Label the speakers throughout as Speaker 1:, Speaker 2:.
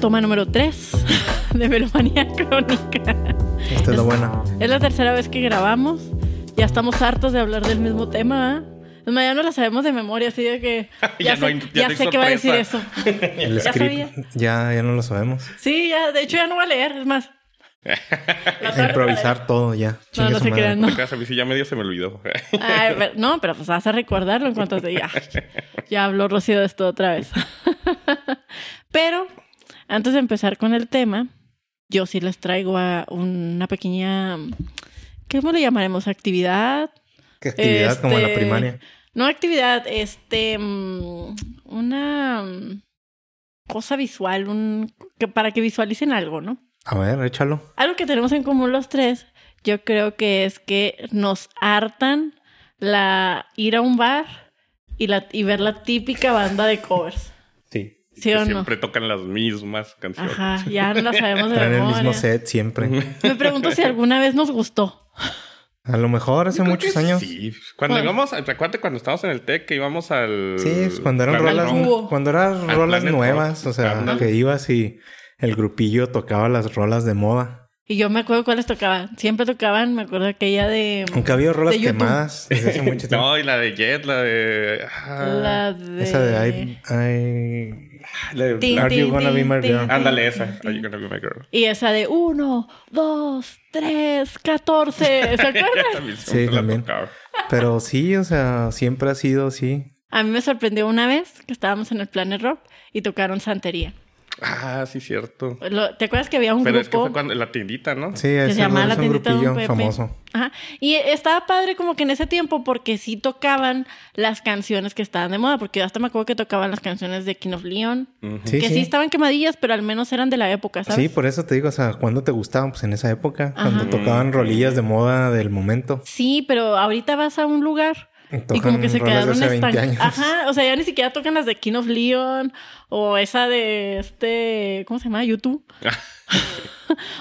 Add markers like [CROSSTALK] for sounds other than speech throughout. Speaker 1: toma número 3 [LAUGHS] de Melomanía Crónica.
Speaker 2: Esta es la buena.
Speaker 1: Es la tercera vez que grabamos. Ya estamos hartos de hablar del mismo tema. ¿verdad? Es más, ya no la sabemos de memoria, así de que.
Speaker 3: [LAUGHS] Ya
Speaker 1: sé,
Speaker 3: no hay- ya no hay
Speaker 1: sé que va a decir eso.
Speaker 3: sorpresa.
Speaker 2: El
Speaker 1: Ya
Speaker 2: script
Speaker 1: sabía.
Speaker 2: ya, ya no lo sabemos.
Speaker 1: Sí, ya, de hecho ya no va a leer, es
Speaker 3: [LAUGHS]
Speaker 1: más. La torre-
Speaker 2: Improvisar todo ya.
Speaker 1: No,
Speaker 2: Chingue
Speaker 1: no
Speaker 2: su
Speaker 1: se
Speaker 2: madre.
Speaker 1: crean, no.
Speaker 3: Casa, a mí sí ya medio se
Speaker 1: [LAUGHS]
Speaker 3: me olvidó.
Speaker 1: Ay, pero- no, pero pues vas a recordarlo en cuanto te ya. Ya habló Rocío de esto otra vez. [LAUGHS] Pero antes de empezar con el tema, yo sí les traigo a una pequeña, ¿cómo le llamaremos? Actividad.
Speaker 2: Qué actividad como en la
Speaker 1: Este,
Speaker 2: primaria.
Speaker 1: No actividad, este, mm, una mm, cosa visual, un, que para que visualicen algo, ¿no?
Speaker 2: A ver, échalo.
Speaker 1: Algo que tenemos en común los tres, yo creo que es que nos hartan la ir a un bar y, la, y ver la típica banda de covers.
Speaker 2: Sí.
Speaker 1: ¿Sí o no?
Speaker 3: Que Siempre tocan las mismas canciones.
Speaker 1: Ajá, ya
Speaker 3: [LAUGHS]
Speaker 1: no la sabemos de
Speaker 2: Traen el mismo
Speaker 1: memoria.
Speaker 2: set siempre.
Speaker 1: Me pregunto si alguna vez nos gustó.
Speaker 2: A lo mejor hace muchos años. Sí,
Speaker 3: Sí. Cuando
Speaker 1: Bueno.
Speaker 3: íbamos, recuérdate cuando estábamos en el TEC que íbamos al...
Speaker 2: pues, cuando eran
Speaker 3: Planet
Speaker 2: rolas,
Speaker 3: Rock.
Speaker 1: Rock.
Speaker 2: cuando eran
Speaker 3: Al
Speaker 2: rolas
Speaker 3: Planet
Speaker 2: nuevas,
Speaker 3: Rock.
Speaker 2: o sea,
Speaker 3: Ándale.
Speaker 2: que ibas y el grupillo tocaba las rolas de moda.
Speaker 1: Y yo me acuerdo cuáles tocaban. Siempre tocaban, me acuerdo aquella de...
Speaker 2: Aunque había rolas
Speaker 1: YouTube.
Speaker 2: quemadas desde hace
Speaker 3: [LAUGHS]
Speaker 2: mucho tiempo.
Speaker 3: No, y la de Jet, la de... ah,
Speaker 1: La de...
Speaker 2: Esa de I, I-
Speaker 3: la de-
Speaker 1: Tin,
Speaker 2: Are You
Speaker 1: tin,
Speaker 2: Gonna Be
Speaker 1: tin,
Speaker 2: My
Speaker 1: tin,
Speaker 2: Girl?
Speaker 1: tin, tin,
Speaker 3: Ándale esa.
Speaker 1: tin.
Speaker 3: Are you gonna be my girl?
Speaker 1: Y esa de 1, 2, 3, 14. ¿Se acuerdan?
Speaker 3: También
Speaker 2: Sí,
Speaker 3: siempre la
Speaker 2: también.
Speaker 3: tocaba.
Speaker 2: Pero sí, o sea, siempre ha sido así.
Speaker 1: A mí me sorprendió una vez que estábamos en el Planet Rock y tocaron Santería.
Speaker 3: Ah, sí, cierto.
Speaker 1: Lo- ¿Te acuerdas que había un
Speaker 3: Pero es que
Speaker 1: grupo
Speaker 3: fue cuando en la tiendita, ¿no?
Speaker 2: Sí,
Speaker 1: que
Speaker 2: es,
Speaker 1: se llamaba
Speaker 2: un-
Speaker 1: La
Speaker 2: es un
Speaker 1: Tiendita de Don Pepe?
Speaker 2: grupillo famoso.
Speaker 1: Ajá. Y estaba padre como que en ese tiempo porque sí tocaban las canciones que estaban de moda, porque yo hasta me acuerdo que tocaban las canciones de King of Leon,
Speaker 3: Ujú.
Speaker 2: Sí,
Speaker 1: que sí.
Speaker 2: sí.
Speaker 1: estaban quemadillas, pero al menos eran de la época, ¿sabes?
Speaker 2: Sí, por eso te digo, o sea, ¿cuándo te gustaban? Pues en esa época,
Speaker 1: Ajá.
Speaker 2: cuando tocaban rolillas de moda del momento.
Speaker 1: Sí, pero ahorita vas a un lugar y como
Speaker 2: Tocan
Speaker 1: que se
Speaker 2: rolas de
Speaker 1: quedaron
Speaker 2: hace 20
Speaker 1: estancados.
Speaker 2: años.
Speaker 1: Ajá, o sea, ya ni siquiera tocan las de King of Leon o esa de este, ¿cómo se llama?
Speaker 2: [LAUGHS]
Speaker 1: YouTube.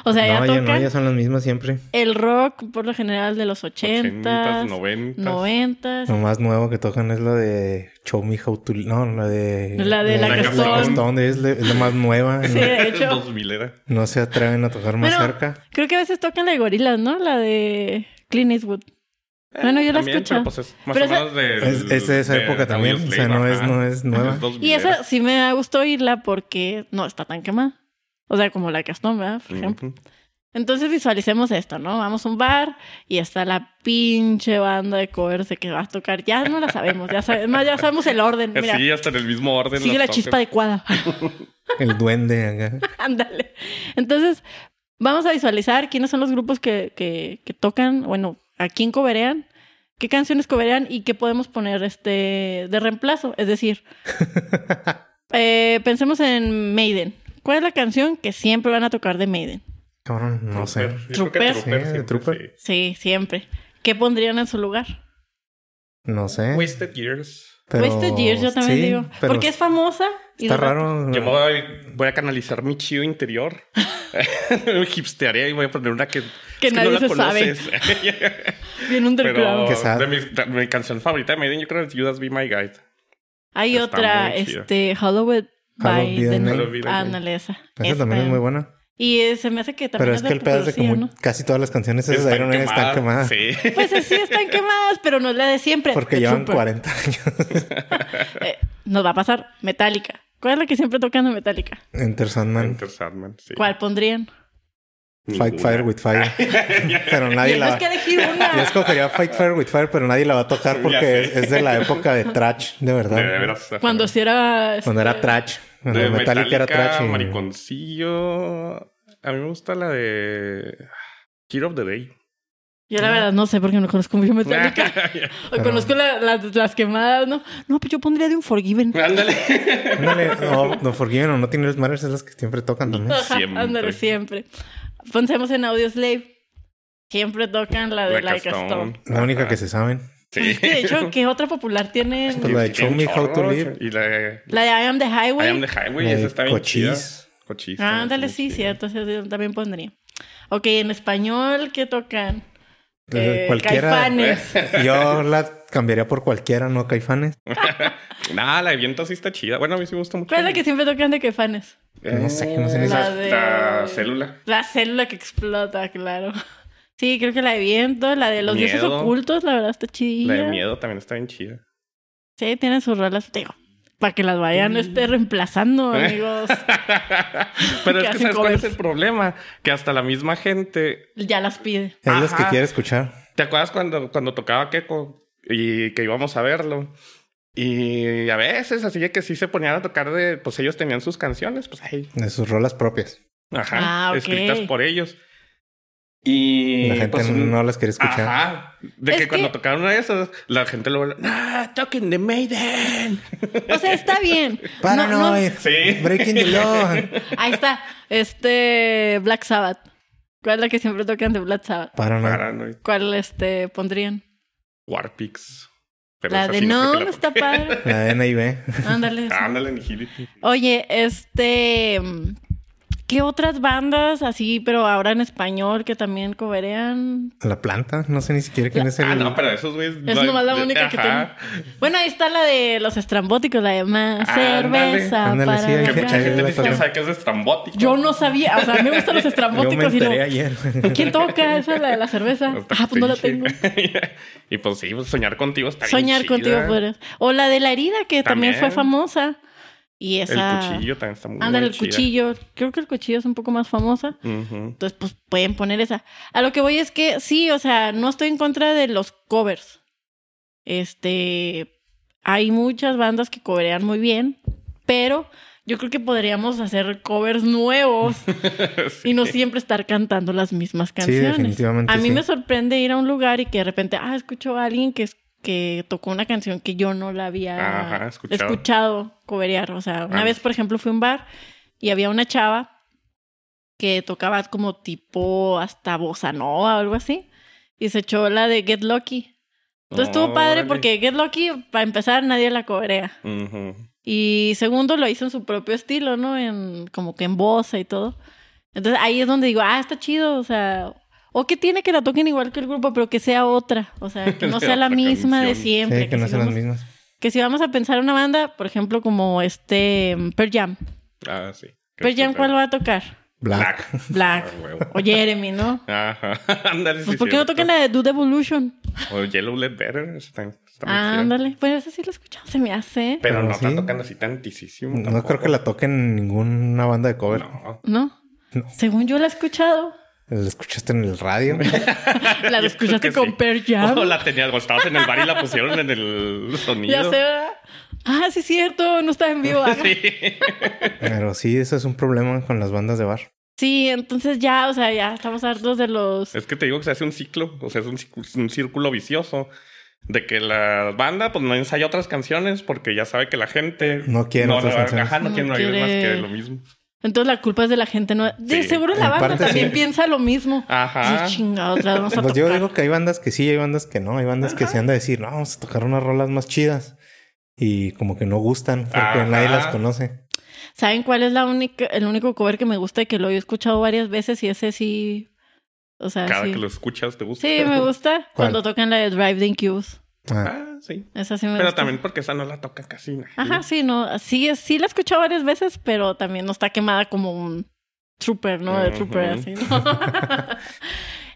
Speaker 1: o sea, ya
Speaker 2: no, ya
Speaker 1: tocan
Speaker 2: no, ya son las mismas siempre.
Speaker 1: el rock por lo general de los 80,
Speaker 3: Ochentas,
Speaker 1: 90,
Speaker 3: noventas.
Speaker 1: 90.
Speaker 2: Lo más nuevo que tocan es la de Show Me How to... No, la de...
Speaker 1: La de
Speaker 3: La Castón.
Speaker 2: Castón, es, la- es la más nueva.
Speaker 1: Sí,
Speaker 2: no,
Speaker 3: [LAUGHS]
Speaker 1: de hecho.
Speaker 3: 2000 era.
Speaker 2: no se atreven a tocar más
Speaker 1: Bueno,
Speaker 2: cerca.
Speaker 1: creo que a veces tocan la de gorilas, ¿no? La de Clint Eastwood.
Speaker 2: Eh,
Speaker 1: Bueno, yo la
Speaker 3: También,
Speaker 1: escucho.
Speaker 3: Pero pues es más
Speaker 1: Pero
Speaker 3: o
Speaker 1: esa-
Speaker 3: menos de...
Speaker 2: Es, es de esa
Speaker 3: de
Speaker 2: época también. O sea,
Speaker 3: Audioslave,
Speaker 2: no es,
Speaker 3: ajá.
Speaker 2: no es nueva.
Speaker 3: Es 2000
Speaker 1: Y
Speaker 3: era.
Speaker 1: esa sí me gustó oírla porque no está tan quemada. O sea, como la Castón, ¿verdad? Por ejemplo.
Speaker 3: Ujú.
Speaker 1: Entonces visualicemos esto, ¿no? Vamos a un bar y está la pinche banda de covers de que vas a tocar. Ya no la sabemos, ya sabemos, ya sabemos el orden. Mira,
Speaker 3: Eh, Sí, hasta en el mismo orden.
Speaker 1: sigue la
Speaker 3: las
Speaker 1: chispa
Speaker 3: tocan.
Speaker 1: adecuada. [LAUGHS]
Speaker 2: El duende acá.
Speaker 1: Ándale. Entonces, vamos a visualizar quiénes son los grupos que, que, que tocan, bueno, a quién coberean, qué canciones coberean y qué podemos poner este de reemplazo. Es decir, eh, pensemos en Maiden. ¿Cuál es la canción que siempre van a tocar de Maiden?
Speaker 2: Cabrón, no sé.
Speaker 3: Trooper. Yo creo
Speaker 1: Trooper.
Speaker 3: que Trooper
Speaker 2: Sí,
Speaker 3: siempre,
Speaker 2: Trooper.
Speaker 1: Sí, siempre. ¿Qué pondrían en su lugar?
Speaker 2: No
Speaker 3: sí.
Speaker 2: sé.
Speaker 3: Wasted Years.
Speaker 2: pero-
Speaker 1: Wasted Pues, Years, yo también
Speaker 2: sí,
Speaker 1: digo.
Speaker 2: pero
Speaker 1: Porque es famosa. y
Speaker 2: Está
Speaker 1: de-
Speaker 2: raro.
Speaker 3: Yo me voy, voy a canalizar mi
Speaker 1: [LAUGHS]
Speaker 3: chido interior. Hipstearía y voy a poner una que,
Speaker 1: Que
Speaker 3: es
Speaker 1: nadie
Speaker 3: no la
Speaker 1: se sabe.
Speaker 3: [LAUGHS] conoces.
Speaker 1: Bien underground.
Speaker 3: Pero
Speaker 2: Qué sad.
Speaker 3: de mis- de- mi, canción favorita de Maiden, yo creo que es Judas Be My Guide.
Speaker 1: Hay
Speaker 3: está
Speaker 1: otra,
Speaker 3: muy chida.
Speaker 1: este, Halloween by
Speaker 2: Hallowed Be
Speaker 1: the
Speaker 2: the
Speaker 1: Night.
Speaker 3: Night.
Speaker 1: Ándale, esa.
Speaker 2: Esa también es muy buena.
Speaker 1: Y eh, se me hace que también
Speaker 2: Pero es que el pedo es de que
Speaker 1: Percusión,
Speaker 2: mu-
Speaker 1: ¿no?
Speaker 2: casi todas las canciones esas de Iron Man están quemadas.
Speaker 3: Sí.
Speaker 1: Pues sí,
Speaker 2: [LAUGHS]
Speaker 1: están quemadas, pero no es la de siempre.
Speaker 2: Porque
Speaker 1: The
Speaker 2: llevan
Speaker 1: Trooper.
Speaker 2: 40 años.
Speaker 1: Eh, nos va a pasar Metallica. ¿Cuál es la que siempre tocan de Metallica?
Speaker 2: Enter Sandman.
Speaker 3: Enter Sandman, sí.
Speaker 1: ¿Cuál pondrían?
Speaker 2: Fight Fire with Fire.
Speaker 3: [LAUGHS]
Speaker 2: pero nadie
Speaker 1: Tienes
Speaker 2: la
Speaker 1: que
Speaker 2: [LAUGHS]
Speaker 1: elegir una.
Speaker 2: Yo escogería Fight Fire with Fire, pero nadie la va a tocar porque
Speaker 3: sé.
Speaker 2: es, es de la época de trash, de verdad.
Speaker 3: De, de veras.
Speaker 1: Cuando si era... este,
Speaker 2: Cuando era trash. Cuando
Speaker 3: de
Speaker 2: Metallica, era trash. y-
Speaker 3: Mariconcillo. A mí me gusta la de Hero of the Day.
Speaker 1: Yo la verdad no sé porque no conozco
Speaker 2: [LAUGHS]
Speaker 1: mucho Metallica.
Speaker 3: [LAUGHS]
Speaker 1: O
Speaker 2: Pero-
Speaker 1: Conozco la- las- las quemadas, ¿no? No, pues yo pondría de Unforgiven.
Speaker 3: Ándale.
Speaker 1: [LAUGHS]
Speaker 2: Ándale, no, no Forgiven o No Tienes Matters es las que siempre tocan también.
Speaker 1: Ajá,
Speaker 3: Siempre.
Speaker 1: Ándale, siempre. Pensemos en Audioslave. Siempre tocan la de Like a Stone.
Speaker 2: La única que se saben.
Speaker 3: Sí.
Speaker 1: Es que, [LAUGHS] de hecho, ¿qué otra popular tiene?
Speaker 2: Pues la de Show Me How to Live.
Speaker 3: Y la de
Speaker 1: La de I Am the Highway.
Speaker 3: I Am the Highway.
Speaker 2: La de
Speaker 3: Esa está bien
Speaker 2: Eh, Cochise.
Speaker 3: chida. Cochise.
Speaker 1: Ah, ándale,
Speaker 3: está
Speaker 1: sí,
Speaker 3: bien chida.
Speaker 1: cierto. esa yo también pondría. Ok, en español, ¿qué tocan?
Speaker 2: Eh,
Speaker 1: Eh,
Speaker 2: cualquiera.
Speaker 3: [LAUGHS]
Speaker 1: Caifanes.
Speaker 2: Yo la cambiaría por cualquiera, no Caifanes.
Speaker 3: Nah, la de viento sí está chida. Bueno, a mí sí me gusta mucho.
Speaker 1: ¿Cuál es la que siempre tocan de que fanes?
Speaker 2: No sé, no sé.
Speaker 1: La
Speaker 3: La,
Speaker 1: de-
Speaker 3: la célula.
Speaker 1: La célula que explota, claro. Sí, creo que la de viento, la de los dioses
Speaker 3: Miedo.
Speaker 1: ocultos, la verdad está chidilla.
Speaker 3: La de miedo también está
Speaker 1: [LAUGHS]
Speaker 3: bien chida.
Speaker 1: Sí, tienen sus rolas, digo, para que las vayan este,
Speaker 3: [LAUGHS]
Speaker 1: reemplazando,
Speaker 3: ¿Eh?
Speaker 1: amigos.
Speaker 3: Pero
Speaker 1: Que
Speaker 3: es que
Speaker 1: hacen
Speaker 3: ¿sabes cuál
Speaker 1: covers.
Speaker 3: es el problema? Que hasta la misma gente
Speaker 1: ya las pide.
Speaker 2: Es los que
Speaker 3: Ajá.
Speaker 2: quiere escuchar.
Speaker 3: ¿Te acuerdas cuando, cuando tocaba Keiko y que íbamos a verlo? Y a veces, así de que sí se ponían a tocar de, pues ellos tenían sus canciones, pues ahí,
Speaker 2: De sus rolas propias.
Speaker 3: ajá,
Speaker 1: Ah, ok.
Speaker 3: escritas por ellos. Y
Speaker 2: La gente
Speaker 3: pues,
Speaker 2: no las quiere escuchar.
Speaker 3: Ajá, de
Speaker 1: Es
Speaker 3: que,
Speaker 1: que-
Speaker 3: cuando tocaron una de esas, la gente luego, ¡Ah, talking the Maiden!
Speaker 1: O sea, está bien. No, no,
Speaker 2: Paranoid.
Speaker 3: Sí.
Speaker 2: Breaking the law.
Speaker 1: ahí está. Este Black Sabbath. ¿Cuál es la que siempre tocan de Black Sabbath?
Speaker 2: Paranoid.
Speaker 3: Paranoid,
Speaker 1: ¿Cuál este pondrían?
Speaker 3: Warpix. Pero
Speaker 1: la
Speaker 3: esa
Speaker 1: de
Speaker 3: sí
Speaker 1: no,
Speaker 3: creo
Speaker 1: no,
Speaker 3: que la
Speaker 1: está
Speaker 3: toque.
Speaker 1: padre.
Speaker 2: La de NIB.
Speaker 3: [LAUGHS]
Speaker 1: Ándale. sí.
Speaker 3: Ándale, Nihili.
Speaker 1: Oye, este. mm, ¿Qué otras bandas así, pero ahora en español, que también coberean?
Speaker 2: La planta. No sé ni siquiera quién es el.
Speaker 3: Ah, no, pero esos güeyes...
Speaker 1: Es
Speaker 3: no hay-
Speaker 1: nomás la única que
Speaker 3: ajá.
Speaker 1: Bueno, ahí está la de los estrambóticos, la de más
Speaker 3: Ándale.
Speaker 1: cerveza.
Speaker 2: Ándale, sí,
Speaker 1: para
Speaker 2: hay que
Speaker 3: Que
Speaker 1: bailar. [LAUGHS]
Speaker 2: [LAUGHS]
Speaker 3: mucha
Speaker 2: checar.
Speaker 3: gente
Speaker 2: la
Speaker 3: dice que
Speaker 2: torre.
Speaker 3: sabe que es estrambótico.
Speaker 1: Yo no sabía, o sea, me gustan
Speaker 3: [LAUGHS]
Speaker 1: los
Speaker 2: Yo me
Speaker 1: estrambóticos y no.
Speaker 2: enteré ayer.
Speaker 1: ¿Quién toca esa, la de la cerveza?
Speaker 3: Está
Speaker 1: Ah, pues no la tengo.
Speaker 3: pinche. [LAUGHS] y pues sí, pues, soñar contigo está bien
Speaker 1: Soñar
Speaker 3: chida.
Speaker 1: contigo, podrás. O la de la herida, que también, fue
Speaker 3: También.
Speaker 1: famosa. Y
Speaker 3: El
Speaker 1: esa.
Speaker 3: cuchillo también está muy
Speaker 1: Ándale,
Speaker 3: muy
Speaker 1: el
Speaker 3: chida.
Speaker 1: cuchillo. Creo que el cuchillo es un poco más famosa.
Speaker 3: Ujú. [LAUGHS]
Speaker 1: Entonces, pues pueden poner esa. A lo que voy es que sí, o sea, no estoy en contra de los covers. Este, hay muchas bandas que coverean muy bien, pero yo creo que podríamos hacer covers nuevos
Speaker 3: Sí.
Speaker 1: y no siempre estar cantando las mismas canciones.
Speaker 2: definitivamente
Speaker 1: A mí
Speaker 2: sí.
Speaker 1: me sorprende ir a un lugar y que de repente, ah, escucho a alguien que, es- que tocó una canción que yo no la había
Speaker 3: Ajá, escuchado.
Speaker 1: coverear. O sea, una
Speaker 3: Ah.
Speaker 1: vez, por ejemplo, fui a un bar y había una chava que tocaba como tipo hasta bossa nova o algo así. Y se echó la de Get Lucky. Entonces estuvo padre
Speaker 3: Órale.
Speaker 1: porque Get Lucky, para empezar, nadie la coverea.
Speaker 3: Ujú.
Speaker 1: Y segundo, lo hizo en su propio estilo, ¿no? En, como que en voz y todo. Entonces ahí es donde digo, ah, está chido, o sea, o que tiene que la toquen igual que el grupo, pero que sea otra, o sea, que
Speaker 3: [LAUGHS]
Speaker 1: no sea la
Speaker 3: Otra
Speaker 1: misma de
Speaker 3: canción.
Speaker 1: siempre.
Speaker 2: [LAUGHS] Sí, que no
Speaker 1: si
Speaker 2: son las
Speaker 1: vamos-
Speaker 2: mismas.
Speaker 1: que si vamos a pensar una banda, por ejemplo, como este mm, Pearl Jam.
Speaker 3: Ah, sí.
Speaker 1: Pearl Jam, ¿cuál va a tocar?
Speaker 2: Black.
Speaker 1: Black.
Speaker 3: Ah, huevo.
Speaker 1: o Jeremy,
Speaker 3: [LAUGHS]
Speaker 1: ¿no?
Speaker 3: Ajá, ándale.
Speaker 1: Pues
Speaker 3: sí,
Speaker 1: ¿por qué no
Speaker 3: cierto.
Speaker 1: tocan la de Dude Evolution?
Speaker 3: O Yellow Let Better. Está, está muy
Speaker 1: Ah,
Speaker 3: chida.
Speaker 1: ándale. Bueno, esa sí la he escuchado, se me hace.
Speaker 3: Pero
Speaker 2: Pero
Speaker 3: no está
Speaker 2: sí.
Speaker 3: tocando así tantísimo.
Speaker 2: No creo que la toquen ninguna banda de cover.
Speaker 3: No.
Speaker 1: ¿No?
Speaker 2: No.
Speaker 1: Según yo la he
Speaker 3: [LAUGHS]
Speaker 1: escuchado.
Speaker 2: La escuchaste en el radio.
Speaker 1: La escuchaste
Speaker 3: Creo que
Speaker 1: con
Speaker 3: sí.
Speaker 1: Pearl Jam.
Speaker 3: [LAUGHS] O la tenías, o estabas en el bar y la pusieron en el
Speaker 1: [LAUGHS]
Speaker 3: sonido.
Speaker 1: Ya sé, ¿verdad? Ah, sí, es cierto, no está en
Speaker 3: [LAUGHS]
Speaker 1: vivo. Ah, Sí.
Speaker 3: Sí.
Speaker 2: Pero sí, eso es un problema con las bandas de bar.
Speaker 1: entonces ya, o sea, ya estamos hartos de los.
Speaker 3: Es que te digo que se hace un ciclo, o sea, es un círculo, un círculo vicioso de que la banda pues no ensaya otras canciones porque ya sabe que la gente
Speaker 2: No quiere
Speaker 3: no,
Speaker 2: otras
Speaker 3: no,
Speaker 2: canciones.
Speaker 3: ajá, no
Speaker 1: No
Speaker 3: quiere oír más
Speaker 1: quiere.
Speaker 3: que lo mismo.
Speaker 1: Entonces la culpa es de la gente, ¿no? De
Speaker 3: Sí,
Speaker 1: seguro la
Speaker 2: en
Speaker 1: banda
Speaker 2: parte
Speaker 1: también
Speaker 2: sí.
Speaker 1: piensa lo mismo.
Speaker 3: Ajá.
Speaker 1: Sí, chingado, otra vez vamos a
Speaker 2: Pues yo
Speaker 1: tocar.
Speaker 2: digo que hay bandas que sí, hay bandas que no. Hay bandas que se han de decir, no, vamos a tocar unas rolas más chidas. Y como que no gustan porque
Speaker 3: Ajá.
Speaker 2: nadie las conoce.
Speaker 1: ¿Saben cuál es la única, el único cover que me gusta y que lo he escuchado varias veces? Y ese sí. O sea,
Speaker 3: Cada
Speaker 1: sí.
Speaker 3: que lo escuchas te gusta.
Speaker 1: Sí,
Speaker 3: [LAUGHS]
Speaker 1: me gusta
Speaker 2: ¿Cuál?
Speaker 1: cuando tocan la de Drive the Incubus.
Speaker 2: Ah,
Speaker 3: Ah, sí.
Speaker 1: Esa sí me
Speaker 3: Pero
Speaker 1: gusta.
Speaker 3: también porque esa no la toca casi nadie.
Speaker 1: Ajá, sí, no. Sí, es- sí la he escuchado varias veces, pero también no está quemada como un trooper, ¿no? De trooper,
Speaker 3: Ujú.
Speaker 1: así, ¿no? [LAUGHS]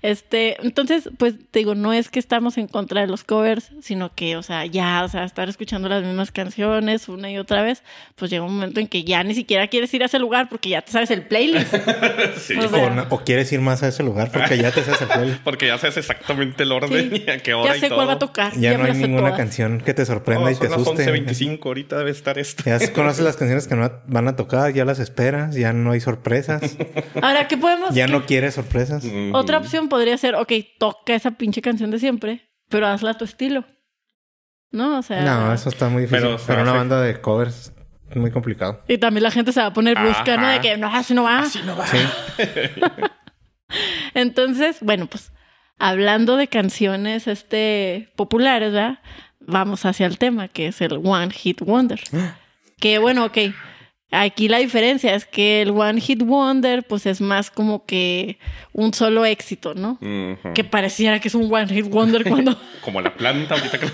Speaker 1: este, entonces, pues te digo, no es que estamos en contra de los covers, sino que, o sea, ya, o sea, estar escuchando las mismas canciones una y otra vez, pues llega un momento en que ya ni siquiera quieres ir a ese lugar porque ya te sabes el playlist.
Speaker 3: Sí.
Speaker 1: O sea,
Speaker 2: o, no- o quieres ir más a ese lugar porque ya te sabes el juego.
Speaker 1: [LAUGHS]
Speaker 3: Porque ya sabes exactamente el orden
Speaker 1: Sí.
Speaker 3: y a qué hora
Speaker 1: ya
Speaker 3: y
Speaker 1: sé
Speaker 3: todo.
Speaker 1: cuál va a tocar.
Speaker 2: Ya no
Speaker 1: me
Speaker 2: hay
Speaker 1: las sé
Speaker 2: ninguna
Speaker 1: todas.
Speaker 2: canción que te sorprenda
Speaker 3: Oh,
Speaker 2: y te
Speaker 3: son las
Speaker 2: asuste.
Speaker 3: 11.25, ahorita debe estar esto.
Speaker 2: Ya conoces las canciones que no van a tocar, ya las esperas, ya no
Speaker 1: [LAUGHS]
Speaker 2: hay sorpresas,
Speaker 1: Ahora, ¿qué podemos?
Speaker 2: ya
Speaker 1: qué-
Speaker 2: no quieres sorpresas.
Speaker 3: Ujú.
Speaker 1: Otra opción podría ser, ok, toca esa pinche canción de siempre, pero hazla a tu estilo. ¿No? O sea.
Speaker 2: No, eso está muy difícil.
Speaker 3: Pero,
Speaker 2: Pero,
Speaker 3: o sea,
Speaker 2: una
Speaker 3: se-
Speaker 2: banda de covers es muy complicado.
Speaker 1: Y también la gente se va a poner brusca, ¿no?
Speaker 3: Ajá.
Speaker 1: De que no, así no va.
Speaker 2: Sí.
Speaker 1: [LAUGHS] Entonces, bueno, pues hablando de canciones este, populares, ¿verdad?
Speaker 2: [GASPS]
Speaker 1: Vamos hacia el tema, que es el One Hit Wonder. Que bueno, ok. Aquí la diferencia es que el One Hit Wonder, pues es más como que un solo éxito, ¿no?
Speaker 2: Mm.
Speaker 3: Ujú.
Speaker 1: Que pareciera que es un One Hit Wonder
Speaker 2: [LAUGHS]
Speaker 1: cuando. [LAUGHS]
Speaker 3: Como la planta ahorita que...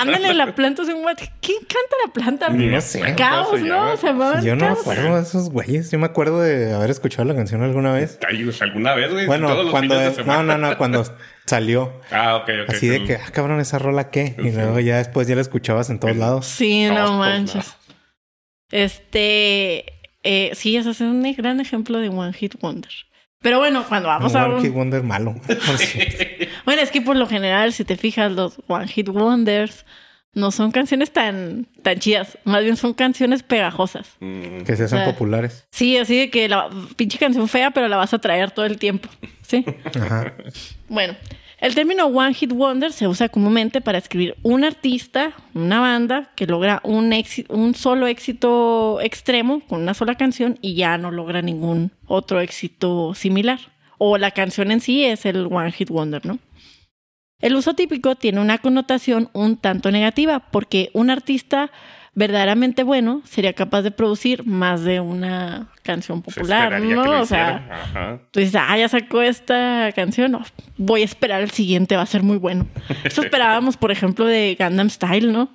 Speaker 1: Ándale, la planta es un One ¿Quién canta la planta?
Speaker 2: Ni No sé.
Speaker 1: Caos,
Speaker 3: se llama?
Speaker 1: ¿no? Se llamaban
Speaker 2: Yo no me
Speaker 1: Caos.
Speaker 2: acuerdo de esos güeyes. Yo me acuerdo de haber escuchado la canción alguna vez.
Speaker 3: Ay, pues, ¿Alguna vez, güey?
Speaker 2: Bueno,
Speaker 3: Todos los
Speaker 2: cuando.
Speaker 3: fines de
Speaker 2: no,
Speaker 3: semana.
Speaker 2: no, no,
Speaker 3: [LAUGHS]
Speaker 2: cuando salió.
Speaker 3: Ah, ok, ok.
Speaker 2: Así de que, ah, cabrón, esa rola qué. Y
Speaker 3: Sí.
Speaker 2: luego ya después ya la escuchabas en todos lados.
Speaker 1: Sí,
Speaker 3: No, pues,
Speaker 1: no
Speaker 3: no.
Speaker 1: manches. Este. eh, sí, ese es un gran ejemplo de One Hit Wonder. Pero bueno, cuando vamos
Speaker 2: Un
Speaker 1: a
Speaker 2: One
Speaker 1: un-
Speaker 2: Hit Wonder malo. [LAUGHS] Por si-
Speaker 1: Bueno, es que por lo general, si te fijas, los One Hit Wonders no son canciones tan, tan chidas. Más bien son canciones pegajosas.
Speaker 3: Mm,
Speaker 2: que se hacen
Speaker 1: Ah.
Speaker 2: populares.
Speaker 1: Sí, así de que la pinche canción fea, pero la vas a traer todo el tiempo. Sí.
Speaker 2: Ajá.
Speaker 1: Bueno, el término One Hit Wonder se usa comúnmente para escribir un artista, una banda que logra un, éxi- un solo éxito extremo con una sola canción y ya no logra ningún otro éxito similar. O la canción en sí es el One Hit Wonder, ¿no? El uso típico tiene una connotación un tanto negativa porque un artista verdaderamente bueno sería capaz de producir más de una canción
Speaker 3: se
Speaker 1: popular,
Speaker 3: esperaría que
Speaker 1: ¿no?
Speaker 3: lo
Speaker 1: O sea,
Speaker 3: hiciera. Ajá.
Speaker 1: Tú dices, ah, ya sacó esta canción. no, voy a esperar el siguiente, va a ser muy bueno. Eso esperábamos, por ejemplo, de Gundam Style, ¿no?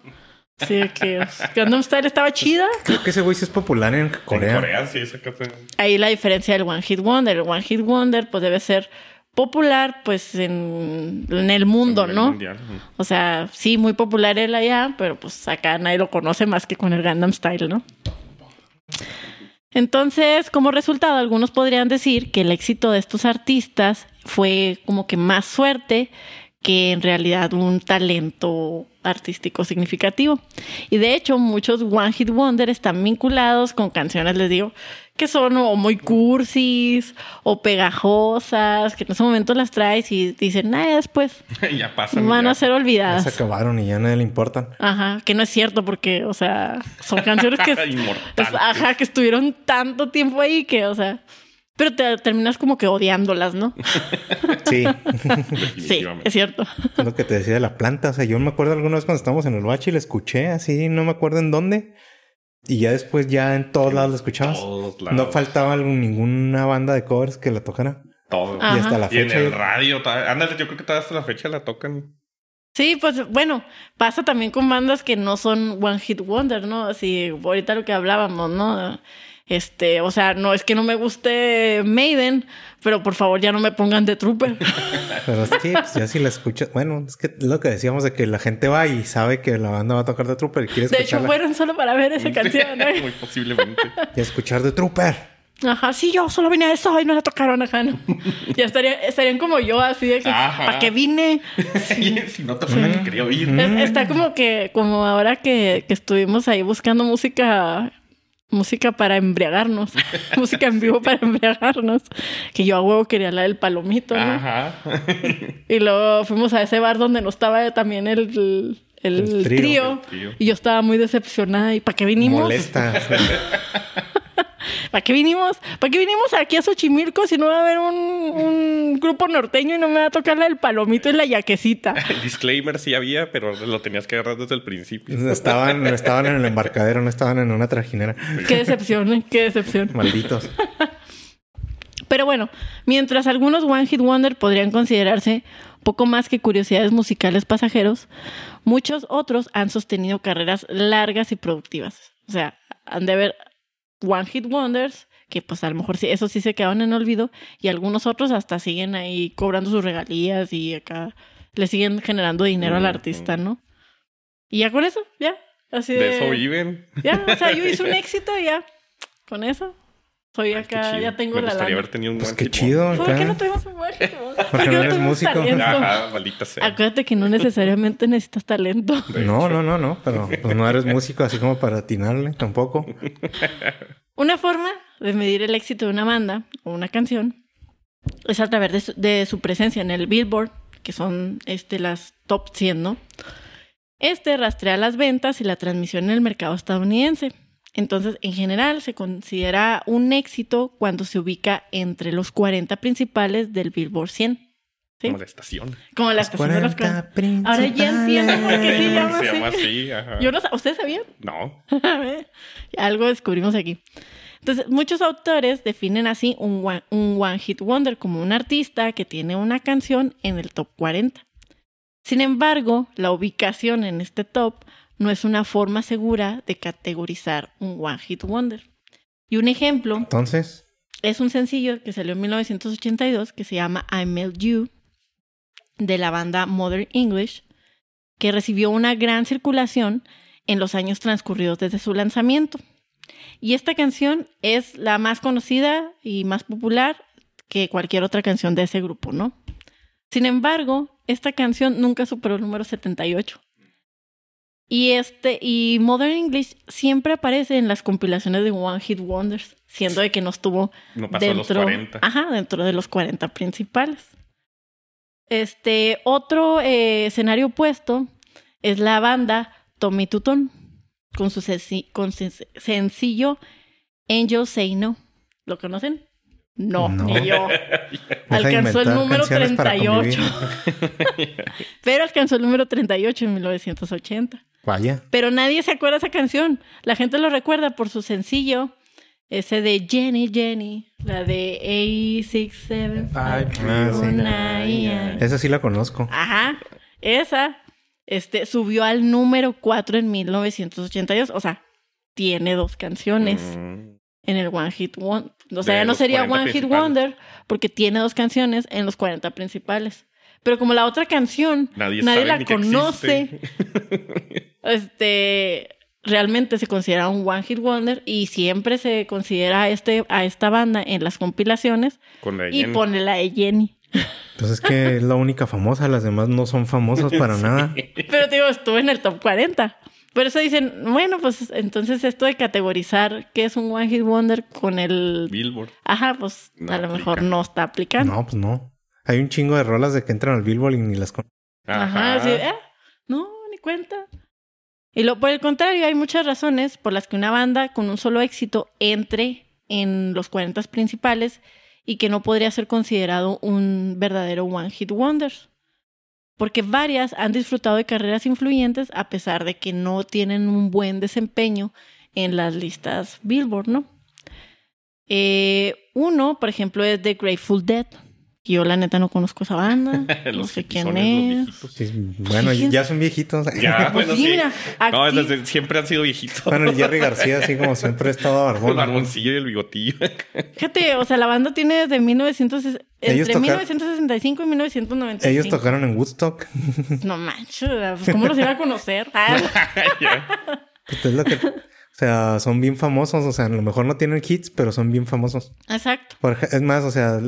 Speaker 1: Sí, de que Gundam Style estaba chida.
Speaker 2: Creo que ese güey sí es popular en Corea.
Speaker 3: En Corea, sí, esa cosa.
Speaker 1: Ahí la diferencia del One Hit Wonder. El One Hit Wonder, pues debe ser popular, pues en, en el mundo,
Speaker 3: En el
Speaker 1: ¿no?
Speaker 3: mundial. [LAUGHS]
Speaker 1: O sea, sí, muy popular él allá, pero pues acá nadie lo conoce más que con el Gundam Style, ¿no? Entonces, como resultado, algunos podrían decir que el éxito de estos artistas fue como que más suerte que en realidad un talento artístico significativo. Y de hecho, muchos One Hit Wonder están vinculados con canciones, les digo, que son o muy cursis o pegajosas, que en ese momento las traes y dicen, ah, después
Speaker 3: ya pasan.
Speaker 1: van
Speaker 3: ya.
Speaker 1: a
Speaker 3: [LAUGHS]
Speaker 1: ser
Speaker 2: Ya se
Speaker 1: olvidadas.
Speaker 2: acabaron y ya a nadie le importan.
Speaker 1: Ajá, que no es cierto porque, o sea, son canciones
Speaker 3: [LAUGHS]
Speaker 1: que,
Speaker 3: Inmortales.
Speaker 1: pues, ajá, que estuvieron tanto tiempo ahí que, o sea, pero te terminas como que odiándolas, ¿no?
Speaker 2: Sí,
Speaker 1: Sí, es
Speaker 3: Definitivamente.
Speaker 1: cierto.
Speaker 2: es [LAUGHS] lo que te decía de la planta. O sea, yo me acuerdo alguna vez cuando estábamos en el bache y la escuché así, no me acuerdo en dónde. Y ya después ya en todos lados la escuchabas.
Speaker 3: Todos lados.
Speaker 2: No faltaba algún- ninguna banda de covers que la tocara.
Speaker 3: Todo.
Speaker 1: Ah.
Speaker 2: Y hasta
Speaker 1: Ajá.
Speaker 2: la
Speaker 3: Y en
Speaker 2: fecha.
Speaker 3: el radio. ta- Ándale, yo creo que todavía hasta la fecha la tocan.
Speaker 1: [LAUGHS] Sí, pues bueno, pasa también con bandas que no son One Hit Wonder, ¿no? Así, ahorita lo que hablábamos, ¿no? Este, o sea, no es que no me guste Maiden, pero por favor ya no me pongan The Trooper.
Speaker 2: Pero sí, pues ya si la escuchas. Bueno, es que lo que decíamos de que la gente va y sabe que la banda va a tocar de Trooper y quiere
Speaker 1: De hecho,
Speaker 2: escucharla.
Speaker 1: fueron solo para ver
Speaker 3: [LAUGHS]
Speaker 1: esa canción, ¿eh?
Speaker 3: Muy
Speaker 1: [LAUGHS]
Speaker 3: posiblemente.
Speaker 2: Y escuchar de Trooper.
Speaker 1: Ajá, sí, yo solo vine a eso y no la tocaron, ajá.
Speaker 3: [LAUGHS]
Speaker 1: ¿no? ya estaría, estarían como yo, así de que,
Speaker 3: Ajá.
Speaker 1: ¿para qué vine?
Speaker 3: Y si no tocan la que quería oír.
Speaker 1: Es- está como que, como ahora que, que estuvimos ahí buscando música, música para embriagarnos, [LAUGHS] música en vivo para embriagarnos, que yo a huevo quería la del palomito, ¿no?
Speaker 3: Ajá.
Speaker 1: Y luego fuimos a ese bar donde no estaba también el, el,
Speaker 2: El trío.
Speaker 1: trío,
Speaker 3: El trío.
Speaker 1: y yo estaba muy decepcionada, ¿y para qué vinimos?
Speaker 2: Molesta.
Speaker 1: [LAUGHS]
Speaker 2: o sea,
Speaker 1: ¿Para qué vinimos? ¿Para qué vinimos aquí a Xochimilco si no va a haber un, un grupo norteño y no me va a tocar la del palomito y la yaquecita?
Speaker 3: El disclaimer sí había, pero lo tenías que agarrar desde el principio.
Speaker 2: estaban, estaban en el embarcadero, no estaban en una trajinera.
Speaker 1: Qué decepción, ¿eh? qué decepción.
Speaker 2: Malditos.
Speaker 1: Pero bueno, mientras algunos One Hit Wonder podrían considerarse poco más que curiosidades musicales pasajeros, muchos otros han sostenido carreras largas y productivas. O sea, han de haber One Hit Wonders, que pues a lo mejor sí, eso sí se quedaron en olvido, y algunos otros hasta siguen ahí cobrando sus regalías y acá le siguen generando dinero al
Speaker 3: Ujú.
Speaker 1: artista, ¿no? Y ya con eso, ya. Así de,
Speaker 3: De eso viven.
Speaker 1: Ya, o sea, yo hice
Speaker 3: [LAUGHS]
Speaker 1: un éxito y ya. Con eso. Soy
Speaker 3: Ay, qué
Speaker 1: acá,
Speaker 3: chido.
Speaker 1: ya tengo
Speaker 3: Me
Speaker 1: la
Speaker 3: gustaría
Speaker 1: lana.
Speaker 3: haber tenido un
Speaker 2: Pues
Speaker 3: buen
Speaker 2: qué
Speaker 3: tipo.
Speaker 2: chido.
Speaker 1: ¿Por qué
Speaker 2: acá.
Speaker 1: no tuvimos un buen equipo? ¿Por
Speaker 2: no eres
Speaker 1: tuvimos
Speaker 2: músico.
Speaker 1: talento?
Speaker 3: Ajá, maldita sea.
Speaker 1: Acuérdate que no necesariamente necesitas talento.
Speaker 2: No, no, no, no, pero pues, no eres músico así como para atinarle tampoco.
Speaker 1: Una forma de medir el éxito de una banda o una canción es a través de su, de su presencia en el Billboard, que son este, las top 100, ¿no? Este rastrea las ventas y la transmisión en el mercado estadounidense. Entonces, en general, se considera un éxito cuando se ubica entre los 40 principales del Billboard 100. Sí.
Speaker 3: Como la estación.
Speaker 1: Como las canciones de los clan. Ahora ya entiendo por qué se llama
Speaker 3: Se llama
Speaker 1: así.
Speaker 3: así. ajá.
Speaker 1: Yo no sa- ¿Ustedes sabían?
Speaker 3: No.
Speaker 1: [LAUGHS] Algo descubrimos aquí. Entonces, muchos autores definen así un one, un one hit wonder como un artista que tiene una canción en el top 40. Sin embargo, la ubicación en este top no es una forma segura de categorizar un one hit wonder. Y un ejemplo
Speaker 2: Entonces,
Speaker 1: es un sencillo que salió en 1982 que se llama I Melt You de la banda Modern English, que recibió una gran circulación en los años transcurridos desde su lanzamiento. Y esta canción es la más conocida y más popular que cualquier otra canción de ese grupo, ¿no? Sin embargo, esta canción nunca superó el número 78. Y este y Modern English siempre aparece en las compilaciones de One Hit Wonders, siendo de que no estuvo
Speaker 3: No [LAUGHS] pasó los 40.
Speaker 1: Ajá, dentro de los 40 principales. Este, otro eh, escenario opuesto es la banda Tommy Tutón con su senci- con sen- sencillo Angel Say No. ¿Lo conocen? No,
Speaker 2: No.
Speaker 1: ni
Speaker 3: [LAUGHS]
Speaker 1: yo.
Speaker 2: vas a
Speaker 1: Alcanzó el
Speaker 2: inventar
Speaker 1: número
Speaker 2: canciones para
Speaker 1: 38.
Speaker 2: convivir.
Speaker 1: Pero alcanzó el número 38 en 1980.
Speaker 2: Vaya.
Speaker 1: Pero nadie se acuerda de esa canción. La gente lo recuerda por su sencillo, ese de Jenny, Jenny, la de A675.
Speaker 2: Ah, sí.
Speaker 1: Una IA.
Speaker 2: Esa sí la conozco.
Speaker 1: Ajá, esa este, subió al número 4 en 1982. O sea, tiene dos canciones
Speaker 3: Mm.
Speaker 1: en el One Hit Wonder. O sea,
Speaker 3: De
Speaker 1: ya no
Speaker 3: los
Speaker 1: sería
Speaker 3: 40
Speaker 1: One Hit
Speaker 3: principales.
Speaker 1: Wonder porque tiene dos canciones en los 40 principales. Pero como la otra canción
Speaker 3: Nadie,
Speaker 1: nadie
Speaker 3: sabe
Speaker 1: la
Speaker 3: ni que
Speaker 1: conoce.
Speaker 3: existe.
Speaker 1: este realmente se considera un one hit wonder y siempre se considera a este a esta banda en las compilaciones
Speaker 3: Con la
Speaker 1: y
Speaker 3: Jenny.
Speaker 1: pone la de Jenny.
Speaker 2: Pues es que es la única famosa, las demás no son famosas para nada.
Speaker 1: Pero te digo, estuvo en el top 40. Por eso dicen, bueno, pues entonces esto de categorizar qué es un one hit wonder con el
Speaker 3: Billboard.
Speaker 1: ajá, pues
Speaker 3: No
Speaker 1: a lo
Speaker 3: aplica.
Speaker 1: mejor no está aplicando.
Speaker 2: No, pues no. Hay un chingo de rolas de que entran al Billboard y ni las con...
Speaker 1: Ajá, sí, ¿eh? No, ni cuenta. Y lo, por el contrario, hay muchas razones por las que una banda con un solo éxito entre en los 40 principales y que no podría ser considerado un verdadero One Hit Wonder. Porque varias han disfrutado de carreras influyentes a pesar de que no tienen un buen desempeño en las listas Billboard, ¿no? Eh, uno, por ejemplo, es The Grateful Dead. que Yo la neta no conozco esa banda.
Speaker 3: Los
Speaker 1: no sé quién
Speaker 3: hipizones, los
Speaker 1: es.
Speaker 3: viejitos.
Speaker 2: Sí, bueno,
Speaker 1: Sí.
Speaker 2: ya son viejitos.
Speaker 3: Ya,
Speaker 1: Pues
Speaker 3: Ah, bueno,
Speaker 1: sí,
Speaker 3: sí.
Speaker 1: mira,
Speaker 3: No,
Speaker 1: acti-
Speaker 3: desde siempre han sido
Speaker 2: [LAUGHS]
Speaker 3: viejitos.
Speaker 2: Bueno, el Jerry García, así como siempre, estaba
Speaker 3: el
Speaker 2: barbón.
Speaker 3: barboncillo y el bigotillo. [LAUGHS]
Speaker 1: fíjate, o sea, la banda tiene desde 1900, entre
Speaker 2: Ellos tocaron-
Speaker 1: 1965 y 1995.
Speaker 2: Ellos tocaron en Woodstock.
Speaker 1: No manches, pues, ¿cómo los iba a
Speaker 3: [LAUGHS]
Speaker 1: conocer? Ah,
Speaker 3: Ya.
Speaker 2: Pues es lo
Speaker 1: [LAUGHS]
Speaker 2: que- o sea, son bien famosos. O sea, a lo mejor no tienen hits, pero son bien famosos.
Speaker 1: Exacto.
Speaker 2: Por ej- es más, o sea,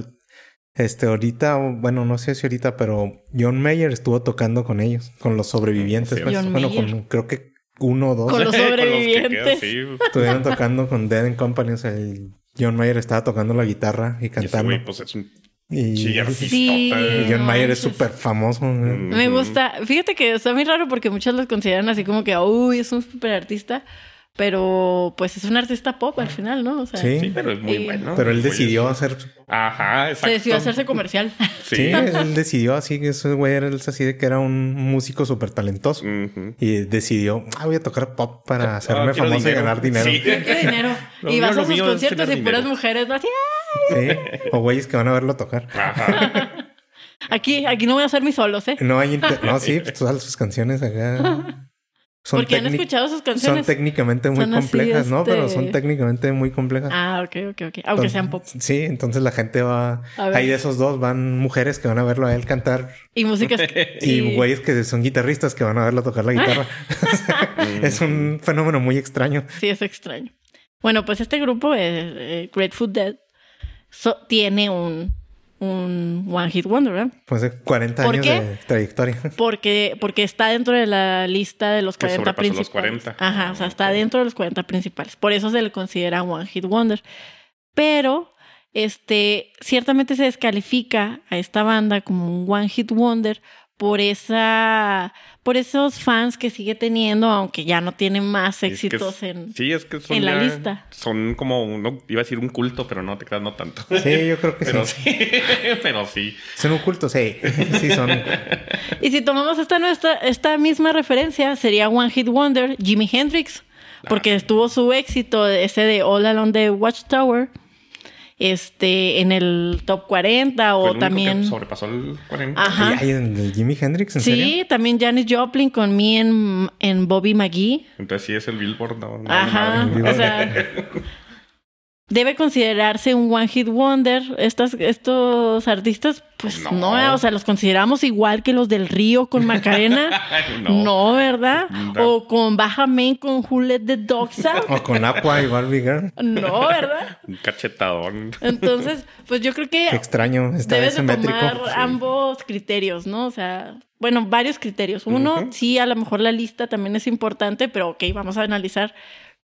Speaker 2: este, ahorita, bueno, no sé si ahorita, pero John Mayer estuvo tocando con ellos, con los sobrevivientes.
Speaker 3: Sí,
Speaker 2: pues.
Speaker 1: John
Speaker 2: bueno,
Speaker 1: Mayer.
Speaker 2: con creo que uno o dos
Speaker 3: [LAUGHS]
Speaker 1: Con los
Speaker 3: que quedan,
Speaker 1: sobrevivientes.
Speaker 3: sí.
Speaker 2: estuvieron tocando con Dead and Company. O sea, el John Mayer estaba tocando la guitarra y
Speaker 3: Y ese
Speaker 2: cantando.
Speaker 3: güey, pues es un
Speaker 2: y,
Speaker 3: sí, artista.
Speaker 1: Sí.
Speaker 2: y John
Speaker 1: No
Speaker 2: Mayer es
Speaker 1: manches.
Speaker 2: súper famoso.
Speaker 3: Mm.
Speaker 1: Me
Speaker 3: Ujú.
Speaker 1: gusta. Fíjate que está muy raro porque muchos los consideran así como que, uy, es un super artista, pero pues es un artista pop al final, ¿no? O sea,
Speaker 2: Sí.
Speaker 3: Sí, pero es muy
Speaker 1: Y-
Speaker 3: bueno.
Speaker 2: Pero él
Speaker 3: Oye,
Speaker 2: decidió hacer.
Speaker 3: Ajá,
Speaker 1: se
Speaker 3: exacto.
Speaker 1: decidió hacerse
Speaker 3: [LAUGHS]
Speaker 1: comercial.
Speaker 2: Sí.
Speaker 3: Sí.
Speaker 2: él decidió así que ese güey era así de que era un músico súper talentoso.
Speaker 3: Ujú.
Speaker 2: Y decidió, ah, voy a tocar pop para hacerme
Speaker 3: Mm. Ah, quiero
Speaker 2: famoso y
Speaker 3: dinero.
Speaker 2: ganar dinero.
Speaker 3: Sí.
Speaker 1: Qué dinero.
Speaker 3: Lo
Speaker 1: y
Speaker 3: mío,
Speaker 1: vas
Speaker 3: lo
Speaker 1: a sus
Speaker 3: mío es
Speaker 1: conciertos y
Speaker 3: tener
Speaker 1: puras
Speaker 3: dinero.
Speaker 1: mujeres, ¿no? Así,
Speaker 2: Sí. O güeyes que van a verlo tocar.
Speaker 1: [LAUGHS]
Speaker 3: Ajá.
Speaker 1: "Ah, aquí, aquí no voy a hacer mis solos, ¿eh?
Speaker 2: No hay inter- No,
Speaker 3: [LAUGHS]
Speaker 2: sí, pues todas sus canciones
Speaker 1: [LAUGHS]
Speaker 2: acá. Son,
Speaker 1: Porque han
Speaker 2: técnic-
Speaker 1: escuchado sus
Speaker 2: son
Speaker 1: canciones.
Speaker 2: técnicamente muy
Speaker 1: Son así,
Speaker 2: complejas, ¿no? Pero son
Speaker 1: este-
Speaker 2: técnicamente muy complejas.
Speaker 1: Ah, ok, ok, ok. Aunque
Speaker 2: Entonces-
Speaker 1: sean pop.
Speaker 2: Sí, entonces la gente va.
Speaker 1: A ver.
Speaker 2: Hay de esos dos, van mujeres que van a verlo a él cantar
Speaker 1: Y músicas.
Speaker 2: [LAUGHS] y güeyes que son guitarristas que van a verlo tocar
Speaker 1: [LAUGHS]
Speaker 2: la guitarra. [LAUGHS] es un fenómeno muy extraño.
Speaker 1: Sí, es extraño. Bueno, pues este grupo, eh, eh, Grateful Dead, so- tiene un, un One Hit Wonder, ¿verdad?
Speaker 2: Pues de 40
Speaker 1: ¿Por
Speaker 2: años
Speaker 1: qué?
Speaker 2: de trayectoria.
Speaker 1: [LAUGHS]
Speaker 3: [LAUGHS]
Speaker 1: Porque, porque está dentro de la lista de los
Speaker 3: Que
Speaker 1: 40
Speaker 3: sobrepasó los
Speaker 1: principales.
Speaker 3: 40.
Speaker 1: Ajá, o sea, está
Speaker 3: Ok.
Speaker 1: dentro de los 40 principales. Por eso se le considera One Hit Wonder. Pero, este, ciertamente se descalifica a esta banda como un One Hit Wonder por esa por esos fans que sigue teniendo, aunque ya no tiene más
Speaker 3: Es que es-
Speaker 1: éxitos en
Speaker 3: Sí, es que son.
Speaker 1: en la
Speaker 3: ya-
Speaker 1: lista.
Speaker 3: Son como. uno iba a decir un culto, pero no te creas, no tanto.
Speaker 2: Sí, yo creo que
Speaker 3: pero
Speaker 2: sí.
Speaker 3: sí. [LAUGHS] pero sí.
Speaker 2: Son un culto, sí. Sí, son.
Speaker 1: Y si tomamos esta nuestra esta misma referencia sería One Hit Wonder, Jimi Hendrix, porque estuvo su éxito ese de All Along the Watchtower este en el top 40
Speaker 3: Fue el
Speaker 1: o
Speaker 3: único
Speaker 1: también
Speaker 3: que sobrepasó el 40.
Speaker 1: Ajá.
Speaker 2: Ay, ay, ¿el Jimi Hendrix, ¿en
Speaker 1: Sí,
Speaker 2: serio?
Speaker 1: también Janis Joplin con mí en, en Bobby McGee.
Speaker 3: Entonces sí es el Billboard. No, no,
Speaker 1: Ajá,
Speaker 3: madre.
Speaker 1: o
Speaker 3: [LAUGHS]
Speaker 1: sea, debe considerarse un one hit wonder. Estas, estos artistas, pues
Speaker 3: Pues
Speaker 1: no.
Speaker 3: no.
Speaker 1: o sea, los consideramos igual que los del Río con
Speaker 3: [LAUGHS]
Speaker 1: Macarena. no. ¿verdad?
Speaker 3: No.
Speaker 1: O con Bájame con Juliet the Dogs Out.
Speaker 2: O con Aqua y Barbie Girl.
Speaker 1: No, ¿verdad?
Speaker 3: Un cachetadón.
Speaker 1: Entonces, pues yo creo
Speaker 2: Qué
Speaker 1: que
Speaker 2: extraño, está
Speaker 1: debes de
Speaker 2: asimétrico. pues,
Speaker 1: tomar ambos criterios, ¿no? O sea, bueno, varios criterios. Uno,
Speaker 3: Ujú.
Speaker 1: sí, a lo mejor la lista también es importante, pero ok, vamos a analizar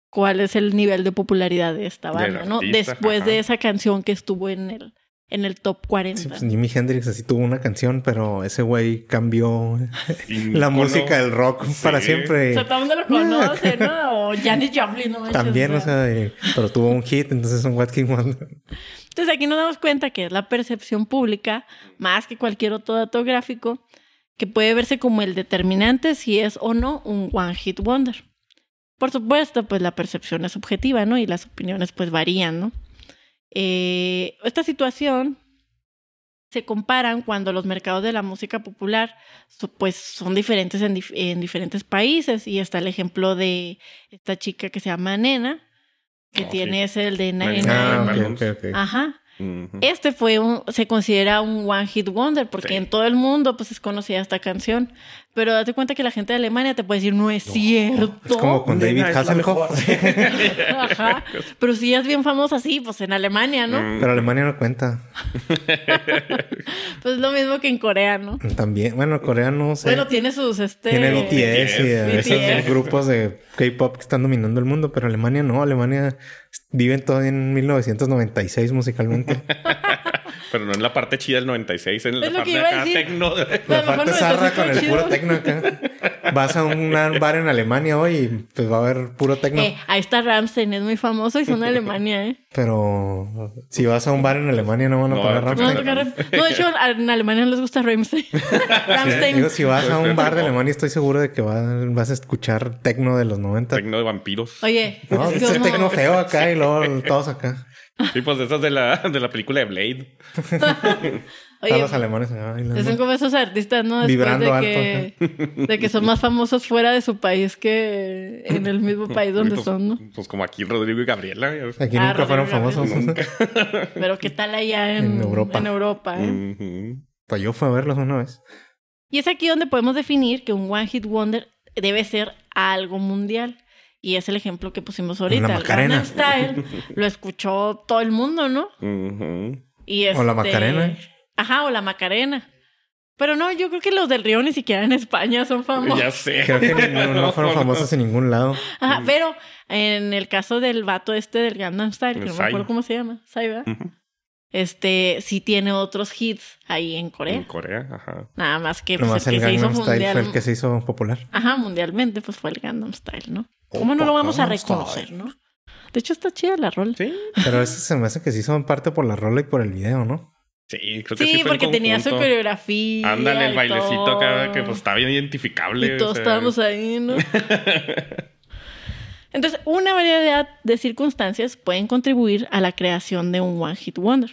Speaker 1: cuál es el nivel de popularidad de esta
Speaker 3: Del
Speaker 1: banda, ¿no?
Speaker 3: artista,
Speaker 1: Después de
Speaker 3: ajá.
Speaker 1: esa canción que estuvo en el, en el top 40.
Speaker 2: Sí, pues, Jimi Hendrix así tuvo una canción, pero ese güey cambió la música del rock para
Speaker 1: o
Speaker 2: siempre.
Speaker 1: sea, todo el mundo lo conoce,
Speaker 2: [LAUGHS]
Speaker 1: ¿no? O Janis Joplin, ¿no? manches,
Speaker 2: También,
Speaker 1: ¿no?
Speaker 2: o sea, eh, pero tuvo un hit, entonces un What King Wonder.
Speaker 1: Entonces aquí nos damos cuenta que es la percepción pública, más que cualquier otro dato gráfico, que puede verse como el determinante si es o no un one hit wonder. Por supuesto, pues la percepción es subjetiva, ¿no? Y las opiniones pues varían, ¿no? Eh, esta situación se comparan cuando los mercados de la música popular so- pues son diferentes en, dif- en diferentes países y está el ejemplo de esta chica que se llama Nena, que
Speaker 3: Oh, sí.
Speaker 1: tiene ese el de Nena.
Speaker 3: Nena.
Speaker 2: Ah,
Speaker 3: Nine
Speaker 2: ok,
Speaker 3: Balloons.
Speaker 2: ok, ok.
Speaker 1: Ajá.
Speaker 3: Ujú.
Speaker 1: Este fue un, se considera un one hit wonder porque
Speaker 3: Sí.
Speaker 1: en todo el mundo pues es conocida esta canción, pero date cuenta que la gente de Alemania te puede decir no es cierto.
Speaker 2: Es
Speaker 1: [LAUGHS]
Speaker 2: como [LAUGHS] con David
Speaker 3: Nena es la
Speaker 2: Hasselhoff.
Speaker 1: Ajá. Pero si es bien famosa sí, pues en Alemania, ¿no?
Speaker 2: [LAUGHS]
Speaker 3: Mm.
Speaker 2: Pero Alemania no cuenta.
Speaker 1: Pues es lo mismo que en Corea, ¿no?
Speaker 2: También, bueno, Corea no sé.
Speaker 1: Bueno, tiene sus este
Speaker 2: Tiene BTS y a
Speaker 1: BTS.
Speaker 2: veces los grupos de K-pop que están dominando el mundo, pero Alemania no. Alemania viven todavía en
Speaker 1: [LAUGHS]
Speaker 2: 1996 musicalmente.
Speaker 3: Pero no en la parte chida del 96, en la
Speaker 1: lo que
Speaker 3: parte
Speaker 1: iba a
Speaker 3: acá
Speaker 1: decir. [LAUGHS]
Speaker 3: tecno.
Speaker 1: Pero a lo
Speaker 2: La
Speaker 1: mejor
Speaker 2: parte
Speaker 1: no,
Speaker 2: zarra
Speaker 1: entonces
Speaker 2: con
Speaker 1: está
Speaker 2: el puro
Speaker 1: chido.
Speaker 2: tecno acá. Vas a un bar en Alemania hoy y pues va a haber puro tecno.
Speaker 1: Eh, ahí está Ramstein, es muy famoso y son de Alemania,
Speaker 2: [LAUGHS]
Speaker 1: ¿eh?
Speaker 2: Pero si vas a un bar en Alemania no van a
Speaker 3: No,
Speaker 2: poner
Speaker 3: no,
Speaker 1: No,
Speaker 2: Rammstein.
Speaker 1: van a tocar Ram- no, de hecho a- en Alemania no les gusta Ramstein. Ramstein.
Speaker 2: Digo, si vas a un bar de
Speaker 3: No.
Speaker 2: Alemania estoy seguro de que va- vas a escuchar tecno de los 90.
Speaker 3: Tecno de vampiros.
Speaker 1: Oye,
Speaker 2: No,
Speaker 1: es
Speaker 2: ese
Speaker 1: como-
Speaker 2: tecno feo acá y luego todos acá.
Speaker 3: Sí, pues esas de la, de la película de Blade.
Speaker 2: Están
Speaker 1: oye,
Speaker 2: los alemanes acá bailando.
Speaker 1: Son como esos artistas, ¿no? Después
Speaker 2: Vibrando
Speaker 1: de,
Speaker 2: alto, [LAUGHS]
Speaker 1: que, de que son más famosos fuera de su país que en el
Speaker 2: [LAUGHS]
Speaker 1: mismo país donde
Speaker 3: Pues-
Speaker 1: son, ¿no?
Speaker 3: Pues como aquí Rodrigo y Gabriela. ya ves.
Speaker 2: Aquí
Speaker 1: Ah,
Speaker 2: nunca fueron
Speaker 1: Rodrigo
Speaker 2: famosos.
Speaker 1: Gabriel. Pero ¿qué tal allá en, en
Speaker 2: En
Speaker 1: Europa?
Speaker 2: Europa. Mm.
Speaker 1: eh?
Speaker 3: Ujú.
Speaker 2: Pues yo fui a verlos una vez.
Speaker 1: Y es aquí donde podemos definir que un One Hit Wonder debe ser algo mundial. Y es el ejemplo que pusimos ahorita.
Speaker 2: La
Speaker 1: el
Speaker 2: Macarena.
Speaker 1: Gangnam
Speaker 2: [LAUGHS]
Speaker 1: Style lo escuchó todo el mundo, ¿no?
Speaker 3: Ujú.
Speaker 1: Y
Speaker 2: O
Speaker 1: este-
Speaker 2: la Macarena.
Speaker 1: Ajá, o la Macarena. Pero no, yo creo que los del Río ni siquiera en España son famosos.
Speaker 3: Ya sé.
Speaker 2: Creo que ni- no, no
Speaker 3: [LAUGHS]
Speaker 2: fueron famosos en ningún lado.
Speaker 3: Mm.
Speaker 1: Ajá, pero en el caso del vato este del Gangnam Style, que
Speaker 3: El
Speaker 1: no me
Speaker 3: Psy.
Speaker 1: acuerdo cómo se llama, Psy, ¿verdad?
Speaker 3: Ujú.
Speaker 1: Este, sí tiene otros hits ahí en Corea.
Speaker 3: En Corea, ajá.
Speaker 1: Nada más que, pues,
Speaker 2: Nomás
Speaker 1: el
Speaker 2: el
Speaker 1: que se hizo
Speaker 2: Gangnam Style
Speaker 1: mundial.
Speaker 2: fue el que se hizo popular.
Speaker 1: Ajá, mundialmente, pues fue el Gangnam Style, ¿no?
Speaker 2: Oh,
Speaker 1: ¿Cómo no lo vamos a
Speaker 2: Gangnam Style.
Speaker 1: reconocer, no? De hecho, está chida la rola.
Speaker 3: Sí.
Speaker 2: Pero eso se me hace que se hizo en parte por la rola y por el video, ¿no?
Speaker 3: Sí, creo que sí.
Speaker 1: Sí,
Speaker 3: fue en
Speaker 1: porque tenía su
Speaker 3: conjunto.
Speaker 1: coreografía.
Speaker 3: Ándale,
Speaker 1: y
Speaker 3: el bailecito acá
Speaker 1: todo.
Speaker 3: que pues está bien identificable.
Speaker 1: Y
Speaker 3: o
Speaker 1: todos
Speaker 3: sea,
Speaker 1: estábamos ahí,
Speaker 3: [LAUGHS]
Speaker 1: ¿no? Entonces, una variedad de circunstancias pueden contribuir a la creación de un one hit wonder.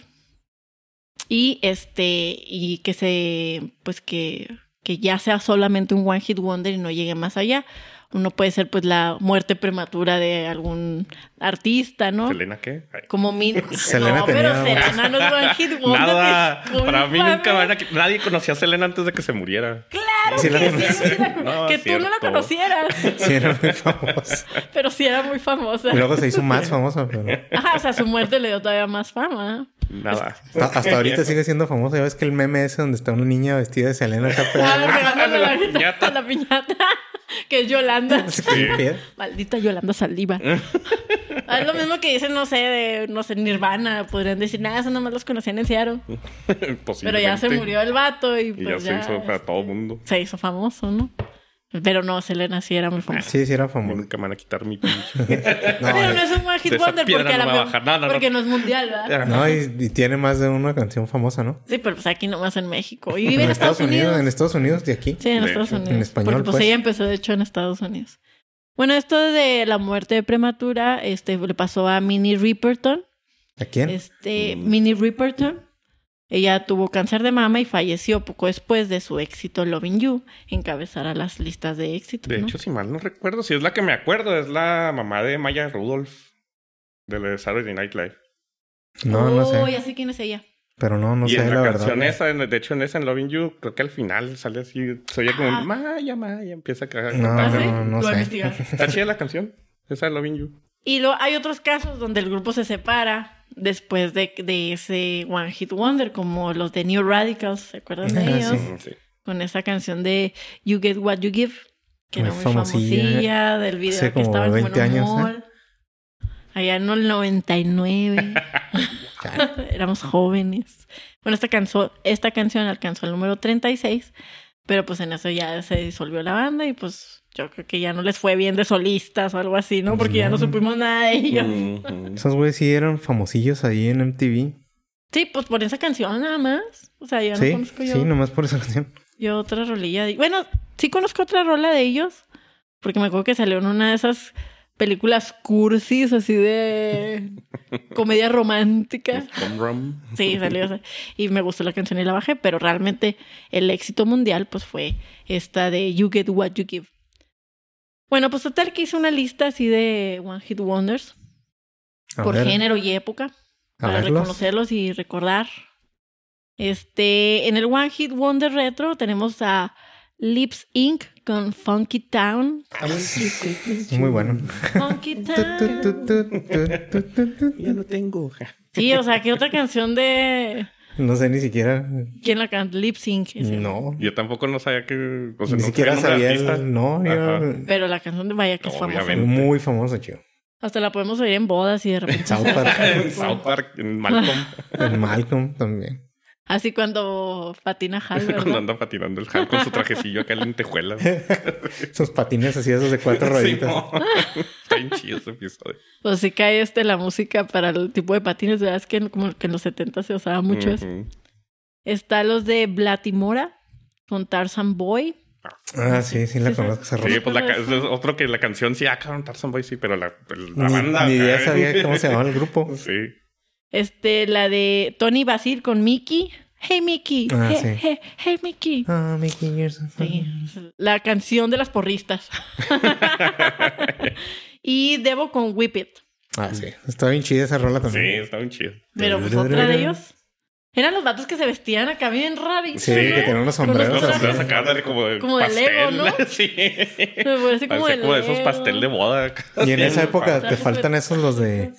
Speaker 1: Y este, y que se, pues que, que ya sea solamente un one hit wonder y no llegue más allá. Uno puede ser pues la muerte prematura de algún artista, ¿no?
Speaker 3: ¿Selena qué? Ay.
Speaker 1: Como min
Speaker 2: Selena
Speaker 1: no, pero
Speaker 2: tenía-
Speaker 1: Selena no es one hit
Speaker 3: [LAUGHS]
Speaker 1: wonder.
Speaker 3: Nada. Para mí nunca
Speaker 1: discúlpame.
Speaker 3: van a... Nadie conocía a Selena antes de que se muriera.
Speaker 1: Claro
Speaker 2: Sí, la
Speaker 1: que [LAUGHS]
Speaker 2: conocí.
Speaker 1: sí, mira,
Speaker 3: [LAUGHS] No,
Speaker 1: que
Speaker 3: es
Speaker 1: tú no la
Speaker 3: cierto.
Speaker 1: conocieras.
Speaker 2: Sí, era muy famoso.
Speaker 1: Pero sí era muy famosa.
Speaker 2: Y luego se hizo más famosa, pero
Speaker 1: Ajá, o sea, su muerte le dio todavía más fama.
Speaker 3: Nada.
Speaker 2: hasta, hasta ahorita sigue siendo famosa. Ya ves que el meme ese donde está una niña vestida de Selena acá
Speaker 1: A
Speaker 2: pegada.
Speaker 1: ver, pegándole
Speaker 3: la
Speaker 1: la, piñata. [LAUGHS]
Speaker 3: piñata.
Speaker 1: la piñata. Que es Yolanda.
Speaker 2: [LAUGHS] Sí.
Speaker 3: [LAUGHS]
Speaker 1: Maldita Yolanda Saldiva. Ah, Es lo mismo que dicen, no sé, de, no sé, Nirvana. Podrían decir, nada, eso nomás los conocían en Seattle. Pero ya se
Speaker 3: [LAUGHS] Posiblemente.
Speaker 1: murió el vato y,
Speaker 3: Y
Speaker 1: pues
Speaker 3: ya se
Speaker 1: ya,
Speaker 3: hizo para
Speaker 1: este,
Speaker 3: todo el mundo.
Speaker 1: se hizo famoso, ¿no? Pero no, Selena sí
Speaker 3: Ah,
Speaker 1: era muy famosa.
Speaker 2: Sí, sí, era famoso.
Speaker 3: Nunca me van a quitar
Speaker 1: [LAUGHS]
Speaker 3: mi pinche.
Speaker 1: Pero
Speaker 2: No,
Speaker 1: no es un one hit
Speaker 3: de esa
Speaker 1: wonder
Speaker 3: piedra
Speaker 1: porque, a
Speaker 3: no
Speaker 1: la
Speaker 3: me
Speaker 1: peor-
Speaker 3: baja nada, ¿no?
Speaker 1: porque no es mundial, ¿verdad?
Speaker 2: eh, no y, y tiene más de una canción famosa, ¿no?
Speaker 1: Sí, pero pues aquí nomás en México. Y vive
Speaker 2: en
Speaker 1: en Estados Unidos.
Speaker 2: En Estados Unidos de aquí.
Speaker 1: Sí, en
Speaker 3: De
Speaker 1: Estados
Speaker 3: hecho,
Speaker 1: Unidos.
Speaker 2: en español,
Speaker 1: Porque pues,
Speaker 2: pues.
Speaker 1: ella empezó, de hecho, en Estados Unidos. Bueno, esto de la muerte prematura este, le pasó a Minnie Riperton.
Speaker 2: ¿A quién?
Speaker 1: Este,
Speaker 3: Mm.
Speaker 1: Minnie Riperton. Ella tuvo cáncer de mama y falleció poco después de su éxito Loving You, encabezar a las listas de éxito.
Speaker 3: De
Speaker 1: ¿no?
Speaker 3: hecho, si mal no recuerdo, si es la que me acuerdo, es la mamá de Maya Rudolph. De la de Saturday Night Live.
Speaker 2: No, no
Speaker 1: Oh,
Speaker 2: sé.
Speaker 1: ya sé quién es ella.
Speaker 2: Pero no, no
Speaker 3: y
Speaker 2: sé
Speaker 3: en la,
Speaker 2: la
Speaker 3: canción
Speaker 2: verdad.
Speaker 3: esa, en- de hecho, en esa, en Loving You, creo que al final sale así. Se oye como
Speaker 1: Ah.
Speaker 3: Maya, Maya. Empieza a cagar.
Speaker 2: No,
Speaker 1: ¿Ah,
Speaker 2: no,
Speaker 1: sí?
Speaker 2: no, no
Speaker 1: Lo voy a
Speaker 2: sé.
Speaker 1: investigar.
Speaker 2: [LAUGHS]
Speaker 3: Está chida la canción. Esa de Loving You.
Speaker 1: Y luego hay otros casos donde el grupo se separa después de, de ese One Hit Wonder, como los de New Radicals, ¿se acuerdan de
Speaker 2: Ah,
Speaker 1: ellos?
Speaker 2: sí.
Speaker 3: Mm, sí.
Speaker 1: Con esa canción de You Get What You Give, que
Speaker 2: Muy
Speaker 1: era muy
Speaker 2: famosilla.
Speaker 1: famosilla, del video
Speaker 2: Hace
Speaker 1: que
Speaker 2: como
Speaker 1: estaba en
Speaker 2: 20
Speaker 1: buen
Speaker 2: años, ¿eh?
Speaker 1: humor. Allá en el
Speaker 2: [LAUGHS]
Speaker 1: 99.
Speaker 2: Chale.
Speaker 1: [LAUGHS] Éramos jóvenes. Bueno, esta, canso- esta canción alcanzó el número 36, pero pues en eso ya se disolvió la banda y pues yo creo que ya no les fue bien de solistas o algo así, ¿no? Porque ya no
Speaker 2: No.
Speaker 1: supimos nada de ellos. [LAUGHS]
Speaker 3: Mm, mm.
Speaker 2: Esos güeyes sí eran famosillos ahí en MTV.
Speaker 1: Sí, pues por esa canción nada más. O sea, ya no
Speaker 2: Sí,
Speaker 1: conozco yo,
Speaker 2: sí, nomás por esa canción.
Speaker 1: yo otra rolilla. de- Bueno, sí conozco otra rola de ellos, porque me acuerdo que salió en una de esas películas cursis así
Speaker 2: [LAUGHS]
Speaker 1: de comedia romántica.
Speaker 3: Rum, rum.
Speaker 1: Sí, salió esa. Y me gustó la canción y la bajé, pero realmente el éxito mundial pues fue esta de You Get What You Give. Bueno, pues total que hice una lista así de One Hit Wonders
Speaker 2: A
Speaker 1: por
Speaker 2: ver,
Speaker 1: género y época
Speaker 2: a
Speaker 1: para
Speaker 2: verlos.
Speaker 1: reconocerlos y recordar. Este, en el One Hit Wonder Retro tenemos a Lips Inc. con Funky Town.
Speaker 2: Muy bueno. [LAUGHS]
Speaker 1: [LAUGHS] Funky Town.
Speaker 2: Tu, tu, tu, tu, tu, tu, tu.
Speaker 3: [LAUGHS] Ya no tengo.
Speaker 1: Sí, o sea, ¿qué otra canción de
Speaker 2: No sé ni siquiera.
Speaker 1: quién la canta? Lip Sync. ese.
Speaker 2: No.
Speaker 3: Yo tampoco no sabía que. o sea,
Speaker 2: Ni
Speaker 3: no
Speaker 2: siquiera
Speaker 3: nombre
Speaker 2: sabía.
Speaker 3: de
Speaker 2: el- No,
Speaker 3: Ajá.
Speaker 2: yo-
Speaker 1: Pero la canción de Vaya que es famosa.
Speaker 3: Obviamente.
Speaker 2: Muy famoso, chido.
Speaker 1: Hasta la podemos oír en bodas y de repente.
Speaker 2: South Park.
Speaker 3: [LAUGHS] En South Park, en Malcolm,
Speaker 2: El Malcolm también.
Speaker 1: [LAUGHS] Así cuando patina Hal,
Speaker 3: [LAUGHS] cuando
Speaker 1: ¿verdad?
Speaker 3: anda patinando el hal con su trajecillo acá en
Speaker 2: [LAUGHS]
Speaker 3: lentejuelas.
Speaker 2: Sus patines así, esos de
Speaker 3: [LAUGHS]
Speaker 2: cuatro rueditas.
Speaker 3: Simón. Está bien chido ese episodio.
Speaker 1: O si cae este la música para el tipo de patines, ¿verdad? Es que en- como que en los 70 se usaba mucho eso.
Speaker 3: Ujú.
Speaker 1: Está los de Blatimora con Tarzan Boy.
Speaker 2: Ah, sí, sí, la
Speaker 1: Sí, sí.
Speaker 2: conozco esa
Speaker 3: Sí,
Speaker 2: rola.
Speaker 3: pues la, ca- ese es otro que la canción sí, ah, cabrón, Tarzan Boy, sí, pero la, el- la banda.
Speaker 2: Ni, ni idea
Speaker 3: eh.
Speaker 2: sabía
Speaker 3: [LAUGHS]
Speaker 2: cómo se llamaba el grupo.
Speaker 3: Sí.
Speaker 1: Este, la de Tony Basir con Mickey. Hey Mickey.
Speaker 2: Ah,
Speaker 1: hey,
Speaker 2: sí.
Speaker 1: hey, hey, Mickey.
Speaker 2: Ah, Mickey Years.
Speaker 1: Sí. La canción de las
Speaker 2: [LAUGHS]
Speaker 1: porristas. y Debo con Whip It.
Speaker 2: Ah, sí. Está bien chida esa rola
Speaker 3: Sí,
Speaker 2: también.
Speaker 3: está bien chido.
Speaker 1: Pero pues otra de ellos. Eran los vatos que se vestían acá bien raritos.
Speaker 2: Sí, que tenían unos sombreros
Speaker 1: Con los
Speaker 3: Nos
Speaker 2: así.
Speaker 3: vas a sacar de como de
Speaker 1: Pues Como de Lego,
Speaker 3: pastel,
Speaker 1: ¿no?
Speaker 3: [LAUGHS] Sí. Parecía
Speaker 1: Me parece como,
Speaker 3: como de,
Speaker 1: el
Speaker 3: esos
Speaker 1: Lego.
Speaker 3: pastel de boda.
Speaker 2: Y en esa época
Speaker 1: Está
Speaker 2: te
Speaker 1: súper-
Speaker 2: faltan esos los de.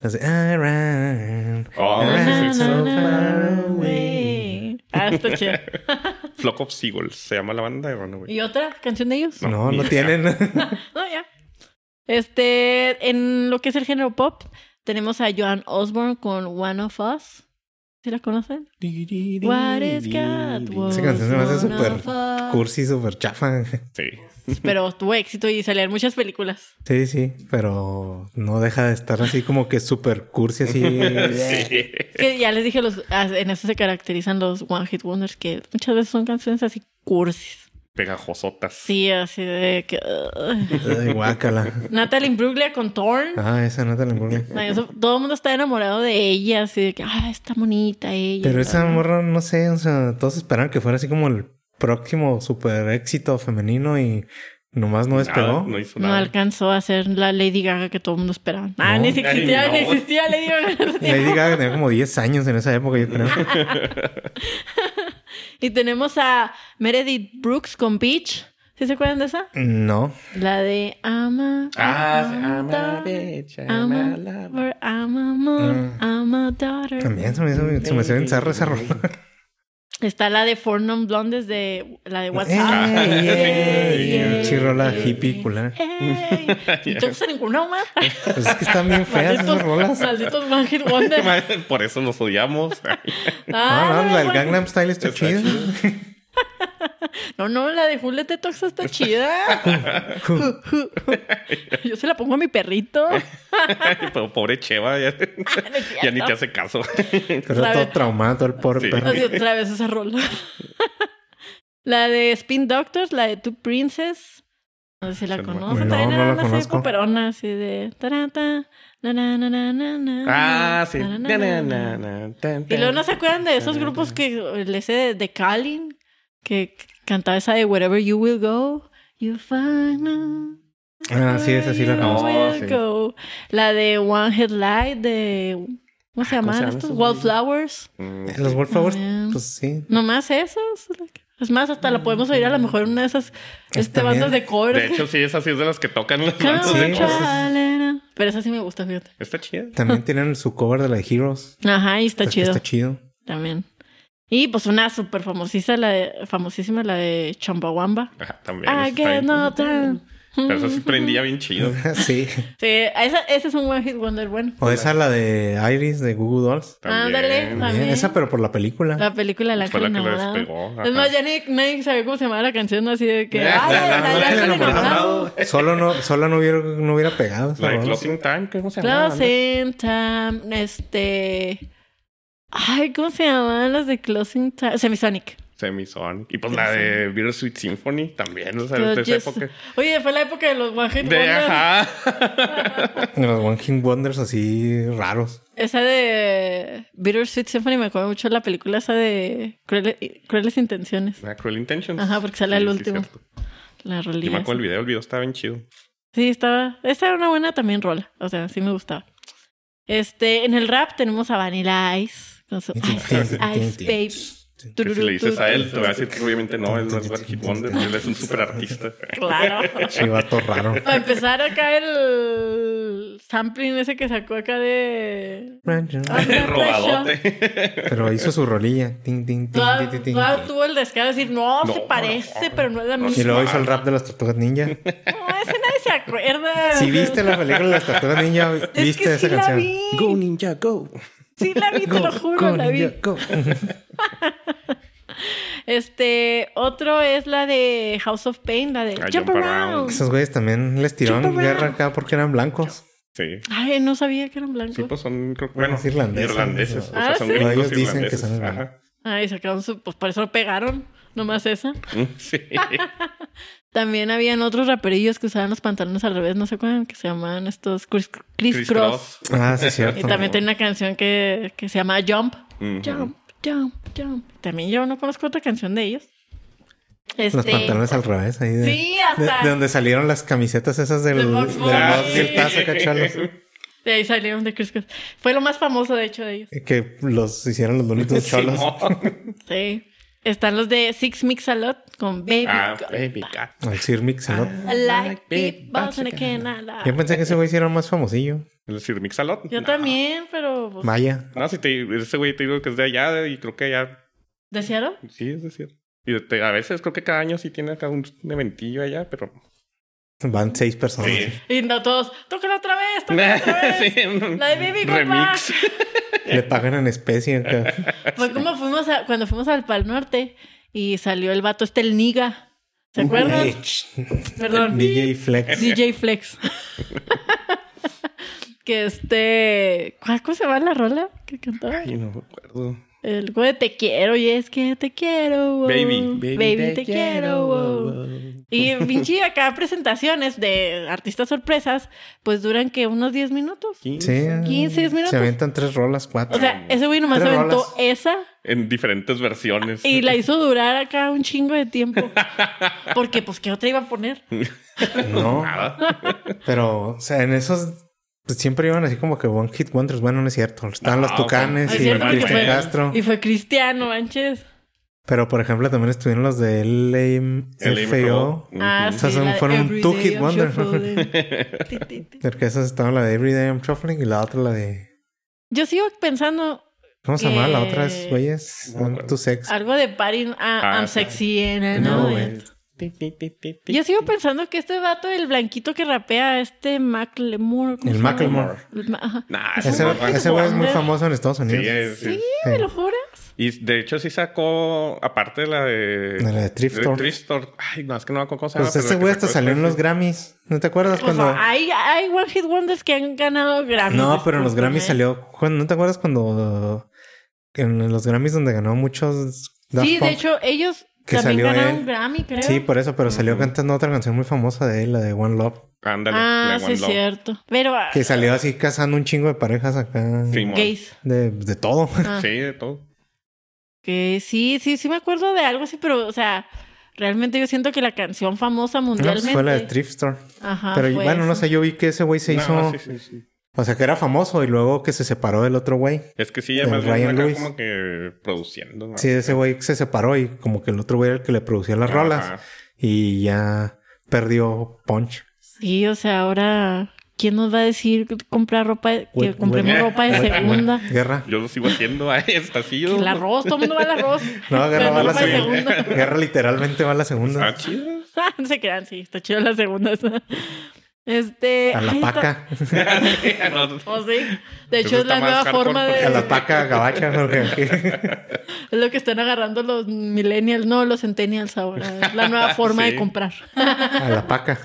Speaker 2: Los de. "I ran,
Speaker 3: Oh,
Speaker 2: I ran
Speaker 1: Na,
Speaker 3: sí, sí.
Speaker 1: na,
Speaker 2: so
Speaker 1: na,
Speaker 2: far away".
Speaker 1: güey. Ah, está chido.
Speaker 3: Flock of Seagulls se llama la banda de Runaway.
Speaker 1: ¿Y otra canción de ellos?
Speaker 3: No,
Speaker 2: No,
Speaker 3: ni
Speaker 2: no
Speaker 3: idea.
Speaker 2: tienen.
Speaker 1: No, ya. Este, en lo que es el género pop, tenemos a Joan Osborne con One of Us. ¿Sí la conocen? What is God?
Speaker 2: Esa canción se me hace
Speaker 1: was one
Speaker 2: súper
Speaker 1: of us.
Speaker 2: [LAUGHS] Cursi, super chafa.
Speaker 3: Sí.
Speaker 1: Pero tuvo éxito y salían muchas películas.
Speaker 2: Sí, sí, pero no deja de estar así como que super cursi, así.
Speaker 3: [LAUGHS] Sí.
Speaker 1: Que ya les dije, los, ah, en eso se caracterizan los One Hit Wonders, que muchas veces son canciones así cursis.
Speaker 3: Pegajosotas.
Speaker 1: Sí, así de que... ugh.
Speaker 2: Ay, guácala.
Speaker 1: Natalie Imbruglia con Thorn.
Speaker 2: Ah, esa no te la envolví.
Speaker 1: Ay, eso- todo el mundo está enamorado de ella, así de que, ah, está bonita ella.
Speaker 2: Pero
Speaker 1: bla,
Speaker 2: esa
Speaker 1: bla.
Speaker 2: morra, no sé, o sea, todos esperaban que fuera así como el próximo super éxito femenino y nomás no
Speaker 3: Nada,
Speaker 2: despegó.
Speaker 3: no hizo
Speaker 1: No
Speaker 3: nada.
Speaker 1: alcanzó a ser la Lady Gaga que todo el mundo esperaba. Ah,
Speaker 2: Pues No.
Speaker 1: ni siquiera existía,
Speaker 3: Ay, no.
Speaker 1: ni existía Lady Gaga.
Speaker 2: Lady Gaga tenía como 10 años en esa época, yo creo.
Speaker 1: Y tenemos a Meredith Brooks con Peach. ¿Sí se acuerdan de esa?
Speaker 2: No,
Speaker 1: La de Ama.
Speaker 3: Ah, sí, I'm a bitch, I'm a lover.
Speaker 1: lover, I'm a mom,
Speaker 2: Mm.
Speaker 1: I'm a daughter.
Speaker 2: también se me hizo, se me hizo bien zarra esa rola.
Speaker 1: Está la de Four Non Blondes de la de WhatsApp.
Speaker 2: Eh, yeah,
Speaker 3: Ey,
Speaker 2: yeah.
Speaker 3: ey,
Speaker 2: Chirola
Speaker 1: ey,
Speaker 2: hippie culera.
Speaker 1: ey. Y todos en ninguna
Speaker 2: [LAUGHS]
Speaker 1: más.
Speaker 2: Pues es que están bien feas esas
Speaker 1: Malditos,
Speaker 2: rolas.
Speaker 1: malditos One Hit
Speaker 2: [LAUGHS]
Speaker 1: Wonder.
Speaker 3: [LAUGHS] Por eso nos odiamos.
Speaker 2: No,
Speaker 1: Ah,
Speaker 2: no, la del
Speaker 1: bueno.
Speaker 2: Gangnam Style está
Speaker 3: Está
Speaker 2: chida.
Speaker 1: No, no, la de Juliet Detox está
Speaker 3: [LAUGHS]
Speaker 1: chida. Yo se la pongo a mi
Speaker 3: [LAUGHS]
Speaker 1: perrito.
Speaker 3: Pero pobre Cheva, ya, ya ni te
Speaker 1: [LAUGHS]
Speaker 3: hace caso.
Speaker 2: Pero está todo traumado el pobre
Speaker 3: Sí.
Speaker 2: perro.
Speaker 1: Así otra vez esa rola. [LAUGHS] la de Spin Doctors, la de Two Princess. No sé si la
Speaker 3: Yo no me
Speaker 1: conozco.
Speaker 2: acuerdo.
Speaker 1: También
Speaker 2: No, no
Speaker 1: era
Speaker 2: la
Speaker 1: una
Speaker 2: conozco.
Speaker 1: serie perona, así de... tarata, na, na, na, na, na, na,
Speaker 3: Ah, sí.
Speaker 1: na, na, na, na. Y luego no se acuerdan de esos grupos que les de, de Calling, que c- cantaba esa de Wherever You Will Go, You Find out
Speaker 2: Ah, sí, esa sí la
Speaker 1: where
Speaker 3: No,
Speaker 2: conozco.
Speaker 1: you will
Speaker 3: sí.
Speaker 1: go. La de One Headlight, de.
Speaker 2: Ah,
Speaker 1: ¿Cómo se
Speaker 3: ¿cómo se
Speaker 1: llaman
Speaker 3: llaman
Speaker 1: estos?
Speaker 3: esos
Speaker 1: Wallflowers.
Speaker 3: Mm,
Speaker 2: Los Wallflowers,
Speaker 1: Ah.
Speaker 2: pues sí.
Speaker 1: Nomás esos. Es más, hasta
Speaker 2: Mm,
Speaker 1: la podemos oír a lo mejor en una de esas este,
Speaker 2: Está
Speaker 1: bandas
Speaker 2: bien.
Speaker 1: de covers.
Speaker 3: De hecho, sí, es así, es de las que tocan
Speaker 1: [LAUGHS]
Speaker 3: las
Speaker 1: Come
Speaker 3: bandas
Speaker 2: sí,
Speaker 1: on,
Speaker 3: de
Speaker 2: pues,
Speaker 3: cover.
Speaker 1: Chalena. Pero esa sí me gusta, fíjate.
Speaker 3: Está chida.
Speaker 2: También tienen su cover de la de Heroes.
Speaker 1: Ajá, y está
Speaker 2: que
Speaker 1: chido
Speaker 2: Está chido.
Speaker 1: también. Y pues una súper famosísima, la de, famosísima, la de Chambawamba.
Speaker 3: Ajá, también.
Speaker 1: I
Speaker 3: está
Speaker 1: get
Speaker 3: bien.
Speaker 1: Ah, no time.
Speaker 3: Pero
Speaker 1: [LAUGHS]
Speaker 3: eso sí prendía bien chido.
Speaker 2: [LAUGHS] sí.
Speaker 1: Sí, esa, ese es un One Hit Wonder bueno.
Speaker 2: O esa la de Iris de Google Dolls.
Speaker 1: [LAUGHS] Ándale,
Speaker 3: También.
Speaker 1: también.
Speaker 2: Bien, esa, pero por la película.
Speaker 1: La película de la
Speaker 3: Fue la que lo
Speaker 1: enamorada.
Speaker 3: despegó. ajá.
Speaker 1: Es más, ya ni, nadie sabía cómo se llamaba la canción, ¿no? así de que.
Speaker 3: Ya,
Speaker 1: ¡Ay,
Speaker 3: la-
Speaker 1: la- la-
Speaker 3: la- la-
Speaker 1: la-
Speaker 3: la-
Speaker 1: enamorado!
Speaker 3: enamorado.
Speaker 2: Solo no, solo no hubiera, no hubiera pegado. esa
Speaker 3: La de
Speaker 2: rola.
Speaker 3: Closing Time, ¿cómo se llama?
Speaker 1: Closing Time, este. Ay, ¿cómo se llamaban las de Closing Time? Semisonic.
Speaker 3: Semisonic. Y pues la de Bittersweet Symphony también, o sea,
Speaker 1: Pero
Speaker 3: de esa
Speaker 1: just-
Speaker 3: época.
Speaker 1: Oye, fue la época de los One Hit
Speaker 3: De
Speaker 1: Wonder.
Speaker 3: ajá.
Speaker 2: De los One King Wonders así raros.
Speaker 1: Esa de Bittersweet Symphony me acuerdo mucho de la película esa de Cruel- Crueles Intenciones.
Speaker 3: Ah, Cruel Intentions.
Speaker 1: Ajá, porque sale el
Speaker 3: sí,
Speaker 1: último.
Speaker 3: cierto.
Speaker 1: La
Speaker 3: Yo me
Speaker 1: rolilla.
Speaker 3: acuerdo el video, el video estaba bien chido.
Speaker 1: Sí, estaba. Esa era una buena también rola. O sea, sí me gustaba. Este, en el rap tenemos a Vanilla Ice con su Ice, Ice, Ice, Baby.
Speaker 3: Que si le dices a él, te va a decir que obviamente no, él no es
Speaker 2: Tururú.
Speaker 3: One Hit Wonder, él es un
Speaker 1: [LAUGHS]
Speaker 3: super artista.
Speaker 1: Claro.
Speaker 2: Sí, vato raro.
Speaker 1: Para empezar acá el sampling ese que sacó acá
Speaker 3: [LAUGHS]
Speaker 1: de...
Speaker 3: Robadote.
Speaker 2: Pero hizo su rolilla. Tin, tin, tin,
Speaker 1: Toda,
Speaker 2: tin, tin, tin.
Speaker 1: toda tuvo el descaro de decir, no,
Speaker 3: No,
Speaker 1: se
Speaker 3: no,
Speaker 1: parece,
Speaker 3: no.
Speaker 1: pero no es la misma.
Speaker 2: Y luego hizo el rap de las tortugas ninja.
Speaker 1: No, ese nadie se acuerda.
Speaker 2: Si viste la película de las tortugas ninja,
Speaker 1: Es
Speaker 2: viste
Speaker 1: que
Speaker 2: esa
Speaker 1: sí
Speaker 2: canción.
Speaker 1: la vi.
Speaker 2: ninja, go.
Speaker 1: Sí la vi, te lo juro, la vi.
Speaker 2: go.
Speaker 1: [LAUGHS] Este, otro es la de House of Pain, la de
Speaker 3: Ah,
Speaker 1: Jump
Speaker 3: Jump Around.
Speaker 1: Around.
Speaker 2: Esos güeyes también les tiraron
Speaker 1: Chupa,
Speaker 2: guerra
Speaker 1: man.
Speaker 2: acá porque eran blancos.
Speaker 3: Sí.
Speaker 1: Ay, no sabía que eran blancos.
Speaker 3: Sí, pues son, creo- bueno,
Speaker 2: es irlandesa,
Speaker 3: irlandeses.
Speaker 1: ¿no? Ah,
Speaker 3: o sea, son
Speaker 1: sí.
Speaker 3: gringos
Speaker 2: Ellos dicen que
Speaker 3: irlandeses.
Speaker 2: son irlandeses.
Speaker 3: Ajá.
Speaker 1: Ay, sacaron su... Pues por eso pegaron, nomás esa.
Speaker 3: Mm,
Speaker 1: [LAUGHS]
Speaker 3: Sí.
Speaker 1: También habían otros raperillos que usaban los pantalones al revés, no sé cuál, que se llamaban estos Chris, Chris
Speaker 3: Chris
Speaker 1: Cross.
Speaker 3: Cross.
Speaker 2: Ah, sí, es
Speaker 1: Y
Speaker 2: cierto.
Speaker 1: también tiene una canción que, que se llama Jump.
Speaker 3: Ujú.
Speaker 1: Jump, jump, jump. También yo no conozco otra canción de ellos. Este,
Speaker 2: Los pantalones al revés ahí de,
Speaker 1: Sí, hasta-
Speaker 2: de, de donde salieron las camisetas esas del,
Speaker 1: De
Speaker 2: del
Speaker 1: Bugs Bunny.
Speaker 3: Ah,
Speaker 2: Bugs y el Tazo, acá, cholos.
Speaker 3: [LAUGHS]
Speaker 1: De ahí salieron de Chris Cross. Fue lo más famoso, de hecho, de ellos.
Speaker 2: Que los hicieron los bonitos cholos.
Speaker 3: Simón.
Speaker 1: Sí. Están los de Six Mix a Lot con Baby.
Speaker 3: Ah,
Speaker 1: Got
Speaker 3: baby
Speaker 1: Back.
Speaker 3: cat.
Speaker 2: Al Sir Mix-a-Lot.
Speaker 1: I like big boss and I can't lie.
Speaker 2: Yo pensé que ese güey sí era más famosillo.
Speaker 3: Es decir, Mixalot.
Speaker 1: Yo
Speaker 3: No.
Speaker 1: también, pero pues,
Speaker 2: Maya.
Speaker 3: No, si te, ese güey te digo que es de allá y creo que allá
Speaker 1: ¿de Seattle?
Speaker 3: Sí, es decir. Y te- a veces creo que cada año sí tiene acá un eventillo allá, pero.
Speaker 2: Van seis personas.
Speaker 3: [LAUGHS]
Speaker 1: Y no todos, tócala otra vez, tócala otra vez.
Speaker 3: Sí, un
Speaker 1: La de Baby Got
Speaker 3: Remix.
Speaker 2: Le pagan en especie acá.
Speaker 1: Fue como fuimos a- cuando fuimos al Pal Norte y salió el vato este, el Niga. ¿Se acuerdan? [LAUGHS]
Speaker 3: [LAUGHS]
Speaker 1: Perdón.
Speaker 2: DJ Flex.
Speaker 1: DJ Flex. [LAUGHS] que este. ¿cuál- ¿Cómo se llama la rola que cantaba?
Speaker 3: Ay, no me acuerdo.
Speaker 1: El güey de Te quiero y es que te quiero. wow.
Speaker 3: Baby.
Speaker 1: Baby, te, quiero. wow. Y pinche acá presentaciones de artistas sorpresas, pues duran que unos 10 minutos.
Speaker 3: Sí.
Speaker 2: Sí.
Speaker 1: 15 minutos.
Speaker 2: Se aventan tres rolas, cuatro.
Speaker 1: O sea, ese güey nomás
Speaker 2: Tres
Speaker 1: aventó
Speaker 2: rolas.
Speaker 1: esa
Speaker 3: En diferentes versiones.
Speaker 1: y la hizo durar acá un chingo de tiempo. Porque, pues, ¿qué otra iba a poner?
Speaker 2: no.
Speaker 3: [LAUGHS] Nada.
Speaker 2: [LAUGHS] Pero, o sea, en esos pues, siempre iban así como que One Hit Wonders. Bueno, no es cierto. Estaban
Speaker 3: No,
Speaker 2: los Tucanes
Speaker 1: Ah, es
Speaker 2: y
Speaker 1: cierto, porque
Speaker 2: Cristian
Speaker 1: fue-
Speaker 2: Castro.
Speaker 1: Y fue Cristiano, manches.
Speaker 2: Pero, por ejemplo, también estuvieron los de LMFAO.
Speaker 1: Ah,
Speaker 2: Ujú. O sea,
Speaker 1: sí,
Speaker 2: son-
Speaker 1: la de
Speaker 2: fueron un
Speaker 1: Every
Speaker 2: two
Speaker 1: Day
Speaker 2: hit
Speaker 1: I'm
Speaker 2: wonder.
Speaker 1: Shuffling.
Speaker 2: [LAUGHS]
Speaker 1: Ti, ti, ti.
Speaker 2: Porque esas estaban la de Everyday I'm Shuffling y la otra la de...
Speaker 1: Yo sigo pensando
Speaker 2: ¿Cómo se llamaba la otra?
Speaker 1: Que-
Speaker 2: Es, güeyes,
Speaker 3: No me acuerdo.
Speaker 2: tu sex.
Speaker 1: Algo de party, ah,
Speaker 3: Ah,
Speaker 1: I'm
Speaker 3: sí.
Speaker 1: sexy and I
Speaker 2: No,
Speaker 1: know
Speaker 2: güey.
Speaker 1: it. Yo sigo pensando que este vato, el blanquito que rapea, este Macklemore. ¿cómo
Speaker 2: El
Speaker 1: se llama?
Speaker 2: Macklemore.
Speaker 1: El ma- ajá.
Speaker 3: Nah,
Speaker 2: Ese,
Speaker 3: no-
Speaker 2: ese güey es muy
Speaker 1: Wonder.
Speaker 2: famoso en Estados
Speaker 3: Sí, eh,
Speaker 2: Unidos.
Speaker 3: es-
Speaker 1: Sí,
Speaker 2: Sí.
Speaker 1: ¿me lo juras?
Speaker 3: Y de hecho sí sacó, aparte de la de...
Speaker 2: De la de Thrift Store.
Speaker 3: Store. Ay, no, es que no me acuerdo cómo se llama.
Speaker 2: Pues
Speaker 3: pero
Speaker 2: ese
Speaker 3: la que
Speaker 2: güey hasta
Speaker 3: sacó
Speaker 2: salió en
Speaker 3: después,
Speaker 2: los Grammys. ¿No te acuerdas
Speaker 1: O
Speaker 2: cuando...?
Speaker 1: sea, hay, hay One Hit Wonders que han ganado Grammys.
Speaker 2: No, pero en los Grammys
Speaker 1: discúlpame.
Speaker 2: salió... Juan, ¿No te acuerdas cuando... En los Grammys donde ganó muchos... Daft
Speaker 1: Sí, de
Speaker 2: Punk?
Speaker 1: hecho, ellos
Speaker 2: Que
Speaker 1: también
Speaker 2: salió
Speaker 1: ganaron
Speaker 2: él.
Speaker 1: Grammy, creo.
Speaker 2: Sí, pues, por eso, pero salió
Speaker 3: Ujú.
Speaker 2: cantando otra canción muy famosa de él, la de One Love.
Speaker 3: Ándale.
Speaker 1: ah,
Speaker 3: la
Speaker 1: sí,
Speaker 3: One
Speaker 1: es
Speaker 3: Love.
Speaker 1: cierto. Pero. ah,
Speaker 2: Que salió así cazando un chingo de parejas acá.
Speaker 3: Simón.
Speaker 1: Gays.
Speaker 2: De, de todo. [LAUGHS] pues
Speaker 1: Ah,
Speaker 3: Sí, de todo.
Speaker 1: que sí, sí, sí me acuerdo de algo así, pero, o sea, realmente yo siento que la canción famosa
Speaker 2: No,
Speaker 1: mundialmente.
Speaker 2: pues fue la de Thrift Store.
Speaker 1: Ajá.
Speaker 2: pero
Speaker 1: fue
Speaker 2: bueno, no
Speaker 1: esa.
Speaker 2: sé, yo vi que ese güey se
Speaker 3: No,
Speaker 2: hizo...
Speaker 3: sí, sí, sí.
Speaker 2: O sea, que era famoso y luego que se separó del otro güey.
Speaker 3: Es que sí, ya
Speaker 2: El
Speaker 3: más bien
Speaker 2: Ryan
Speaker 3: acá
Speaker 2: Lewis.
Speaker 3: como que produciendo. ¿no?
Speaker 2: Sí, ese güey se separó y como que el otro güey era el que le producía las
Speaker 3: Ajá.
Speaker 2: rolas. Y ya perdió punch.
Speaker 1: Sí, o sea, ahora, ¿quién nos va a decir que comprar ropa, de- que
Speaker 2: Güey,
Speaker 1: compremos
Speaker 3: güey.
Speaker 1: ropa de
Speaker 2: Güey,
Speaker 1: segunda?
Speaker 2: güey, Guerra.
Speaker 3: Yo lo sigo haciendo a esta, sí. Yo...
Speaker 1: Que el arroz, todo el mundo va al arroz.
Speaker 2: [LAUGHS]
Speaker 1: pero
Speaker 2: No, guerra va a
Speaker 1: no
Speaker 2: la
Speaker 1: ropa de
Speaker 2: segunda.
Speaker 1: segunda. [LAUGHS]
Speaker 2: Guerra literalmente va a la
Speaker 3: Está
Speaker 2: segunda.
Speaker 3: Ah, chido. [LAUGHS]
Speaker 1: no se crean, sí, está chido las segundas. Este.
Speaker 2: A la
Speaker 1: ay, está-
Speaker 2: paca.
Speaker 1: Oh, sí. De
Speaker 3: Eso
Speaker 1: hecho, es
Speaker 3: está
Speaker 1: la
Speaker 3: más
Speaker 1: nueva
Speaker 3: hardcore
Speaker 1: forma de.
Speaker 3: porque-
Speaker 2: A la paca gabacha. porque-
Speaker 1: Es lo que están agarrando los millennials, no los centennials ahora. Es la nueva forma
Speaker 3: Sí.
Speaker 1: de comprar.
Speaker 2: A la paca.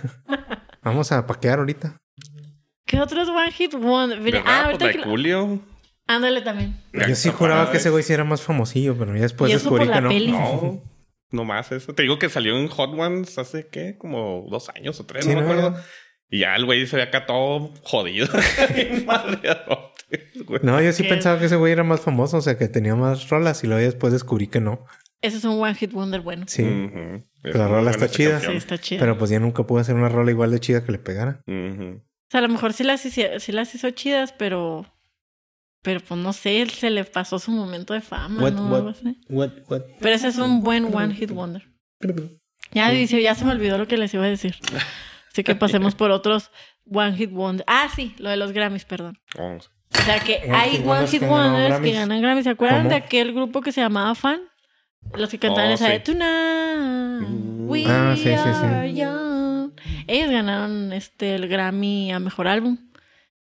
Speaker 2: Vamos a paquear ahorita.
Speaker 1: ¿Qué otros One Hit Wonder? Mira, ah,
Speaker 3: Ah,
Speaker 1: ahorita
Speaker 3: pues
Speaker 1: que...
Speaker 3: de Julio.
Speaker 1: Ándale también.
Speaker 2: Yo sí juraba que ese
Speaker 3: eh.
Speaker 2: güey sí era más famosillo, pero ya después
Speaker 1: Y eso
Speaker 2: descubrí
Speaker 1: por la
Speaker 2: que no.
Speaker 1: peli.
Speaker 3: No, no más eso. Te digo que salió en Hot Ones hace, ¿qué? Como dos años o tres,
Speaker 2: Sí,
Speaker 3: no me
Speaker 2: no,
Speaker 3: acuerdo.
Speaker 2: ya.
Speaker 3: Y ya el güey se ve acá todo jodido. [LAUGHS] Bien madreadote, güey.
Speaker 2: No, yo sí
Speaker 1: ¿Qué?
Speaker 2: pensaba que ese güey era más famoso, o sea, que tenía más rolas y luego ya después descubrí que no.
Speaker 1: Ese es un One Hit Wonder bueno.
Speaker 2: Sí.
Speaker 3: Ujú.
Speaker 2: La
Speaker 3: Es muy
Speaker 2: rola
Speaker 3: buena
Speaker 2: está
Speaker 3: esa
Speaker 2: chida.
Speaker 1: Sí,
Speaker 3: canción.
Speaker 1: está chido.
Speaker 2: Pero pues ya nunca pude hacer una rola igual de chida que le pegara.
Speaker 3: Ujú.
Speaker 1: O sea, a lo mejor sí las, hici- sí las hizo chidas, pero. Pero pues no sé, se le pasó su momento de fama,
Speaker 2: What-
Speaker 1: ¿no?
Speaker 2: what-
Speaker 1: Algo así.
Speaker 2: What, what?
Speaker 1: Pero ese es un buen One Hit Wonder. Ya,
Speaker 2: Mm.
Speaker 1: dice, ya se me olvidó lo que les iba a decir. Así que pasemos por otros One Hit Wonder. Ah, sí, lo de los Grammys, perdón.
Speaker 3: Oh, sí.
Speaker 1: O sea
Speaker 2: [LAUGHS]
Speaker 1: que
Speaker 2: One
Speaker 1: hay
Speaker 2: Hit
Speaker 1: One
Speaker 2: Wonders
Speaker 1: Hit
Speaker 2: Eh, que han ganado
Speaker 1: Wonders que
Speaker 2: Grammys.
Speaker 1: ganan Grammys. ¿Se acuerdan
Speaker 2: ¿Cómo?
Speaker 1: de aquel grupo que se llamaba Fan? Los que cantaban
Speaker 3: Oh,
Speaker 1: esa de
Speaker 3: sí.
Speaker 1: Tonight. We
Speaker 2: Ah, sí, sí, sí.
Speaker 1: are young. Ellos ganaron este el Grammy a mejor álbum.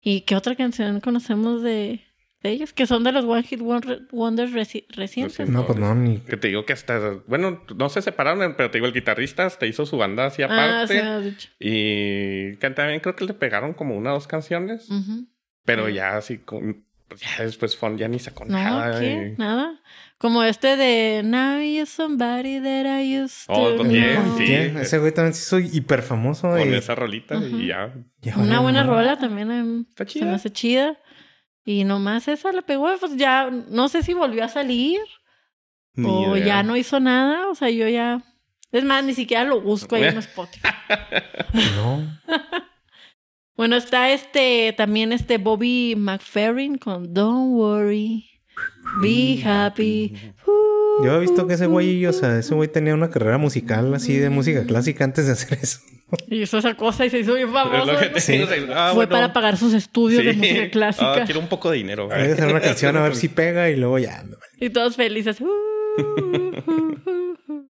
Speaker 1: ¿Y qué otra canción conocemos de, de ellos? Que son de los One Hit Wonder- Wonders reci- recientes.
Speaker 2: No, pues no, ni.
Speaker 3: Que te digo que hasta, bueno, no se separaron, pero te digo, el guitarrista hasta hizo su banda así
Speaker 1: Ah, sí,
Speaker 3: aparte.
Speaker 1: me has dicho.
Speaker 3: Y que también creo que le pegaron como una o dos canciones,
Speaker 1: Ujú.
Speaker 3: pero ya así, con- pues ya después Fon ya ni sacó
Speaker 1: No,
Speaker 3: nada.
Speaker 1: ¿qué?
Speaker 3: y-
Speaker 1: Nada. Como este de Now you're somebody that I used to
Speaker 3: Oh, también,
Speaker 1: know.
Speaker 3: sí.
Speaker 2: ¿Quién? Ese güey también sí soy hiper famoso.
Speaker 3: Con
Speaker 2: y...
Speaker 3: esa rolita
Speaker 1: Ujú.
Speaker 3: y ya.
Speaker 2: Ya,
Speaker 1: Una
Speaker 2: no,
Speaker 1: buena
Speaker 2: no.
Speaker 1: rola también em,
Speaker 3: Está
Speaker 1: se me
Speaker 3: chida.
Speaker 1: hace chida. Y nomás esa la pegó, pues ya no sé si volvió a salir
Speaker 3: Ni
Speaker 1: o
Speaker 3: idea.
Speaker 1: ya no hizo nada, o sea, yo ya es más ni siquiera lo busco ahí en Spotify.
Speaker 2: No.
Speaker 1: Bueno, está este también este Bobby McFerrin con Don't Worry, Be Happy. Uh,
Speaker 2: Yo he visto que ese güey, o sea, ese güey tenía una carrera musical así de música clásica antes de hacer
Speaker 3: [LAUGHS]
Speaker 2: eso.
Speaker 1: Y hizo esa cosa y se hizo bien
Speaker 3: Es
Speaker 1: famoso.
Speaker 3: lo que te
Speaker 1: ¿no?
Speaker 3: digo, o sea, ah,
Speaker 1: Fue
Speaker 3: bueno,
Speaker 1: para pagar sus estudios de
Speaker 3: sí.
Speaker 1: música
Speaker 3: Ah,
Speaker 1: clásica.
Speaker 3: quiero un poco de dinero. ¿eh?
Speaker 2: Voy a hacer una canción a ver si pega y luego ya. me vale.
Speaker 1: Y todos felices. Uh, uh, uh, uh.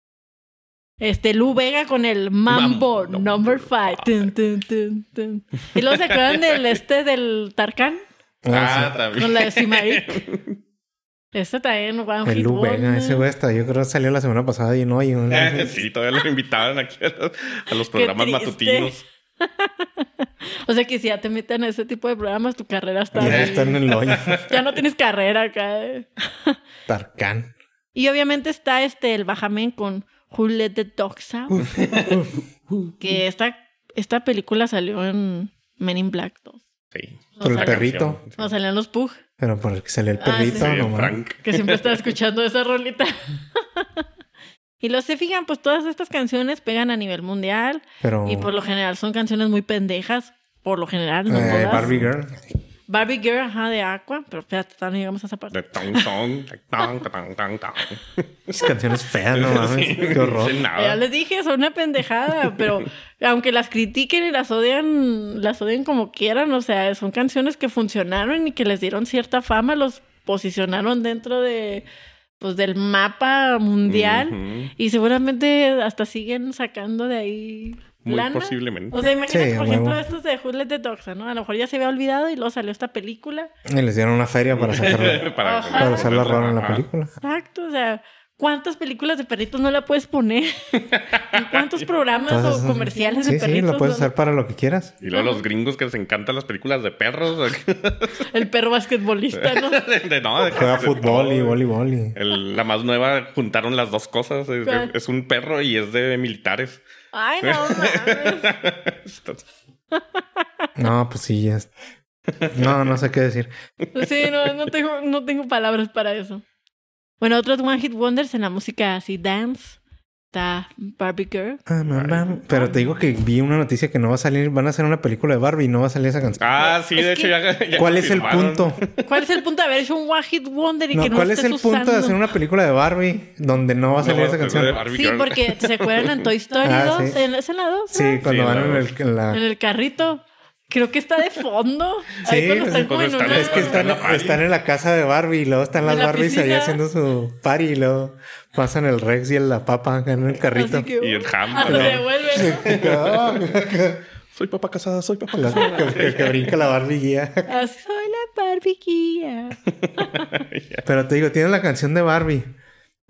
Speaker 1: Este, Lu Vega con el Mambo,
Speaker 3: Mambo
Speaker 1: Number
Speaker 3: number
Speaker 1: 5. Y luego se acuerdan del este del Tarkan
Speaker 3: Ah,
Speaker 2: Ah,
Speaker 1: con
Speaker 3: también.
Speaker 1: la de Simarik. Este también, Juan
Speaker 2: El Lu Vega, ese güey hasta yo creo que salió la semana pasada y no hay un...
Speaker 3: Ah, [LAUGHS] Sí, todavía lo invitaban aquí a los, a los
Speaker 1: Qué
Speaker 3: programas
Speaker 1: triste.
Speaker 3: matutinos.
Speaker 1: [LAUGHS] O sea que si ya te meten a ese tipo de programas, tu carrera está.
Speaker 2: Ya
Speaker 1: ahí.
Speaker 2: está en el
Speaker 3: [LAUGHS]
Speaker 2: hoyo.
Speaker 1: Ya no tienes carrera acá. eh.
Speaker 2: Tarkan.
Speaker 1: Y obviamente está este el Bajamen con Who Let the Dogs Out. que esta, esta película salió en Men in Black 2.
Speaker 3: Sí.
Speaker 1: Por
Speaker 2: el
Speaker 1: el
Speaker 2: perrito.
Speaker 1: Nos salían los Pug,
Speaker 2: Pero por el que salió el
Speaker 1: Ah, sí.
Speaker 2: perrito,
Speaker 3: Sí,
Speaker 2: nomás.
Speaker 3: Frank.
Speaker 1: que siempre estaba escuchando esa rolita. y los se fijan, pues todas estas canciones pegan a nivel mundial
Speaker 2: Pero...
Speaker 1: y por lo general son canciones muy pendejas. Por lo general, no
Speaker 2: eh,
Speaker 1: todas. Barbie.
Speaker 2: Barbie Girl.
Speaker 1: Girl, ajá, de Aqua, pero espérate, todavía no llegamos a esa parte.
Speaker 3: De tong song, de tong, ta, tong, tong, tong.
Speaker 2: Esas canciones feas, no mames.
Speaker 3: [LAUGHS] Sí,
Speaker 2: Qué horror.
Speaker 3: sin
Speaker 1: Ya
Speaker 3: nada.
Speaker 1: les dije, son una pendejada, [LAUGHS] pero aunque las critiquen y las odian, las odien como quieran, o sea, son canciones que funcionaron y que les dieron cierta fama, los posicionaron dentro de pues del mapa mundial
Speaker 3: Ujú. [LAUGHS]
Speaker 1: y seguramente hasta siguen sacando de ahí
Speaker 3: Muy
Speaker 1: lana.
Speaker 3: posiblemente.
Speaker 1: O sea, imagínate,
Speaker 2: Sí, a
Speaker 1: por ejemplo,
Speaker 2: huevo.
Speaker 1: estos de Hoodlet de Doxa, ¿no? A lo mejor ya se había olvidado y luego salió esta película.
Speaker 2: Y les dieron una feria para
Speaker 3: [LAUGHS]
Speaker 2: sacar,
Speaker 1: Ajá.
Speaker 2: para usar
Speaker 1: Ah,
Speaker 2: la rara en la
Speaker 3: Ajá.
Speaker 2: película.
Speaker 1: Exacto, o sea, ¿cuántas películas de perritos no la puedes
Speaker 3: [LAUGHS]
Speaker 1: poner? ¿En cuántos programas
Speaker 2: Entonces,
Speaker 1: o comerciales
Speaker 2: sí,
Speaker 1: de
Speaker 2: sí,
Speaker 1: perritos?
Speaker 2: la puedes
Speaker 1: no?
Speaker 2: usar para lo que quieras.
Speaker 3: Y luego los gringos que les encantan las películas de perros. o que-
Speaker 1: El perro basquetbolista, ¿no?
Speaker 3: [LAUGHS] de- de- no, de- [LAUGHS]
Speaker 2: Juega
Speaker 3: de-
Speaker 2: fútbol
Speaker 3: no,
Speaker 2: y voleibol y...
Speaker 3: el- la más nueva juntaron las dos cosas. Es,
Speaker 1: ¿Cuál?
Speaker 3: es un perro y es de militares. [LAUGHS]
Speaker 1: Ay, no
Speaker 2: [LAUGHS]
Speaker 1: mames.
Speaker 3: Entonces,
Speaker 2: No, pues sí, ya. es- No, no sé qué decir.
Speaker 1: Pues Sí, no, no tengo, no tengo palabras para eso. Bueno, otros One Hit Wonders en la música así, dance. Está Barbie Girl.
Speaker 2: Ah, mam, mam. Pero te digo que vi una noticia que no va a salir, van a hacer una película de Barbie y no va a salir esa canción.
Speaker 3: Ah, sí,
Speaker 1: Es
Speaker 3: de
Speaker 1: que-
Speaker 3: hecho ya, ya
Speaker 2: ¿Cuál es el
Speaker 3: confirmaron.
Speaker 2: punto?
Speaker 1: ¿Cuál es el punto de haber hecho un One Hit Wonder y
Speaker 2: No,
Speaker 1: que no
Speaker 2: ¿Cuál es
Speaker 1: estés
Speaker 2: el punto de
Speaker 1: usando?
Speaker 2: hacer una película de Barbie donde no va a
Speaker 3: No,
Speaker 2: salir esa
Speaker 3: pero de
Speaker 2: canción?
Speaker 3: Barbie
Speaker 1: Sí,
Speaker 3: Girl.
Speaker 1: porque ¿se acuerdan en Toy Story
Speaker 2: Ah,
Speaker 1: 2?
Speaker 2: sí.
Speaker 1: ¿En- ¿Es en la 2?
Speaker 2: Sí, cuando
Speaker 3: Sí,
Speaker 2: van
Speaker 3: la-
Speaker 2: en el... en la-
Speaker 1: En el carrito. Creo que está de fondo. Ahí
Speaker 2: Sí,
Speaker 1: cuando están
Speaker 2: sí,
Speaker 1: como en
Speaker 3: cuando están-
Speaker 1: una-
Speaker 2: Es que están,
Speaker 3: No, Barbie.
Speaker 2: están en la casa de Barbie y luego están
Speaker 1: En
Speaker 2: las
Speaker 1: la
Speaker 2: Barbies ahí
Speaker 1: piscina.
Speaker 2: haciendo su party y luego pasan el Rex y el- la papa acá en el carrito.
Speaker 1: Así
Speaker 2: [LAUGHS]
Speaker 1: que,
Speaker 3: Y el ham.
Speaker 1: ah, se
Speaker 3: ¿no?
Speaker 1: devuelve.
Speaker 2: Ah,
Speaker 3: [LAUGHS] Soy papá casada, soy papá
Speaker 2: la-
Speaker 3: casada.
Speaker 2: que, que- que brinca la Barbie guía.
Speaker 1: ¿no? Ah, Soy la Barbie guía.
Speaker 2: Pero te digo, tienen la canción de Barbie.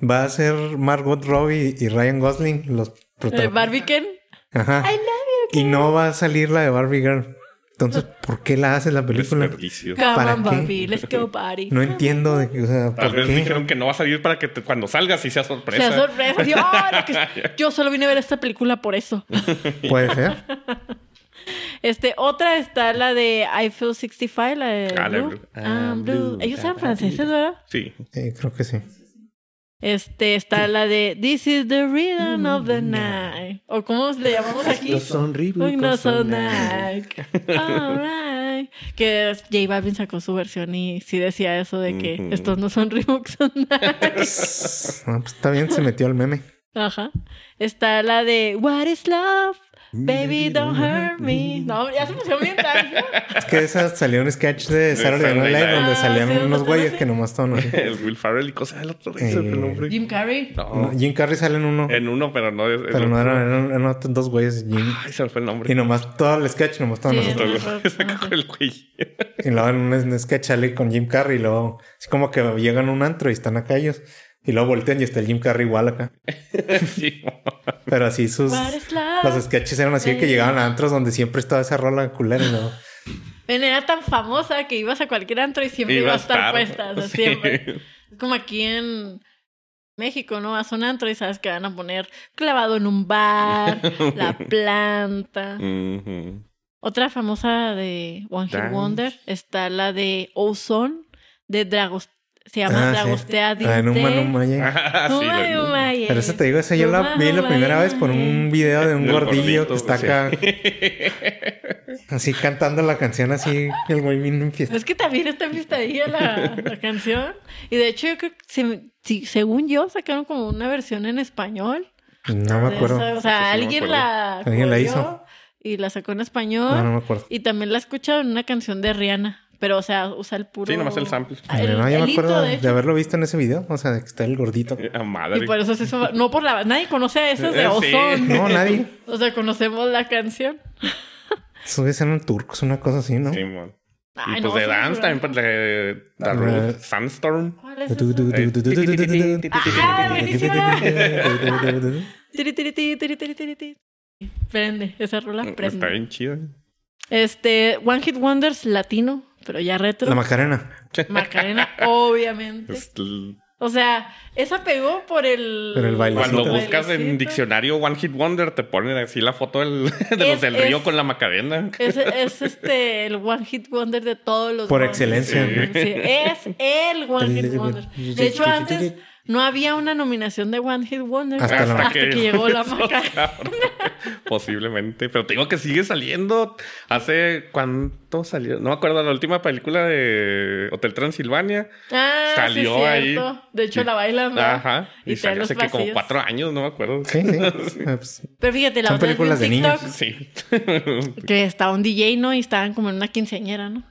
Speaker 2: Va a ser Margot Robbie y Ryan Gosling los
Speaker 1: Eh,
Speaker 2: protagonistas.
Speaker 1: Barbie Ken.
Speaker 2: Ajá.
Speaker 1: I love you.
Speaker 2: Y no va a salir la de Barbie Girl. Entonces, ¿por qué la haces la película?
Speaker 3: Desperdicio.
Speaker 1: Come
Speaker 2: ¿Para
Speaker 1: on,
Speaker 2: qué?
Speaker 1: Barbie. Let's go, Barbie.
Speaker 2: No entiendo, de, o sea,
Speaker 3: Tal
Speaker 2: ¿por
Speaker 3: vez
Speaker 2: qué?
Speaker 3: dijeron que no va a salir para que te- cuando salga sí sea
Speaker 1: O
Speaker 3: sorpresa.
Speaker 1: sea, sorpresa. Dios, lo que- Yo solo vine a ver esta película por eso.
Speaker 2: Puede ser.
Speaker 1: Este, otra está la de I Feel 65, la de
Speaker 3: Ah, la
Speaker 1: Blue.
Speaker 3: Blue.
Speaker 1: Ah,
Speaker 3: I'm
Speaker 1: Blue.
Speaker 3: blue.
Speaker 1: Ellos
Speaker 3: Ah,
Speaker 1: eran franceses, ¿verdad?
Speaker 3: Sí.
Speaker 2: Sí, Eh, creo
Speaker 3: [LAUGHS]
Speaker 2: que sí. Ah,
Speaker 1: Este, está la de This is the rhythm of the night. O cómo le llamamos aquí. Uy, no son Nike. Alright. Que es- J Balvin sacó su versión y sí decía eso de que
Speaker 3: Ujú.
Speaker 1: estos no son Reebok, son Nike.
Speaker 2: Ah, pues está bien, se metió al meme.
Speaker 1: Ajá. Está la de What is love? Baby, don't hurt me. No, ya se pusieron bien tarde.
Speaker 2: [LAUGHS] Es que esa salió un sketch de Saturday Night Live donde
Speaker 1: Ah,
Speaker 2: salían
Speaker 1: sí,
Speaker 2: unos
Speaker 1: ¿no?
Speaker 2: güeyes que nomás estaban
Speaker 3: [LAUGHS]
Speaker 2: así.
Speaker 3: El Will Farrell y cosas del otro. güey,
Speaker 2: Eh.
Speaker 3: se me fue el nombre.
Speaker 1: Jim Carrey.
Speaker 3: No,
Speaker 2: No, Jim Carrey sale en uno,
Speaker 3: En uno, pero no. es- el
Speaker 2: pero no
Speaker 3: otro.
Speaker 2: eran, eran, eran otros dos güeyes Jim.
Speaker 3: Ay, se me fue el nombre.
Speaker 2: Y nomás todo el sketch, nomás estaban
Speaker 1: Sí.
Speaker 2: nosotros.
Speaker 3: Otro,
Speaker 1: no,
Speaker 3: güey, [LAUGHS] se
Speaker 1: no,
Speaker 3: cagó el
Speaker 1: [LAUGHS]
Speaker 3: güey.
Speaker 2: Y luego en un en un sketch sale con Jim Carrey y luego es como que llegan a un antro y están acá ellos. Y luego voltean y está el Jim Carrey igual acá.
Speaker 3: Sí.
Speaker 2: Pero así sus...
Speaker 1: What is love?
Speaker 2: Los sketches eran así de que llegaban a antros donde siempre estaba esa rola culera y luego...
Speaker 1: Ven, era tan famosa que ibas a cualquier antro y siempre iba, a estar puesta. o sea,
Speaker 3: Sí.
Speaker 1: siempre. Es como aquí en México, ¿no? Vas a un antro y sabes que van a poner clavado en un bar, [LAUGHS] la planta.
Speaker 3: Ujú.
Speaker 1: Otra famosa de One Hit
Speaker 3: Dance.
Speaker 1: Wonder está la de Ozone, de Dragos. Se llama
Speaker 2: Ah, sí.
Speaker 1: Dragostea
Speaker 2: Ah, en un manuma, ya.
Speaker 3: Ah, sí,
Speaker 1: Umae,
Speaker 3: lo-
Speaker 1: umae.
Speaker 2: Pero eso te digo, esa yo la vi la primera vez por un video de un
Speaker 3: Del
Speaker 2: gordillo que
Speaker 3: gordito,
Speaker 2: está
Speaker 3: sí. [LAUGHS]
Speaker 2: acá. Así cantando la canción así, el güey bien en fiesta.
Speaker 1: Es que también está en fiestadilla la, la canción. Y de hecho, yo creo que se- sí, según yo, sacaron como una versión en español.
Speaker 2: No me
Speaker 1: Pues, de
Speaker 2: acuerdo.
Speaker 1: esa- o sea,
Speaker 3: Eso sí me
Speaker 1: alguien
Speaker 3: acuerdo.
Speaker 1: la
Speaker 2: Alguien la
Speaker 1: copió
Speaker 2: hizo.
Speaker 1: y la sacó en español.
Speaker 2: No, no me acuerdo.
Speaker 1: Y también la he escuchado en una canción de Rihanna. Pero, o sea, usa el puro.
Speaker 3: Sí, nomás el sample.
Speaker 1: Ah, el-
Speaker 2: no, yo
Speaker 1: el
Speaker 2: me
Speaker 1: intro,
Speaker 2: acuerdo
Speaker 1: de
Speaker 2: de,
Speaker 1: hecho.
Speaker 2: haberlo visto en ese video. O sea, de que está el gordito.
Speaker 3: Ah, madre.
Speaker 1: Y por eso se hizo- No por la. Nadie conoce a esas de
Speaker 3: Eh, sí.
Speaker 1: Ozón.
Speaker 2: No, nadie.
Speaker 1: [LAUGHS] O sea, conocemos la canción.
Speaker 2: Eso debe ser un turco, es una cosa así, ¿no?
Speaker 3: Sí, mon.
Speaker 1: Ay,
Speaker 3: y
Speaker 1: no,
Speaker 3: pues de
Speaker 1: sí, pero-
Speaker 3: Dance también, pues de
Speaker 2: Ah,
Speaker 3: la Road
Speaker 2: eh.
Speaker 3: Sandstorm.
Speaker 1: ¿Cuál es
Speaker 2: Du- du-
Speaker 1: esa?
Speaker 2: du- du- du- du- du- du- du- du-
Speaker 1: Ah, buenísima. [LAUGHS]
Speaker 2: du-
Speaker 1: Tiri, tiri, tiri, tiri, tiri, tiri, tiri. Prende, esa rola
Speaker 3: Mm, Está
Speaker 1: prende.
Speaker 3: bien chido.
Speaker 1: Este, One Hit Wonders latino, pero ya
Speaker 2: La
Speaker 1: retro.
Speaker 2: Macarena.
Speaker 1: [LAUGHS] Macarena, obviamente.
Speaker 3: Es l-
Speaker 1: O sea, esa pegó por el.
Speaker 2: Por el bailecito.
Speaker 3: Cuando
Speaker 2: Bailecito.
Speaker 3: buscas en diccionario One Hit Wonder, te ponen así la foto del- [LAUGHS] de
Speaker 1: Es-
Speaker 3: los del
Speaker 1: es-
Speaker 3: río con la Macarena.
Speaker 1: Es, es este el One Hit Wonder de todos los.
Speaker 2: Por
Speaker 1: One
Speaker 2: excelencia.
Speaker 1: Hit Wonders. Sí, es el One [LAUGHS] Hit Wonder. De hecho, antes no había una nominación de One Hit Wonder
Speaker 2: Hasta
Speaker 1: hasta,
Speaker 2: la
Speaker 1: que, llegó
Speaker 3: [LAUGHS]
Speaker 1: la Macarena.
Speaker 3: Posiblemente. Pero te digo que sigue saliendo. Hace cuánto salió. No me acuerdo. La última película de Hotel Transilvania.
Speaker 1: Ah, sí,
Speaker 3: Salió
Speaker 1: cierto.
Speaker 3: ahí.
Speaker 1: De hecho, la bailan. ¿verdad?
Speaker 3: Ajá.
Speaker 1: Y, trae
Speaker 3: Y, salió
Speaker 1: los
Speaker 3: hace que como
Speaker 1: pasillos.
Speaker 3: cuatro años, no me acuerdo.
Speaker 2: Sí, sí. Ah, pues,
Speaker 1: Pero fíjate, la
Speaker 2: Son
Speaker 1: otra vez vi un
Speaker 2: películas de
Speaker 1: TikTok
Speaker 2: niños.
Speaker 3: Sí.
Speaker 1: Que estaba un DJ, ¿no? Y estaban como en una quinceañera, ¿no?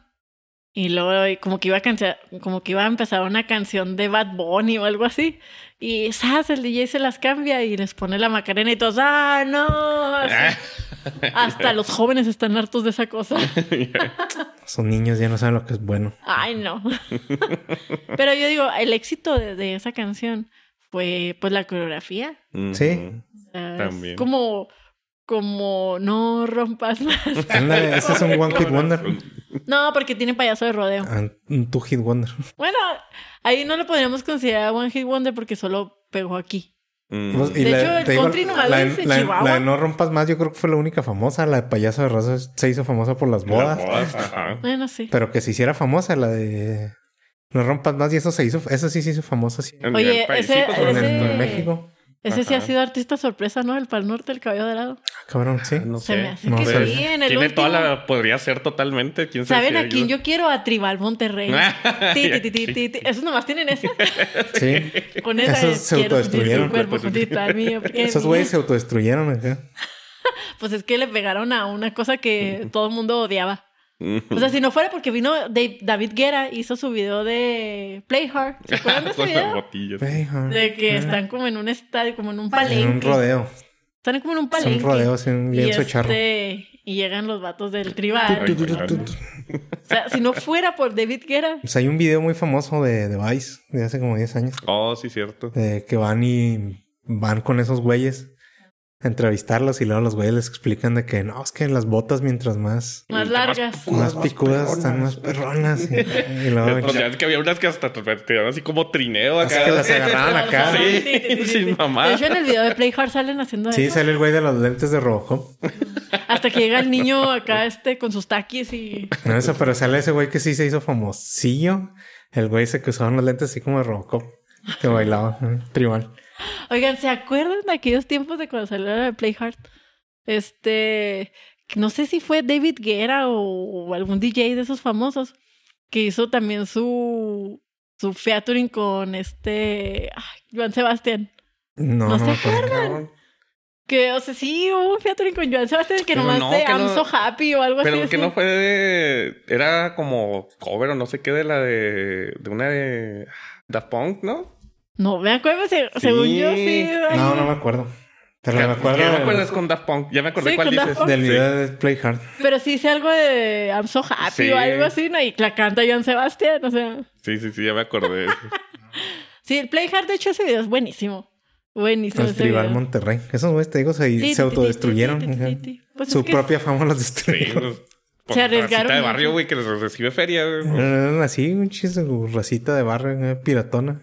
Speaker 1: Y luego y como que iba a cancelar, como que iba a empezar una canción de Bad Bunny o algo así. Y ¡zas! el DJ se las cambia y les pone la Macarena y todos, ¡ah, no!
Speaker 2: [LAUGHS]
Speaker 3: Ah.
Speaker 1: Así. Hasta los jóvenes están hartos de esa cosa.
Speaker 2: Son niños, ya no saben lo que es bueno.
Speaker 1: Ay, no. [LAUGHS] Pero yo digo, el éxito de, de esa canción fue pues la coreografía.
Speaker 2: Sí.
Speaker 1: O sea, es
Speaker 3: También.
Speaker 1: como, como no rompas [LAUGHS] más.
Speaker 2: Ándale, ese es un One Hit Wonder.
Speaker 1: No, porque tiene payaso de rodeo.
Speaker 2: Ah, Un Two Hit Wonder.
Speaker 1: Bueno, ahí no lo podríamos considerar One Hit Wonder porque solo pegó aquí.
Speaker 2: Pues,
Speaker 1: De hecho, el
Speaker 2: te digo,
Speaker 1: country nomás lo
Speaker 2: la-
Speaker 1: dice
Speaker 2: la-
Speaker 1: Chihuahua.
Speaker 2: la de No Rompas Más, yo creo que fue la única famosa. La de Payaso de Raza se hizo famosa por las
Speaker 3: Modas.
Speaker 2: bodas.
Speaker 3: Ajá.
Speaker 1: Bueno, sí.
Speaker 2: Pero que se hiciera famosa, la de No Rompas Más, y eso se hizo, eso sí se hizo famosa sí,
Speaker 3: A
Speaker 1: Oye,
Speaker 3: nivel país, sí,
Speaker 1: ese-
Speaker 3: pues,
Speaker 2: en, el-
Speaker 1: ese-
Speaker 2: en México.
Speaker 1: Ese sí ha
Speaker 3: Ajá.
Speaker 1: sido artista sorpresa, ¿no? El Pal Norte, el Cabello Dorado.
Speaker 2: Ah, Cabrón, sí.
Speaker 3: No
Speaker 1: Se me hace
Speaker 2: no
Speaker 1: que
Speaker 2: sé.
Speaker 1: sí, en el
Speaker 3: Tiene
Speaker 1: último.
Speaker 3: toda la... Podría ser totalmente. ¿Quién sabe
Speaker 1: ¿Saben
Speaker 3: si
Speaker 1: a quién yo quiero? A Tribal
Speaker 3: [LAUGHS]
Speaker 1: Monterrey. Ti, ti, ti, ti,
Speaker 3: Ah, Sí.
Speaker 1: ti, ti. Esos nomás tienen esa.
Speaker 2: Sí.
Speaker 1: Con esa
Speaker 2: Esos
Speaker 1: es,
Speaker 2: se
Speaker 1: quiero
Speaker 2: autodestruyeron.
Speaker 1: sentir tu cuerpo juntito al mío, porque-
Speaker 2: Esos güeyes se autodestruyeron acá.
Speaker 1: Pues es que le pegaron a una cosa que todo el mundo odiaba.
Speaker 3: Ujú.
Speaker 1: O sea, si no fuera porque vino Dave- David Guerra, hizo su video de Play Hard. ¿Se acuerdan de
Speaker 3: [LAUGHS]
Speaker 1: ese
Speaker 3: [LAUGHS] Con las
Speaker 1: video?
Speaker 3: botillas.
Speaker 2: Hey, ah,
Speaker 1: De que están como en un estadio, como en un palenque.
Speaker 2: en un rodeo.
Speaker 1: Están como en un
Speaker 2: Es
Speaker 1: palenque.
Speaker 2: un rodeo, sí, un bien
Speaker 1: y,
Speaker 2: socharro.
Speaker 1: este, y llegan los vatos del
Speaker 2: Tu, tu,
Speaker 1: tribal.
Speaker 2: tu, tu, tu, tu.
Speaker 1: O sea, si no fuera por David Guerra,
Speaker 2: Pues hay un video muy famoso de, de Vice de hace como 10 años.
Speaker 3: Oh, sí, cierto.
Speaker 2: de que van y van con esos güeyes a entrevistarlos y luego los güeyes les explican de que no, es que las botas mientras más
Speaker 1: más
Speaker 3: Entre más
Speaker 1: largas.
Speaker 2: más picudas están más [LAUGHS] perronas y, y luego
Speaker 3: O sea, es que había unas que hasta te tiraban así como trineo
Speaker 2: Es
Speaker 3: acá.
Speaker 2: que las agarraban acá.
Speaker 3: Sí, sin mamá.
Speaker 1: De hecho, en el video de Play Hard salen haciendo
Speaker 2: Sí,
Speaker 1: eso.
Speaker 2: sale el güey de los lentes de rojo.
Speaker 1: Hasta que llega el niño acá este con sus taquis y...
Speaker 2: No, eso, pero sale ese güey que sí se hizo famosillo. El güey se que usaban los lentes así como de rojo. Que bailaba, ¿eh? tribal.
Speaker 1: Oigan, ¿se acuerdan de aquellos tiempos de cuando salió la de Play Hard? Este... que No sé si fue David Guerra o, o algún DJ de esos famosos que hizo también su... Su featuring con este... ay, Joan Sebastián.
Speaker 2: No,
Speaker 1: ¿No
Speaker 2: no,
Speaker 1: se
Speaker 2: me acuerdo.
Speaker 3: Cabrón.
Speaker 1: Que, o sea, sí, hubo un featuring con Joan Sebastián que
Speaker 3: Pero
Speaker 1: nomás
Speaker 3: no,
Speaker 1: de
Speaker 3: que
Speaker 1: I'm
Speaker 3: no-
Speaker 1: so happy o algo así.
Speaker 3: Pero que
Speaker 1: así.
Speaker 3: no fue de... Era como cover o no sé qué de la de... De una de... Daft Punk, ¿no?
Speaker 1: No, me acuerdo, se- según yo sí. hay
Speaker 2: No, no
Speaker 1: un-
Speaker 2: me acuerdo. Pero
Speaker 3: ¿Qué-
Speaker 2: me acuerdo
Speaker 3: ¿Qué me
Speaker 2: del-
Speaker 3: acuerdas con Daft Punk? Ya me acordé
Speaker 1: Sí,
Speaker 3: cuál
Speaker 1: con Daft
Speaker 3: dices.
Speaker 1: Punk.
Speaker 2: del
Speaker 3: Sí.
Speaker 2: video de Play Hard.
Speaker 1: Pero sí hice algo de I'm so happy
Speaker 3: Sí.
Speaker 1: o algo así, ¿no? Y la canta Joan Sebastián, o sea.
Speaker 3: Sí, sí, sí, ya
Speaker 2: [LAUGHS]
Speaker 3: me acordé.
Speaker 1: Sí, el Play Hard, de hecho, ese video es buenísimo. Buenísimo.
Speaker 2: El
Speaker 1: ese
Speaker 2: tribal
Speaker 1: video.
Speaker 2: Monterrey. Esos güeyes, te digo, se,
Speaker 1: Ti, ti, ti,
Speaker 2: se autodestruyeron.
Speaker 1: ti, ti, ti,
Speaker 2: Ajá.
Speaker 1: ti, ti. Pues es
Speaker 2: Su
Speaker 1: que-
Speaker 2: propia fama los
Speaker 3: Sí,
Speaker 2: destruyó.
Speaker 3: pues, por
Speaker 1: Se
Speaker 3: la
Speaker 1: arriesgaron
Speaker 3: racita de
Speaker 1: mucho.
Speaker 3: barrio, güey, que les recibe feria. güey.
Speaker 2: Eran Así, un chis su racita de barrio eh, piratona.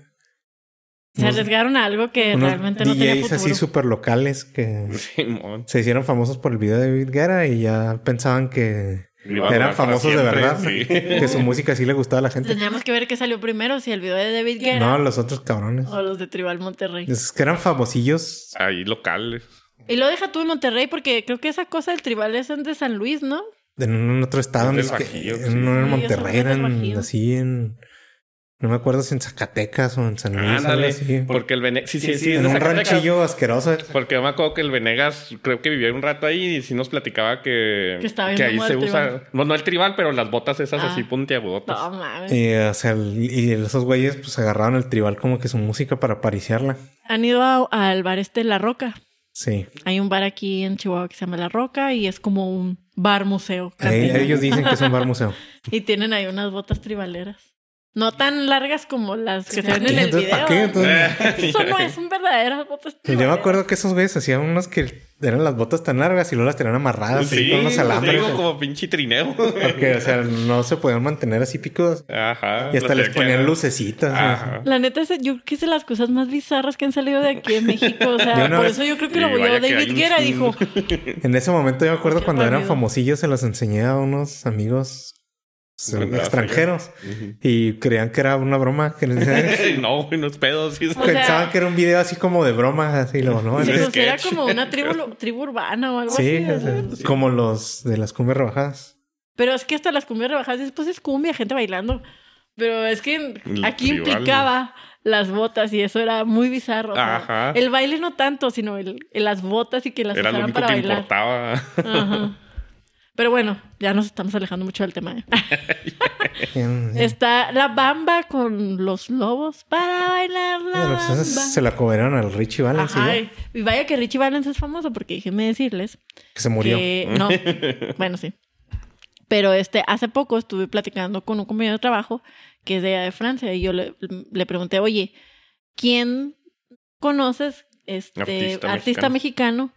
Speaker 1: Se
Speaker 2: Unos-
Speaker 1: arriesgaron a algo que
Speaker 2: unos
Speaker 1: realmente no tenía
Speaker 2: DJs
Speaker 1: futuro.
Speaker 2: así super locales que
Speaker 3: Simón.
Speaker 2: se hicieron famosos por el video de David Guerra y ya pensaban que,
Speaker 3: Iba a
Speaker 2: Eran
Speaker 3: durar para
Speaker 2: famosos de
Speaker 3: siempre,
Speaker 2: verdad.
Speaker 3: Sí.
Speaker 2: que su música sí le gustaba a la gente.
Speaker 1: Teníamos que ver qué salió primero, si el video de David Guerra
Speaker 2: No, los otros cabrones.
Speaker 1: o los de Tribal Monterrey.
Speaker 2: Es que eran famosillos.
Speaker 3: Ahí locales.
Speaker 1: Y lo deja tú en Monterrey porque creo que esa cosa del Tribal es en de San Luis, ¿no?
Speaker 2: En un otro estado,
Speaker 3: Del
Speaker 2: no es que-
Speaker 3: Bajío,
Speaker 2: en-
Speaker 3: sí.
Speaker 2: no era en
Speaker 1: Sí, esos
Speaker 2: Monterrey,
Speaker 1: son del
Speaker 2: eran
Speaker 1: Bajío.
Speaker 2: así en. No me acuerdo si en Zacatecas o en San Luis. algo
Speaker 3: Ándale.
Speaker 2: Ah, así.
Speaker 3: Porque el Venegas. Sí, sí, sí.
Speaker 2: en
Speaker 3: de
Speaker 2: un
Speaker 3: Zacatecas.
Speaker 2: ranchillo asqueroso. eh,
Speaker 3: Porque yo me acuerdo que el Venegas, creo que vivió un rato ahí y sí nos platicaba que.
Speaker 1: Que estaba
Speaker 3: que
Speaker 1: bien
Speaker 3: ahí
Speaker 1: mamado
Speaker 3: se
Speaker 1: el
Speaker 3: usa.
Speaker 1: tribal.
Speaker 3: No, no el tribal, pero las botas esas
Speaker 1: Ah.
Speaker 3: así puntiagudotas. [LAUGHS]
Speaker 2: Pues,
Speaker 1: No mames.
Speaker 2: Y, eh, o sea, el- y esos güeyes pues agarraron el tribal como que su música para pariciarla.
Speaker 1: Han ido a- al bar este La Roca.
Speaker 2: Sí.
Speaker 1: Hay un bar aquí en Chihuahua que se llama La Roca y es como un bar museo.
Speaker 2: Ahí-
Speaker 1: cantina.
Speaker 2: ellos dicen que es un
Speaker 1: [LAUGHS]
Speaker 2: bar museo.
Speaker 1: Y tienen ahí unas botas tribaleras. No tan largas como las que se ven en el
Speaker 2: Entonces,
Speaker 1: video.
Speaker 2: ¿para qué?
Speaker 3: Eh.
Speaker 2: Entonces, pues,
Speaker 1: Eso no es un verdadero botas
Speaker 2: yo
Speaker 1: tribaleras.
Speaker 2: me acuerdo que esos güeyes hacían unos que eran las botas tan largas y luego las tenían amarradas así
Speaker 3: Sí,
Speaker 2: Ah, con unos
Speaker 3: te
Speaker 2: alambres.
Speaker 3: digo como pinche trineo. [LAUGHS]
Speaker 2: Porque, o sea, no se podían mantener así picudos.
Speaker 3: Ajá.
Speaker 2: Y hasta
Speaker 3: no
Speaker 2: les
Speaker 3: sé
Speaker 2: ponían
Speaker 3: qué.
Speaker 2: lucecitas.
Speaker 3: Ajá.
Speaker 1: La neta, es- yo creo que es de las cosas más bizarras que han salido de aquí en México. O
Speaker 2: Yo
Speaker 1: sea,
Speaker 2: una
Speaker 1: por
Speaker 2: vez-
Speaker 1: eso yo creo que
Speaker 3: Y
Speaker 1: lo vio
Speaker 3: vaya que hay
Speaker 1: David
Speaker 3: un
Speaker 1: Guerra. Dijo,
Speaker 2: [LAUGHS]
Speaker 3: chingo.
Speaker 2: En ese momento yo me acuerdo
Speaker 1: Qué
Speaker 2: cuando eran
Speaker 1: barrido.
Speaker 2: famosillos se los enseñé a unos amigos pues,
Speaker 3: Bueno,
Speaker 2: extranjeros y creían que era una broma. Que les
Speaker 3: [LAUGHS]
Speaker 1: [LAUGHS]
Speaker 2: eh,
Speaker 3: no, güey, no es pedo. Sí,
Speaker 1: O sea,
Speaker 2: Pensaban que era un video así como de broma, así lo, ¿no?
Speaker 1: si
Speaker 2: Este-
Speaker 3: Sí,
Speaker 1: era
Speaker 3: sketch.
Speaker 1: como una tribu, lo- tribu urbana o algo
Speaker 2: Sí,
Speaker 1: así. o sea.
Speaker 2: o sea, como los de las cumbias rebajadas.
Speaker 1: Pero es que hasta las cumbias rebajadas después es cumbia, gente bailando. Pero es que
Speaker 3: El
Speaker 1: aquí
Speaker 3: tribal,
Speaker 1: implicaba las botas y eso era muy bizarro. o sea,
Speaker 3: Ajá.
Speaker 1: El baile no tanto, sino el, el- las botas y que las
Speaker 3: Era lo
Speaker 1: usaran
Speaker 3: único que
Speaker 1: para bailar.
Speaker 3: importaba.
Speaker 1: Ajá. Pero bueno, ya nos estamos alejando mucho del tema. ¿eh?
Speaker 2: Bien, bien.
Speaker 1: Está la bamba con los lobos para bailar la
Speaker 2: Bueno, pues
Speaker 1: bamba.
Speaker 2: esas se la cobraron al Richie Valens y
Speaker 1: Ajá,
Speaker 2: ya,
Speaker 1: y- y vaya que Richie Valens es famoso porque déjenme decirles
Speaker 2: que se murió.
Speaker 1: que
Speaker 2: [LAUGHS]
Speaker 1: no. bueno, sí. Pero este, hace poco estuve platicando con un compañero de trabajo que es de allá de Francia y yo le, le pregunté, oye, ¿quién conoces este artista,
Speaker 3: Artista
Speaker 1: mexicano?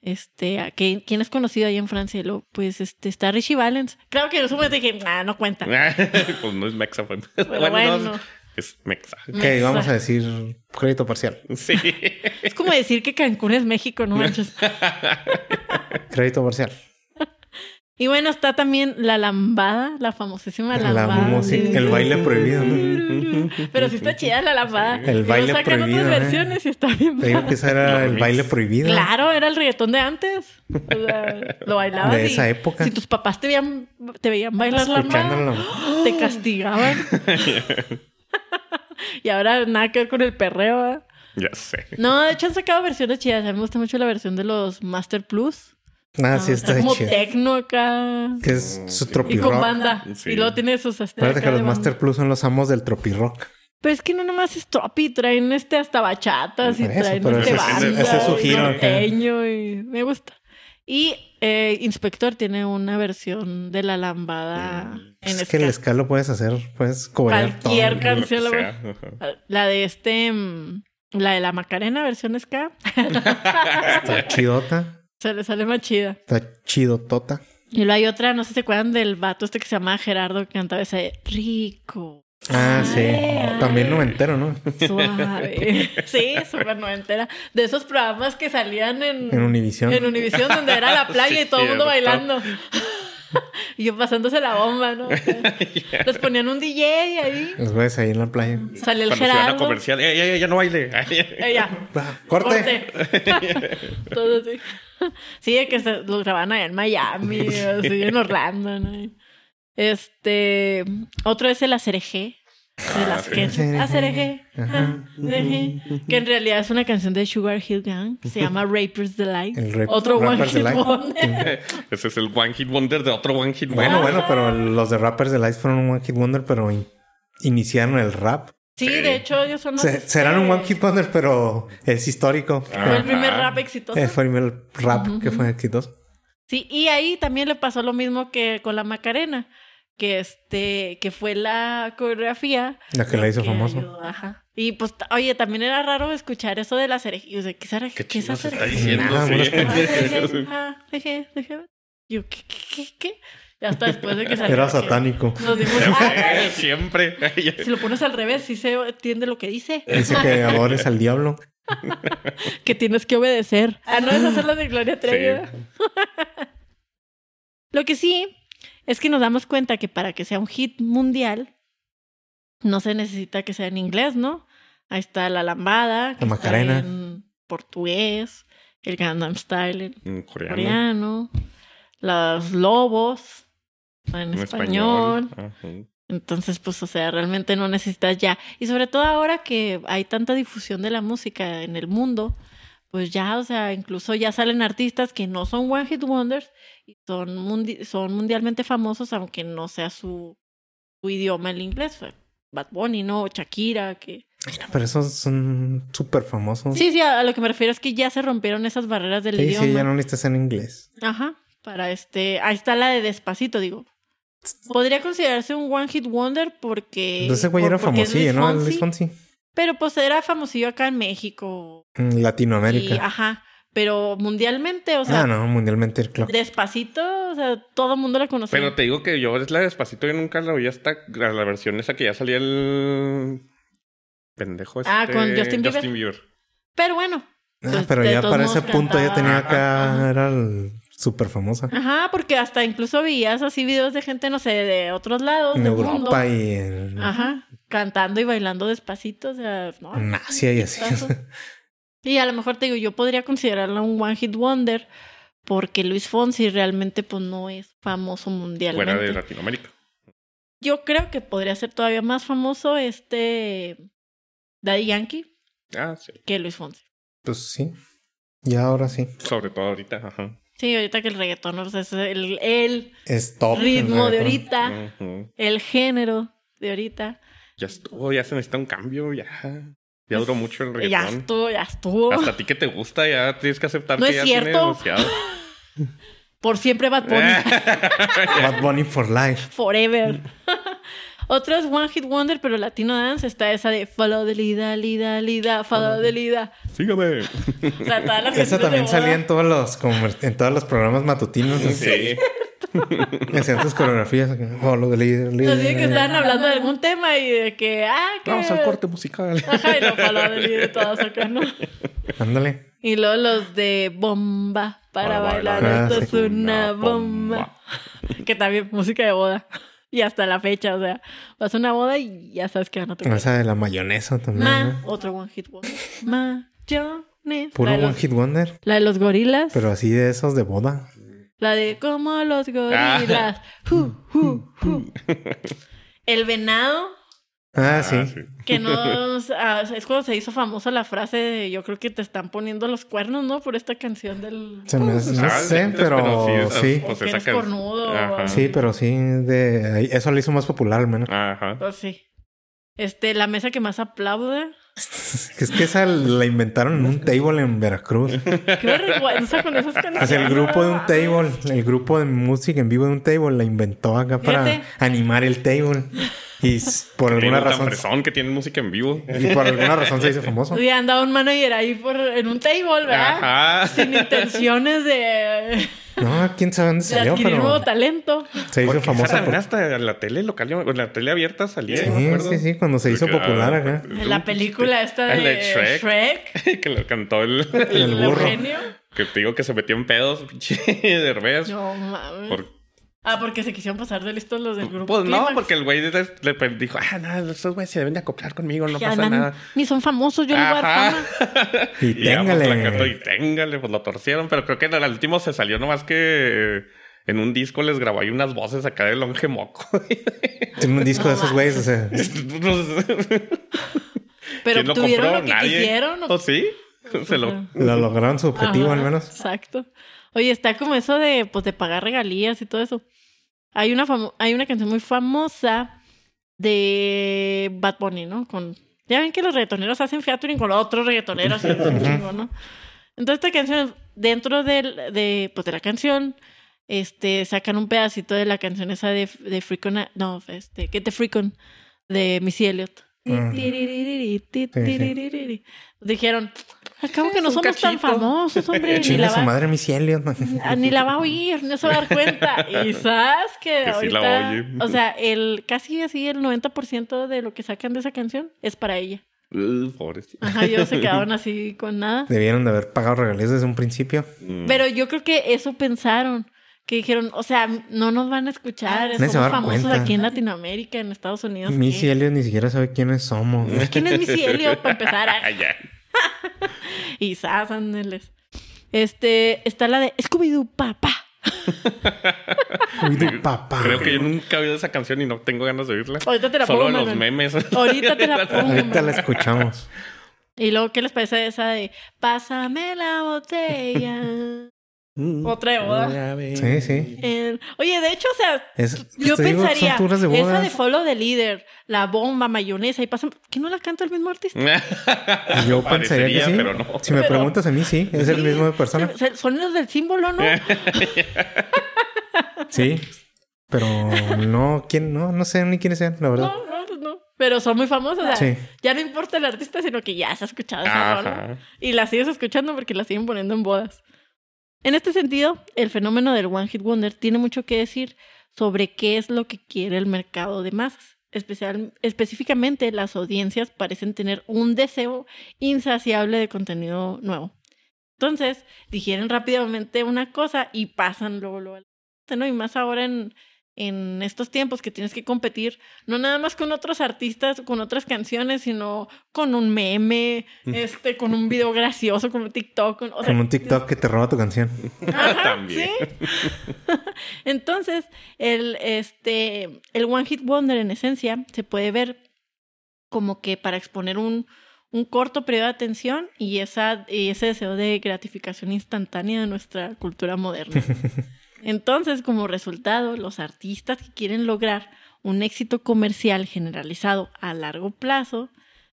Speaker 1: Este, ¿a qué- ¿quién es conocido ahí en Francia? Y luego, pues este, está Richie Valens. Claro que en su momento dije, ah, no cuenta.
Speaker 3: [LAUGHS] pues no es mexa. pues.
Speaker 1: Pero
Speaker 3: Bueno, no,
Speaker 1: bueno.
Speaker 3: es mexa.
Speaker 2: Que vamos a decir crédito parcial.
Speaker 3: Sí.
Speaker 1: Es como decir que Cancún es México,
Speaker 2: [LAUGHS]
Speaker 1: no manches.
Speaker 2: Crédito parcial.
Speaker 1: Y bueno, está también la lambada, la famosísima
Speaker 2: La
Speaker 1: lambada.
Speaker 2: música, el baile prohibido, ¿no?
Speaker 1: [LAUGHS] Pero sí está chida la lambada.
Speaker 2: El
Speaker 1: Y luego
Speaker 2: baile
Speaker 1: sacan
Speaker 2: prohibido,
Speaker 1: otras
Speaker 2: ¿eh?
Speaker 1: versiones y está bien.
Speaker 2: Te digo
Speaker 1: padre.
Speaker 2: que ese era el baile prohibido.
Speaker 1: Claro, era el reggaetón de antes. O sea, lo bailabas.
Speaker 2: De
Speaker 1: y
Speaker 2: esa época.
Speaker 1: Si tus papás te veían, te veían bailar
Speaker 2: Escuchándolo.
Speaker 1: lambada, te castigaban. [LAUGHS] y ahora nada que ver con el perreo. ¿eh?
Speaker 3: Ya sé.
Speaker 1: No, de hecho han sacado versiones chidas. A mí me gusta mucho la versión de los Master Plus.
Speaker 2: Ah, sí, está
Speaker 1: como
Speaker 2: chido.
Speaker 1: tecno acá.
Speaker 2: Que es su
Speaker 1: Y con
Speaker 2: tropirock.
Speaker 1: banda.
Speaker 3: Sí.
Speaker 1: Y luego tiene sus hasta
Speaker 2: Acuérdate
Speaker 1: acá
Speaker 2: que los
Speaker 1: de banda.
Speaker 2: Master Plus son los amos del tropirock.
Speaker 1: Pero es que no nomás es tropi, traen este hasta bachatas y
Speaker 2: Por eso,
Speaker 1: traen
Speaker 2: pero
Speaker 1: este
Speaker 3: ese es-
Speaker 1: banda
Speaker 3: ese es su
Speaker 1: y
Speaker 3: giro,
Speaker 1: norteño y me gusta. Y eh, Inspector tiene una versión de la lambada en
Speaker 2: Mm. Es que el
Speaker 1: ska.
Speaker 2: ska lo puedes hacer, puedes cobrar todo.
Speaker 1: Cualquier
Speaker 2: ¿no?
Speaker 1: canción la,
Speaker 3: Lo que
Speaker 1: voy-
Speaker 3: sea, ajá.
Speaker 1: la de este mm, la de la Macarena versión ska [LAUGHS]
Speaker 2: Está chidota,
Speaker 1: se le sale más chida.
Speaker 2: está chidotota.
Speaker 1: Y luego hay otra, no sé si se acuerdan del vato este que se llama Gerardo que cantaba esa de rico.
Speaker 2: Ah, sí.
Speaker 1: Ay,
Speaker 2: También
Speaker 1: ay.
Speaker 2: noventero, ¿no?
Speaker 3: [LAUGHS]
Speaker 1: Suave. Sí, súper noventera. De esos programas que salían en,
Speaker 2: En Univisión.
Speaker 1: En Univisión, donde era la playa y
Speaker 3: Sí,
Speaker 1: todo el mundo
Speaker 3: cierto.
Speaker 1: bailando.
Speaker 3: [LAUGHS]
Speaker 1: y yo pasándose la bomba, ¿no? Les ponían un DJ y ahí.
Speaker 2: Los ves ahí en la playa.
Speaker 1: Sale el
Speaker 3: Cuando se van a
Speaker 1: Gerardo.
Speaker 3: comercial. ¡Ey, ey, ey, ya no baile!
Speaker 1: Eh, ya.
Speaker 2: Ah, ¡Corte!
Speaker 1: Corte. todo así. Sí, de que se lo grababan allá en Miami, así en Orlando, ¿no? Este. Otro es el Acereje. De las
Speaker 3: sí.
Speaker 1: que Acereje.
Speaker 2: Ajá.
Speaker 1: Acereje, Que en realidad es una canción de Sugar Hill Gang. Se llama Rapper's Delight.
Speaker 2: El rap-
Speaker 1: Otro One
Speaker 2: Rapper's
Speaker 1: Hit
Speaker 2: Delight.
Speaker 1: Wonder.
Speaker 3: Ese es el One Hit Wonder de otro One Hit Wonder.
Speaker 2: Bueno,
Speaker 1: Ah.
Speaker 2: bueno, pero los de Rappers de Lights fueron un One Hit Wonder, pero in- iniciaron el rap.
Speaker 1: Sí, de hecho, ellos son los.
Speaker 2: Se- serán un
Speaker 1: este,
Speaker 2: One Hit Wonder, pero es histórico.
Speaker 1: Fue el primer
Speaker 3: Ajá.
Speaker 1: rap exitoso.
Speaker 2: Eh, Fue el primer rap que fue exitoso.
Speaker 1: Sí, y ahí también le pasó lo mismo que con la Macarena, que este, que fue la coreografía.
Speaker 2: La que la hizo
Speaker 1: que
Speaker 2: famoso.
Speaker 1: ayudó, ajá. Y pues, t- oye, también era raro escuchar eso de las herejías. O sea, ¿qué, es are-
Speaker 3: ¿Qué
Speaker 1: qué es
Speaker 3: chingos
Speaker 1: hacer?
Speaker 3: está diciendo?
Speaker 2: Nada,
Speaker 3: Sí.
Speaker 2: unos
Speaker 3: [LAUGHS]
Speaker 1: Yo, ¿qué, qué, qué, qué? Y hasta después de que salió.
Speaker 2: Era
Speaker 1: que
Speaker 2: satánico.
Speaker 1: Nos dimos,
Speaker 3: Siempre,
Speaker 1: "Ah,
Speaker 3: Siempre.
Speaker 1: si lo pones al revés, sí se entiende lo que dice.
Speaker 2: Dice
Speaker 1: [LAUGHS]
Speaker 2: que adores al diablo.
Speaker 1: que tienes que obedecer. Ah, no es hacer la de Gloria Trevi. ¿verdad? Lo que sí es que nos damos cuenta que para que sea un hit mundial, no se necesita que sea en inglés, ¿no? Ahí está la lambada, que
Speaker 2: La
Speaker 1: está
Speaker 2: Macarena.
Speaker 1: en portugués, el Gangnam Style en
Speaker 3: En coreano.
Speaker 1: coreano, los lobos en,
Speaker 3: En
Speaker 1: español.
Speaker 3: español. Ajá.
Speaker 1: Entonces, pues, o sea, realmente no necesitas ya. Y sobre todo ahora que hay tanta difusión de la música en el mundo, pues ya, o sea, incluso ya salen artistas que no son One Hit Wonders y son, mundi- son mundialmente famosos, aunque no sea su, su idioma el inglés. Fue Bad Bunny, ¿no? O Shakira, que...
Speaker 2: Pero esos son súper famosos.
Speaker 1: Sí, sí, a, a lo que me refiero es que ya se rompieron esas barreras del
Speaker 2: Sí,
Speaker 1: idioma.
Speaker 2: sí, ya no necesitas en inglés.
Speaker 1: Ajá, para este... Ahí está la de Despacito, digo. Podría considerarse un One Hit Wonder porque...
Speaker 2: Entonces ese güey
Speaker 1: por-
Speaker 2: era
Speaker 1: porque es
Speaker 2: famosillo,
Speaker 1: Luis
Speaker 2: ¿no?
Speaker 1: Fonsi.
Speaker 2: Luis Fonsi.
Speaker 1: Pero pues era famosillo acá en México.
Speaker 2: En
Speaker 1: Y,
Speaker 2: Latinoamérica.
Speaker 1: ajá. Pero mundialmente, o sea,
Speaker 2: ah, no, mundialmente, claro.
Speaker 1: despacito, o sea, todo el mundo la conocía.
Speaker 3: Pero te digo que yo es la de despacito y nunca la oí hasta la, la versión esa que ya salía el pendejo este,
Speaker 1: Ah, con Justin Bieber.
Speaker 3: Justin Bieber.
Speaker 1: Pero bueno.
Speaker 2: Ah,
Speaker 1: pues,
Speaker 2: pero
Speaker 1: de
Speaker 2: ya
Speaker 1: todos
Speaker 2: para
Speaker 1: modos
Speaker 2: ese punto ya
Speaker 1: cantaba.
Speaker 2: tenía acá,
Speaker 1: Ajá.
Speaker 2: era el- súper famosa.
Speaker 1: Ajá, porque hasta incluso veías así videos de gente, no sé, de otros lados
Speaker 2: En
Speaker 1: del mundo.
Speaker 2: Europa y en,
Speaker 1: Ajá. Cantando y bailando despacito, o sea, no.
Speaker 2: en Asia y así.
Speaker 1: Exitazo.
Speaker 2: [LAUGHS]
Speaker 1: Y a lo mejor te digo, yo podría considerarla un one hit wonder porque Luis Fonsi realmente pues no es famoso mundialmente.
Speaker 3: Fuera de Latinoamérica.
Speaker 1: Yo creo que podría ser todavía más famoso este Daddy Yankee
Speaker 3: Ah, sí.
Speaker 1: que Luis Fonsi.
Speaker 2: Pues sí. Ya ahora sí.
Speaker 3: Sobre todo ahorita. Ajá.
Speaker 1: Sí, ahorita que el reggaetón, ¿no? O sea, es el, el
Speaker 2: Es top. Oh, pues, el
Speaker 1: ritmo de
Speaker 2: reggaetón.
Speaker 3: Eh.
Speaker 1: ahorita,
Speaker 3: Ujú.
Speaker 1: el género de ahorita.
Speaker 3: Ya estuvo, ya se necesita un cambio, ya. Ya duró mucho el
Speaker 1: eh, Ya
Speaker 3: reggaetón.
Speaker 1: estuvo, ya estuvo.
Speaker 3: Hasta a ti que te gusta, ya tienes que aceptar
Speaker 1: No
Speaker 3: que
Speaker 1: es
Speaker 3: ya tiene
Speaker 1: cierto.
Speaker 3: demasiado.
Speaker 1: Por siempre Bad Bunny.
Speaker 3: Eh.
Speaker 2: Bad Bunny for life.
Speaker 1: [LAUGHS] Forever. [LAUGHS] Otro es One Hit Wonder, pero Latino Dance. Está esa de Follow the Lida, Lida, Lida, Follow the Lida.
Speaker 3: Sígame.
Speaker 1: O sea, todas las
Speaker 2: Esa
Speaker 1: canciones de
Speaker 2: también
Speaker 1: moda.
Speaker 2: salía en todos los, comer- en todos los programas matutinos.
Speaker 3: Sí.
Speaker 2: Hacían sus coreografías. Follow the leader, leader.
Speaker 1: Así que estaban hablando de algún tema y de que, ah, que.
Speaker 3: Vamos al corte musical.
Speaker 1: Ajá, y lo Follow the Lida, todas acá, ¿no?
Speaker 2: Ándale.
Speaker 1: Y luego los de Bomba [LAUGHS] para
Speaker 3: Para Ah,
Speaker 1: bailar.
Speaker 2: bailar
Speaker 1: Esto
Speaker 2: es
Speaker 1: es una
Speaker 3: pues,
Speaker 1: bomba. Que también música de boda. Y hasta la fecha, o sea, vas a una boda y ya sabes que van a tocar.
Speaker 2: Esa de la mayonesa también.
Speaker 1: Ma,
Speaker 2: ¿no?
Speaker 1: otro One Hit Wonder. Mayones.
Speaker 2: Puro
Speaker 1: La de
Speaker 2: One
Speaker 1: los-
Speaker 2: Hit Wonder.
Speaker 1: La de los gorilas.
Speaker 2: Pero así de esos de boda.
Speaker 1: La de como los gorilas. Ju, ju, ju. El venado,
Speaker 2: Ah,
Speaker 3: Ah,
Speaker 2: sí.
Speaker 3: [LAUGHS]
Speaker 1: que nos. ah, es cuando se hizo famosa la frase de yo creo que te están poniendo los cuernos, ¿no? Por esta canción del.
Speaker 2: Se me- no
Speaker 3: Ah,
Speaker 2: sé,
Speaker 3: sí,
Speaker 2: pero
Speaker 3: es-
Speaker 2: sí.
Speaker 1: O que eres
Speaker 3: pues can-
Speaker 1: cornudo,
Speaker 3: Ajá.
Speaker 1: o-
Speaker 2: Sí, pero sí. De, ahí- eso le hizo más popular al menos.
Speaker 3: Ajá.
Speaker 1: Pues sí. Este, la mesa que más aplaude.
Speaker 2: Es que esa la inventaron en un table en Veracruz.
Speaker 1: Qué vergüenza con
Speaker 2: [LAUGHS]
Speaker 1: esas canciones.
Speaker 2: Es el grupo de un table, el grupo de música en vivo de un table la inventó acá para
Speaker 1: Fíjate.
Speaker 2: animar el table. Y s- por
Speaker 3: Tiene
Speaker 2: alguna
Speaker 3: un
Speaker 2: razón
Speaker 3: fresón que tiene música en vivo.
Speaker 2: y por alguna razón se hizo famoso.
Speaker 1: Y andaba un manager ahí por, en un table, ¿verdad?
Speaker 3: Ajá.
Speaker 1: Sin intenciones de,
Speaker 2: No, quién sabe dónde
Speaker 1: de
Speaker 2: salió,
Speaker 1: adquirir nuevo
Speaker 2: pero
Speaker 1: talento.
Speaker 2: se hizo
Speaker 3: Porque esa
Speaker 2: famosa
Speaker 3: también
Speaker 2: por
Speaker 3: hasta la tele local, yo- en la tele abierta salía.
Speaker 2: Sí,
Speaker 3: yo me acuerdo.
Speaker 2: sí, sí, cuando se hizo
Speaker 3: Porque,
Speaker 2: popular
Speaker 3: ah,
Speaker 2: acá.
Speaker 1: En la película esta de,
Speaker 3: El de Shrek.
Speaker 1: Shrek.
Speaker 3: [LAUGHS] que lo cantó el,
Speaker 2: El
Speaker 1: [LAUGHS] El
Speaker 2: burro.
Speaker 1: genio.
Speaker 3: que te digo que se metió en pedos, [LAUGHS] pinche Derbez.
Speaker 1: No mames.
Speaker 3: Por-
Speaker 1: Ah, porque se quisieron pasar de listos los del grupo.
Speaker 3: pues no,
Speaker 1: Clímax.
Speaker 3: porque el güey de- le le dijo, ah, no, esos güeyes se deben de acoplar conmigo, no
Speaker 1: Ya
Speaker 3: pasa
Speaker 1: andan-
Speaker 3: nada.
Speaker 1: Ni son famosos, yo no voy a dar fama.
Speaker 2: Y
Speaker 3: ya, pues, la cantó y
Speaker 2: téngale.
Speaker 3: téngale, pues lo torcieron, pero creo que en el último se salió nomás que eh, en un disco les grabó ahí unas voces acá de longe moco. [LAUGHS]
Speaker 2: Tiene un disco de esos güeyes, o sea,
Speaker 1: Pero
Speaker 3: ¿Quién lo
Speaker 1: tuvieron
Speaker 3: compró?
Speaker 1: lo que
Speaker 3: Nadie.
Speaker 1: quisieron. o-
Speaker 3: Pues sí, se lo...
Speaker 2: lo lograron su objetivo
Speaker 1: Ajá,
Speaker 2: al menos.
Speaker 1: Exacto. Oye, está como eso de, pues, de pagar regalías y todo eso. Hay una, famo- hay una canción muy famosa de Bad Bunny, ¿no? Con, ya ven que los reggaetoneros hacen featuring con otros reggaetoneros. y un chingo, ¿no? Entonces, esta canción, dentro del- de, pues, de la canción, este, sacan un pedacito de la canción esa de, de Freak On, no, este, Get the Freak On, de Missy Elliott.
Speaker 2: Ah.
Speaker 1: Tiririri, ti-
Speaker 2: Sí, sí.
Speaker 1: tiririri. Dijeron, acabo que no
Speaker 3: Es un
Speaker 1: somos tan
Speaker 3: cachito.
Speaker 1: famosos, hombre.
Speaker 2: [LAUGHS]
Speaker 1: ni,
Speaker 2: Chinga
Speaker 1: la
Speaker 2: su
Speaker 1: va,
Speaker 2: madre, mi cielo. ¿no?
Speaker 1: ah, ni la va a oír, no se va a dar
Speaker 3: [LAUGHS]
Speaker 1: cuenta. Y sabes que,
Speaker 3: Que sí la
Speaker 1: ahorita,
Speaker 3: oye.
Speaker 1: o sea, el, casi así el 90% de lo que sacan de esa canción es para ella.
Speaker 3: Uh, pobrecito.
Speaker 1: Ajá, ellos se quedaron así con nada.
Speaker 2: Debieron de haber pagado regalías desde un principio.
Speaker 3: Mm.
Speaker 1: Pero yo creo que eso pensaron. Que dijeron, o sea, no nos van a escuchar.
Speaker 2: Nadie
Speaker 1: Somos
Speaker 2: se va a dar
Speaker 1: famosos
Speaker 2: cuenta.
Speaker 1: aquí en Latinoamérica, en Estados Unidos.
Speaker 2: Mi
Speaker 1: ¿qué?
Speaker 2: cielo ni siquiera sabe quiénes
Speaker 3: [LAUGHS]
Speaker 2: somos.
Speaker 1: ¿Quién es Missy Elliott para empezar?
Speaker 3: Ah, ya.
Speaker 1: Y zas, ándeles. Este, está la de Scooby-Doo, papá.
Speaker 2: Uy, tu papá.
Speaker 3: Creo que yo nunca he oído esa canción y no tengo ganas de oírla.
Speaker 1: Ahorita te la
Speaker 3: Solo
Speaker 1: pongo,
Speaker 3: en los
Speaker 1: Manuel.
Speaker 3: memes. [LAUGHS]
Speaker 1: Ahorita te la pongo.
Speaker 2: [LAUGHS] Ahorita la escuchamos.
Speaker 1: Y luego, ¿qué les parece esa de Pásame la
Speaker 2: [LAUGHS]
Speaker 1: botella? Otra de boda. Eh.
Speaker 2: Sí, sí.
Speaker 1: El- Oye, de hecho, o sea, yo
Speaker 2: Es- Pues te digo, son
Speaker 1: pensaría,
Speaker 2: puras de
Speaker 1: esa
Speaker 2: bodas.
Speaker 1: de Follow the Leader, la bomba, mayonesa y pásame... ¿Que no la canta el mismo artista?
Speaker 2: Yo pensaría que sí.
Speaker 3: Pero no.
Speaker 2: Si me
Speaker 1: Pero-
Speaker 2: preguntas a mí, sí. Es el mismo
Speaker 1: [LAUGHS]
Speaker 2: de persona.
Speaker 1: O sea, Son los del símbolo, ¿no?
Speaker 2: Sí. Pero no, quién, no, no sé ni quiénes sean, la verdad.
Speaker 1: No, no, no. Pero son muy famosos. o sea,
Speaker 2: Sí.
Speaker 1: Ya no importa el artista, sino que ya se ha escuchado esa rola.
Speaker 3: Ajá.
Speaker 1: Y la sigues escuchando porque la siguen poniendo en bodas. En este sentido, el fenómeno del One Hit Wonder tiene mucho que decir sobre qué es lo que quiere el mercado de masas. Especial, específicamente, las audiencias parecen tener un deseo insaciable de contenido nuevo. Entonces, digieren rápidamente una cosa y pasan luego, luego a la otra, ¿no? Y más ahora en, en estos tiempos que tienes que competir, no nada más con otros artistas, con otras canciones, sino con un meme, este, con un video gracioso, con un TikTok. Con, o sea,
Speaker 2: Con un TikTok que te roba tu canción.
Speaker 1: Ajá,
Speaker 3: [LAUGHS] También.
Speaker 1: sí. [LAUGHS] Entonces, el, este, el One Hit Wonder en esencia se puede ver como que para exponer un, un corto periodo de atención y, esa, y ese deseo de gratificación instantánea de nuestra cultura
Speaker 3: [LAUGHS]
Speaker 1: moderna. Entonces, como resultado, los artistas que quieren lograr un éxito comercial generalizado a largo plazo,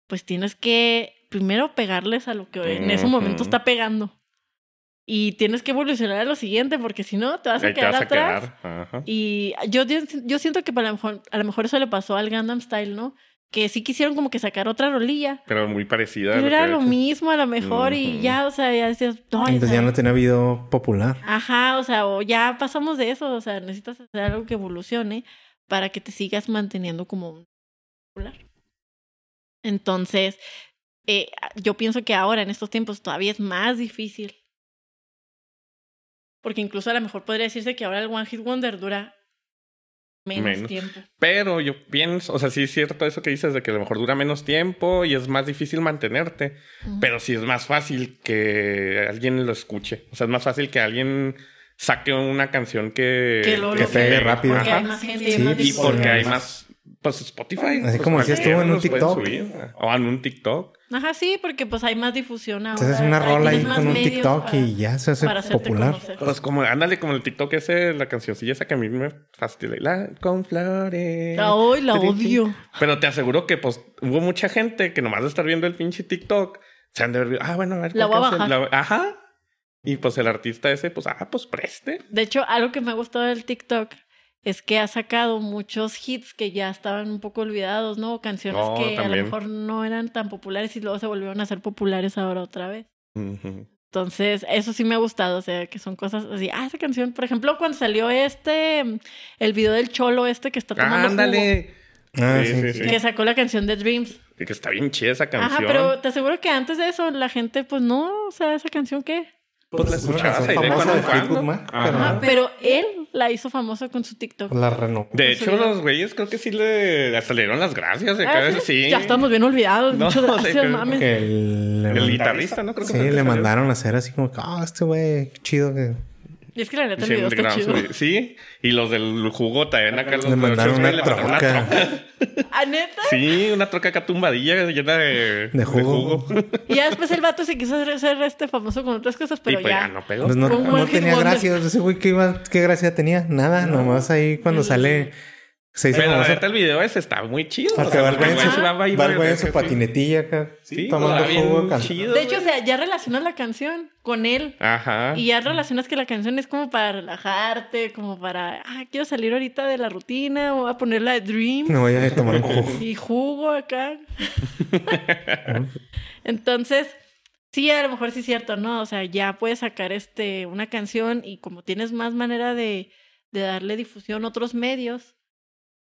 Speaker 1: pues tienes que primero pegarles a lo que en ese momento
Speaker 3: Ujú.
Speaker 1: está pegando. Y tienes que evolucionar a lo siguiente, porque si no, te vas a
Speaker 3: Ahí te
Speaker 1: quedar
Speaker 3: vas a
Speaker 1: atrás.
Speaker 3: quedar. Ajá.
Speaker 1: Y yo, yo siento que a lo, mejor, a lo mejor eso le pasó al Gundam Style, ¿no? Que sí quisieron como que sacar otra rolilla.
Speaker 3: Pero muy parecida. a
Speaker 1: Pero
Speaker 3: lo
Speaker 1: era
Speaker 3: que-
Speaker 1: lo mismo a lo mejor y
Speaker 3: Ujú.
Speaker 1: ya, o sea, ya decías, no,
Speaker 2: Entonces
Speaker 1: ya-
Speaker 2: Pues ya no tenía video popular.
Speaker 1: Ajá, o sea, o ya pasamos de eso, o sea, necesitas hacer algo que evolucione para que te sigas manteniendo como un popular. Entonces, eh, yo pienso que ahora, en estos tiempos, todavía es más difícil. Porque incluso a lo mejor podría decirse que ahora el One Hit Wonder dura menos,
Speaker 3: Menos.
Speaker 1: tiempo.
Speaker 3: Pero yo pienso, o sea, sí es cierto eso que dices de que a lo mejor dura menos tiempo y es más difícil mantenerte,
Speaker 1: Ujú.
Speaker 3: pero sí es más fácil que alguien lo escuche. O sea, es más fácil que alguien saque una canción que,
Speaker 1: Que lo
Speaker 2: Que pegue
Speaker 3: pegue.
Speaker 2: rápido.
Speaker 1: Porque hay
Speaker 3: Ajá.
Speaker 1: más gente
Speaker 2: Sí,
Speaker 1: más
Speaker 3: Y
Speaker 2: Sí, porque
Speaker 3: porque hay
Speaker 2: además-
Speaker 3: más, pues Spotify.
Speaker 2: Así
Speaker 3: pues,
Speaker 2: como decías tú, en un
Speaker 3: cualquiera los puede
Speaker 2: TikTok.
Speaker 3: subir. O en un TikTok.
Speaker 1: Ajá, sí, porque pues hay más difusión ahora.
Speaker 2: Entonces una
Speaker 1: hay-
Speaker 2: rola ahí
Speaker 1: tienes más
Speaker 2: con un
Speaker 1: medios
Speaker 2: TikTok
Speaker 1: para-
Speaker 2: y ya se hace
Speaker 1: para hacerte
Speaker 2: popular.
Speaker 1: conocer.
Speaker 3: Pues como, ándale, como el TikTok ese, la cancioncilla esa que a mí me fastidia. La con flores.
Speaker 1: Ay, la odio.
Speaker 3: Pero te aseguro que pues hubo mucha gente que nomás de estar viendo el pinche TikTok se han de ver, ah, bueno, a ver.
Speaker 1: La
Speaker 3: ¿cuál
Speaker 1: voy a
Speaker 3: canción? La- Ajá. Y pues el artista ese, pues, ah, pues preste.
Speaker 1: De hecho, algo que me ha gustado del TikTok es que ha sacado muchos hits que ya estaban un poco olvidados, ¿no? O Canciones
Speaker 3: No,
Speaker 1: que a lo
Speaker 3: también.
Speaker 1: mejor no eran tan populares y luego se volvieron a ser populares ahora otra vez.
Speaker 3: Ujú.
Speaker 1: Entonces, eso sí me ha gustado, o sea, que son cosas así. Ah, esa canción, por ejemplo, cuando salió este, mm, el video del cholo este que está tomando jugo,
Speaker 3: Ándale.
Speaker 2: Ah,
Speaker 3: Sí, sí, sí.
Speaker 1: que sacó la canción de Dreams.
Speaker 3: Y que está bien chida esa canción.
Speaker 1: Ajá, pero te aseguro que antes de eso la gente, pues no, o sea, esa canción qué.
Speaker 3: Pues la
Speaker 2: Es una
Speaker 3: escuchabas
Speaker 2: canción
Speaker 3: ahí de
Speaker 2: famosa
Speaker 3: cuando
Speaker 2: de
Speaker 3: en cuando.
Speaker 2: Fleetwood Mac,
Speaker 3: Ajá.
Speaker 2: pero-
Speaker 1: Pero él la hizo famosa con su TikTok.
Speaker 2: La renovó.
Speaker 3: De
Speaker 1: Pues,
Speaker 3: hecho,
Speaker 1: oye.
Speaker 3: los güeyes creo que sí le hasta le dieron las gracias. de
Speaker 1: Ah,
Speaker 3: cada
Speaker 1: sí,
Speaker 3: vez, sí.
Speaker 1: Ya estamos bien olvidados.
Speaker 3: No, [LAUGHS]
Speaker 1: Muchas
Speaker 3: o sea,
Speaker 1: gracias,
Speaker 3: pero-
Speaker 1: mames.
Speaker 2: Que le
Speaker 3: El
Speaker 2: mandaron-
Speaker 3: guitarrista, ¿no? Creo que
Speaker 2: Sí,
Speaker 3: fue el que
Speaker 2: le
Speaker 3: salió.
Speaker 2: mandaron a hacer así como que, ah, este güey, qué chido que.
Speaker 1: Y es que la neta
Speaker 3: Y
Speaker 1: el
Speaker 3: se
Speaker 1: video está chido.
Speaker 3: grabaron su- Sí, y los del jugo también acá los
Speaker 2: Le
Speaker 3: de
Speaker 2: mandaron
Speaker 3: Ocho
Speaker 2: una
Speaker 3: Reyes le mandaron
Speaker 2: troca.
Speaker 1: ¿A Ah, neta?
Speaker 3: Sí, una troca acá tumbadilla llena de,
Speaker 2: De jugo.
Speaker 1: Y ya después el vato se quiso hacer- hacer este famoso con otras cosas, pero
Speaker 3: y pues ya,
Speaker 1: ya.
Speaker 3: no pegó.
Speaker 2: Pues no,
Speaker 1: Fue un
Speaker 2: no
Speaker 1: buen hit
Speaker 2: tenía
Speaker 1: wonder.
Speaker 2: gracia. Ese güey, ¿qué, iba- ¿qué gracia tenía? Nada, nomás ahí cuando
Speaker 1: Sí.
Speaker 2: sale. Se hizo
Speaker 3: Pero la
Speaker 2: famoso.
Speaker 3: neta, el video ese está muy chido.
Speaker 2: Porque va el güey en
Speaker 1: güey
Speaker 2: su-
Speaker 1: se
Speaker 2: va el güey en su patinetilla acá,
Speaker 3: Sí,
Speaker 2: tomando
Speaker 3: está bien
Speaker 2: jugo acá.
Speaker 3: chido,
Speaker 1: De hecho, o
Speaker 3: güey.
Speaker 1: sea, ya relacionas la canción con él.
Speaker 3: Ajá.
Speaker 1: Y ya relacionas que la canción es como para relajarte, como para, ah, quiero salir ahorita de la rutina, voy a poner la de Dream
Speaker 2: Me voy a tomar un
Speaker 3: [LAUGHS]
Speaker 2: jugo.
Speaker 1: y jugo acá. Entonces, sí, a lo mejor sí es cierto, ¿no? O sea, ya puedes sacar este, una canción y como tienes más manera de, de darle difusión a otros medios,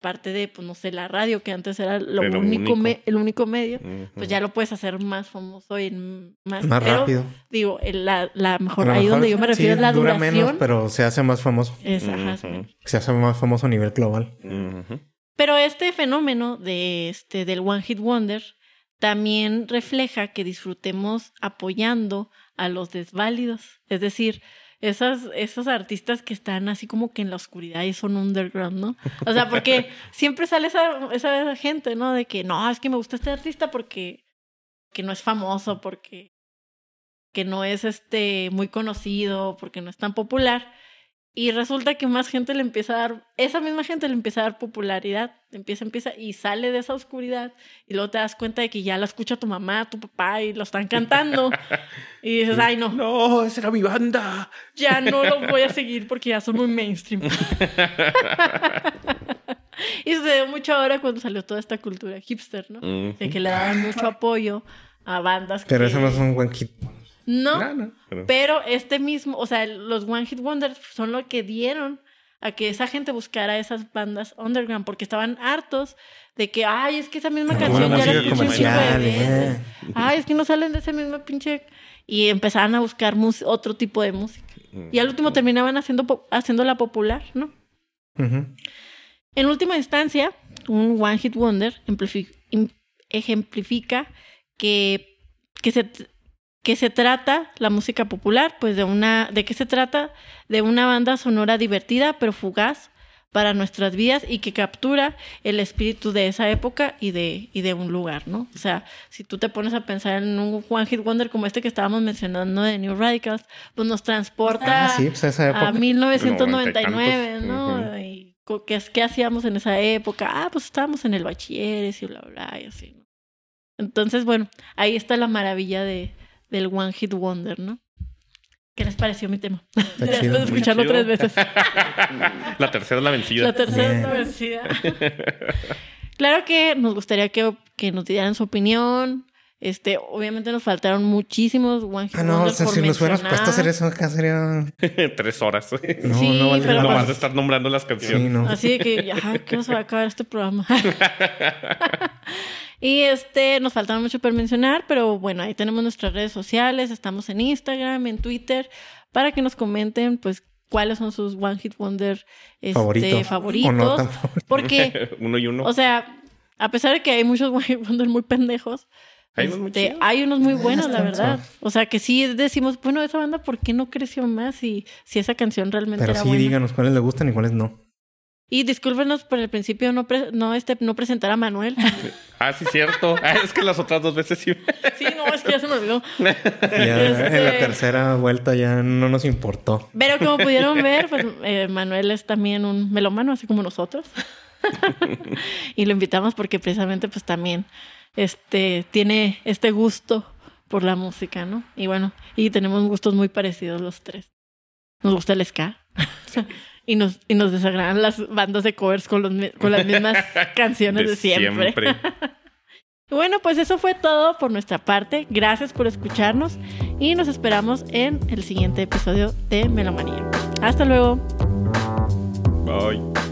Speaker 1: parte de, pues no sé, la radio, que antes era lo
Speaker 3: Era
Speaker 1: único,
Speaker 3: lo único.
Speaker 1: me- el único medio,
Speaker 3: Ujú.
Speaker 1: pues ya lo puedes hacer más famoso y en- más,
Speaker 2: Más
Speaker 1: pero,
Speaker 2: rápido.
Speaker 1: Digo, el- la, la
Speaker 2: A
Speaker 1: mejor,
Speaker 2: lo
Speaker 1: ahí
Speaker 2: mejor
Speaker 1: donde yo me refiero
Speaker 2: sí,
Speaker 1: es la
Speaker 2: dura
Speaker 1: duración.
Speaker 2: menos, pero se hace más famoso.
Speaker 1: Es, ajá, es
Speaker 3: Ujú.
Speaker 1: menos.
Speaker 2: Se hace más famoso a nivel global.
Speaker 3: Ujú.
Speaker 1: Pero este fenómeno de este, del One Hit Wonder también refleja que disfrutemos apoyando a los desválidos. Es decir, esas, esos artistas que están así como que en la oscuridad y son underground, ¿no? O sea, porque siempre sale esa, esa gente, ¿no? De que no, es que me gusta este artista porque que no es famoso, porque que no es este muy conocido, porque no es tan popular. Y resulta que más gente le empieza a dar, esa misma gente le empieza a dar popularidad, empieza, empieza, y sale de esa oscuridad, y luego te das cuenta de que ya la escucha tu mamá, tu papá, y lo están cantando, y dices, ay no,
Speaker 3: No, esa era mi banda.
Speaker 1: ya no lo voy a seguir porque ya son muy mainstream. y sucedió mucho ahora cuando salió toda esta cultura hipster, ¿no? De que le daban mucho apoyo a bandas
Speaker 2: Pero
Speaker 1: que...
Speaker 2: eso no es un buen hit.
Speaker 1: No,
Speaker 3: No, no, pero-
Speaker 1: pero este mismo, o sea, los One Hit Wonder son lo que dieron a que esa gente buscara esas bandas underground porque estaban hartos de que, ay, es que esa misma
Speaker 2: Una
Speaker 1: canción
Speaker 3: buena
Speaker 1: ya la
Speaker 3: música
Speaker 1: escuché un chingo de
Speaker 2: comercial,
Speaker 1: veces.
Speaker 2: eh.
Speaker 1: Ay, es que no salen de ese mismo pinche y empezaban a buscar mus- otro tipo de música. Y al último terminaban haciendo po- haciéndola popular, ¿no?
Speaker 2: Ujú.
Speaker 1: En última instancia, un One Hit Wonder amplifi- im- ejemplifica que, que, se, tr- que se trata la música popular, pues de una, de qué se trata, de una banda sonora divertida pero fugaz, para nuestras vidas y que captura el espíritu de esa época y de, y de un lugar, ¿no? O sea, si tú te pones a pensar en un One Hit Wonder como este que estábamos mencionando de New Radicals, pues nos transporta
Speaker 2: Ah, sí, pues esa época.
Speaker 1: a 1999,
Speaker 3: Noventa y tantos.
Speaker 1: ¿no?
Speaker 3: Ujú.
Speaker 1: Y co- ¿qué, qué hacíamos en esa época? Ah, pues estábamos en el bachilleres y bla, bla, y así, ¿no? Entonces, bueno, ahí está la maravilla de, del One Hit Wonder, ¿no? ¿Qué les pareció mi tema?
Speaker 2: Está
Speaker 1: Después
Speaker 2: chido.
Speaker 1: de escucharlo
Speaker 3: Muy
Speaker 1: tres
Speaker 3: chido.
Speaker 1: veces.
Speaker 3: [LAUGHS] La tercera es la vencida.
Speaker 1: La tercera
Speaker 2: Bien.
Speaker 1: universidad.
Speaker 3: [LAUGHS]
Speaker 1: claro que nos gustaría que, que nos dieran su opinión. Este, obviamente nos faltaron muchísimos One Hit
Speaker 2: Ah, no, o
Speaker 1: Wonders
Speaker 2: sea,
Speaker 1: por
Speaker 2: si nos hubiéramos
Speaker 1: mencionar.
Speaker 2: puesto a hacer eso acá sería...
Speaker 3: [LAUGHS] Tres horas.
Speaker 2: No,
Speaker 1: Sí, pero
Speaker 2: no valdría la
Speaker 1: pues-
Speaker 3: Nomás
Speaker 2: pena.
Speaker 3: de estar nombrando las
Speaker 2: Sí,
Speaker 3: canciones.
Speaker 2: no.
Speaker 1: Así de que, ajá, ¿qué nos va a acabar este programa? y este, nos faltaron mucho por mencionar, pero bueno, ahí tenemos nuestras redes sociales, estamos en Instagram, en Twitter, para que nos comenten, pues, cuáles son sus One Hit Wonder este,
Speaker 2: Favorito.
Speaker 1: favoritos.
Speaker 2: O no tan favorito.
Speaker 1: Porque
Speaker 3: [LAUGHS] Uno y uno.
Speaker 1: O sea, a pesar de que hay muchos One Hit Wonder muy pendejos,
Speaker 3: Hay
Speaker 1: este, hay,
Speaker 3: unos
Speaker 1: unos muy
Speaker 3: muy chidos.
Speaker 1: buenos, la
Speaker 2: Bastantes.
Speaker 1: verdad. O sea, que sí decimos, bueno, esa banda, ¿por qué no creció más si, si esa canción realmente
Speaker 2: Pero
Speaker 1: era
Speaker 2: sí,
Speaker 1: buena?
Speaker 2: díganos cuáles le gustan y cuáles no.
Speaker 1: Y discúlpenos por el principio no, pre- no, este, no presentar a [LAUGHS] Manuel.
Speaker 3: Ah, sí, cierto. Ah, es que las otras dos veces sí.
Speaker 1: sí, no, es que ya se me olvidó. [LAUGHS]
Speaker 2: Ya
Speaker 1: Este-
Speaker 2: en la tercera vuelta ya no nos importó.
Speaker 1: Pero como pudieron ver, pues eh, Manuel es también un melomano, así como [LAUGHS] nosotros. y lo invitamos porque precisamente pues también este, tiene este gusto por la música, ¿no? Y bueno, y tenemos gustos muy parecidos los tres. Nos gusta el ska. [LAUGHS] y, nos, y nos desagradan las bandas de covers con, los mi- con las [LAUGHS] mismas canciones
Speaker 3: [LAUGHS]
Speaker 1: de, siempre. Bueno, pues eso fue todo por nuestra parte. Gracias por escucharnos y nos esperamos en el siguiente episodio de Melomanía. Hasta luego. [LAUGHS]
Speaker 3: Bye.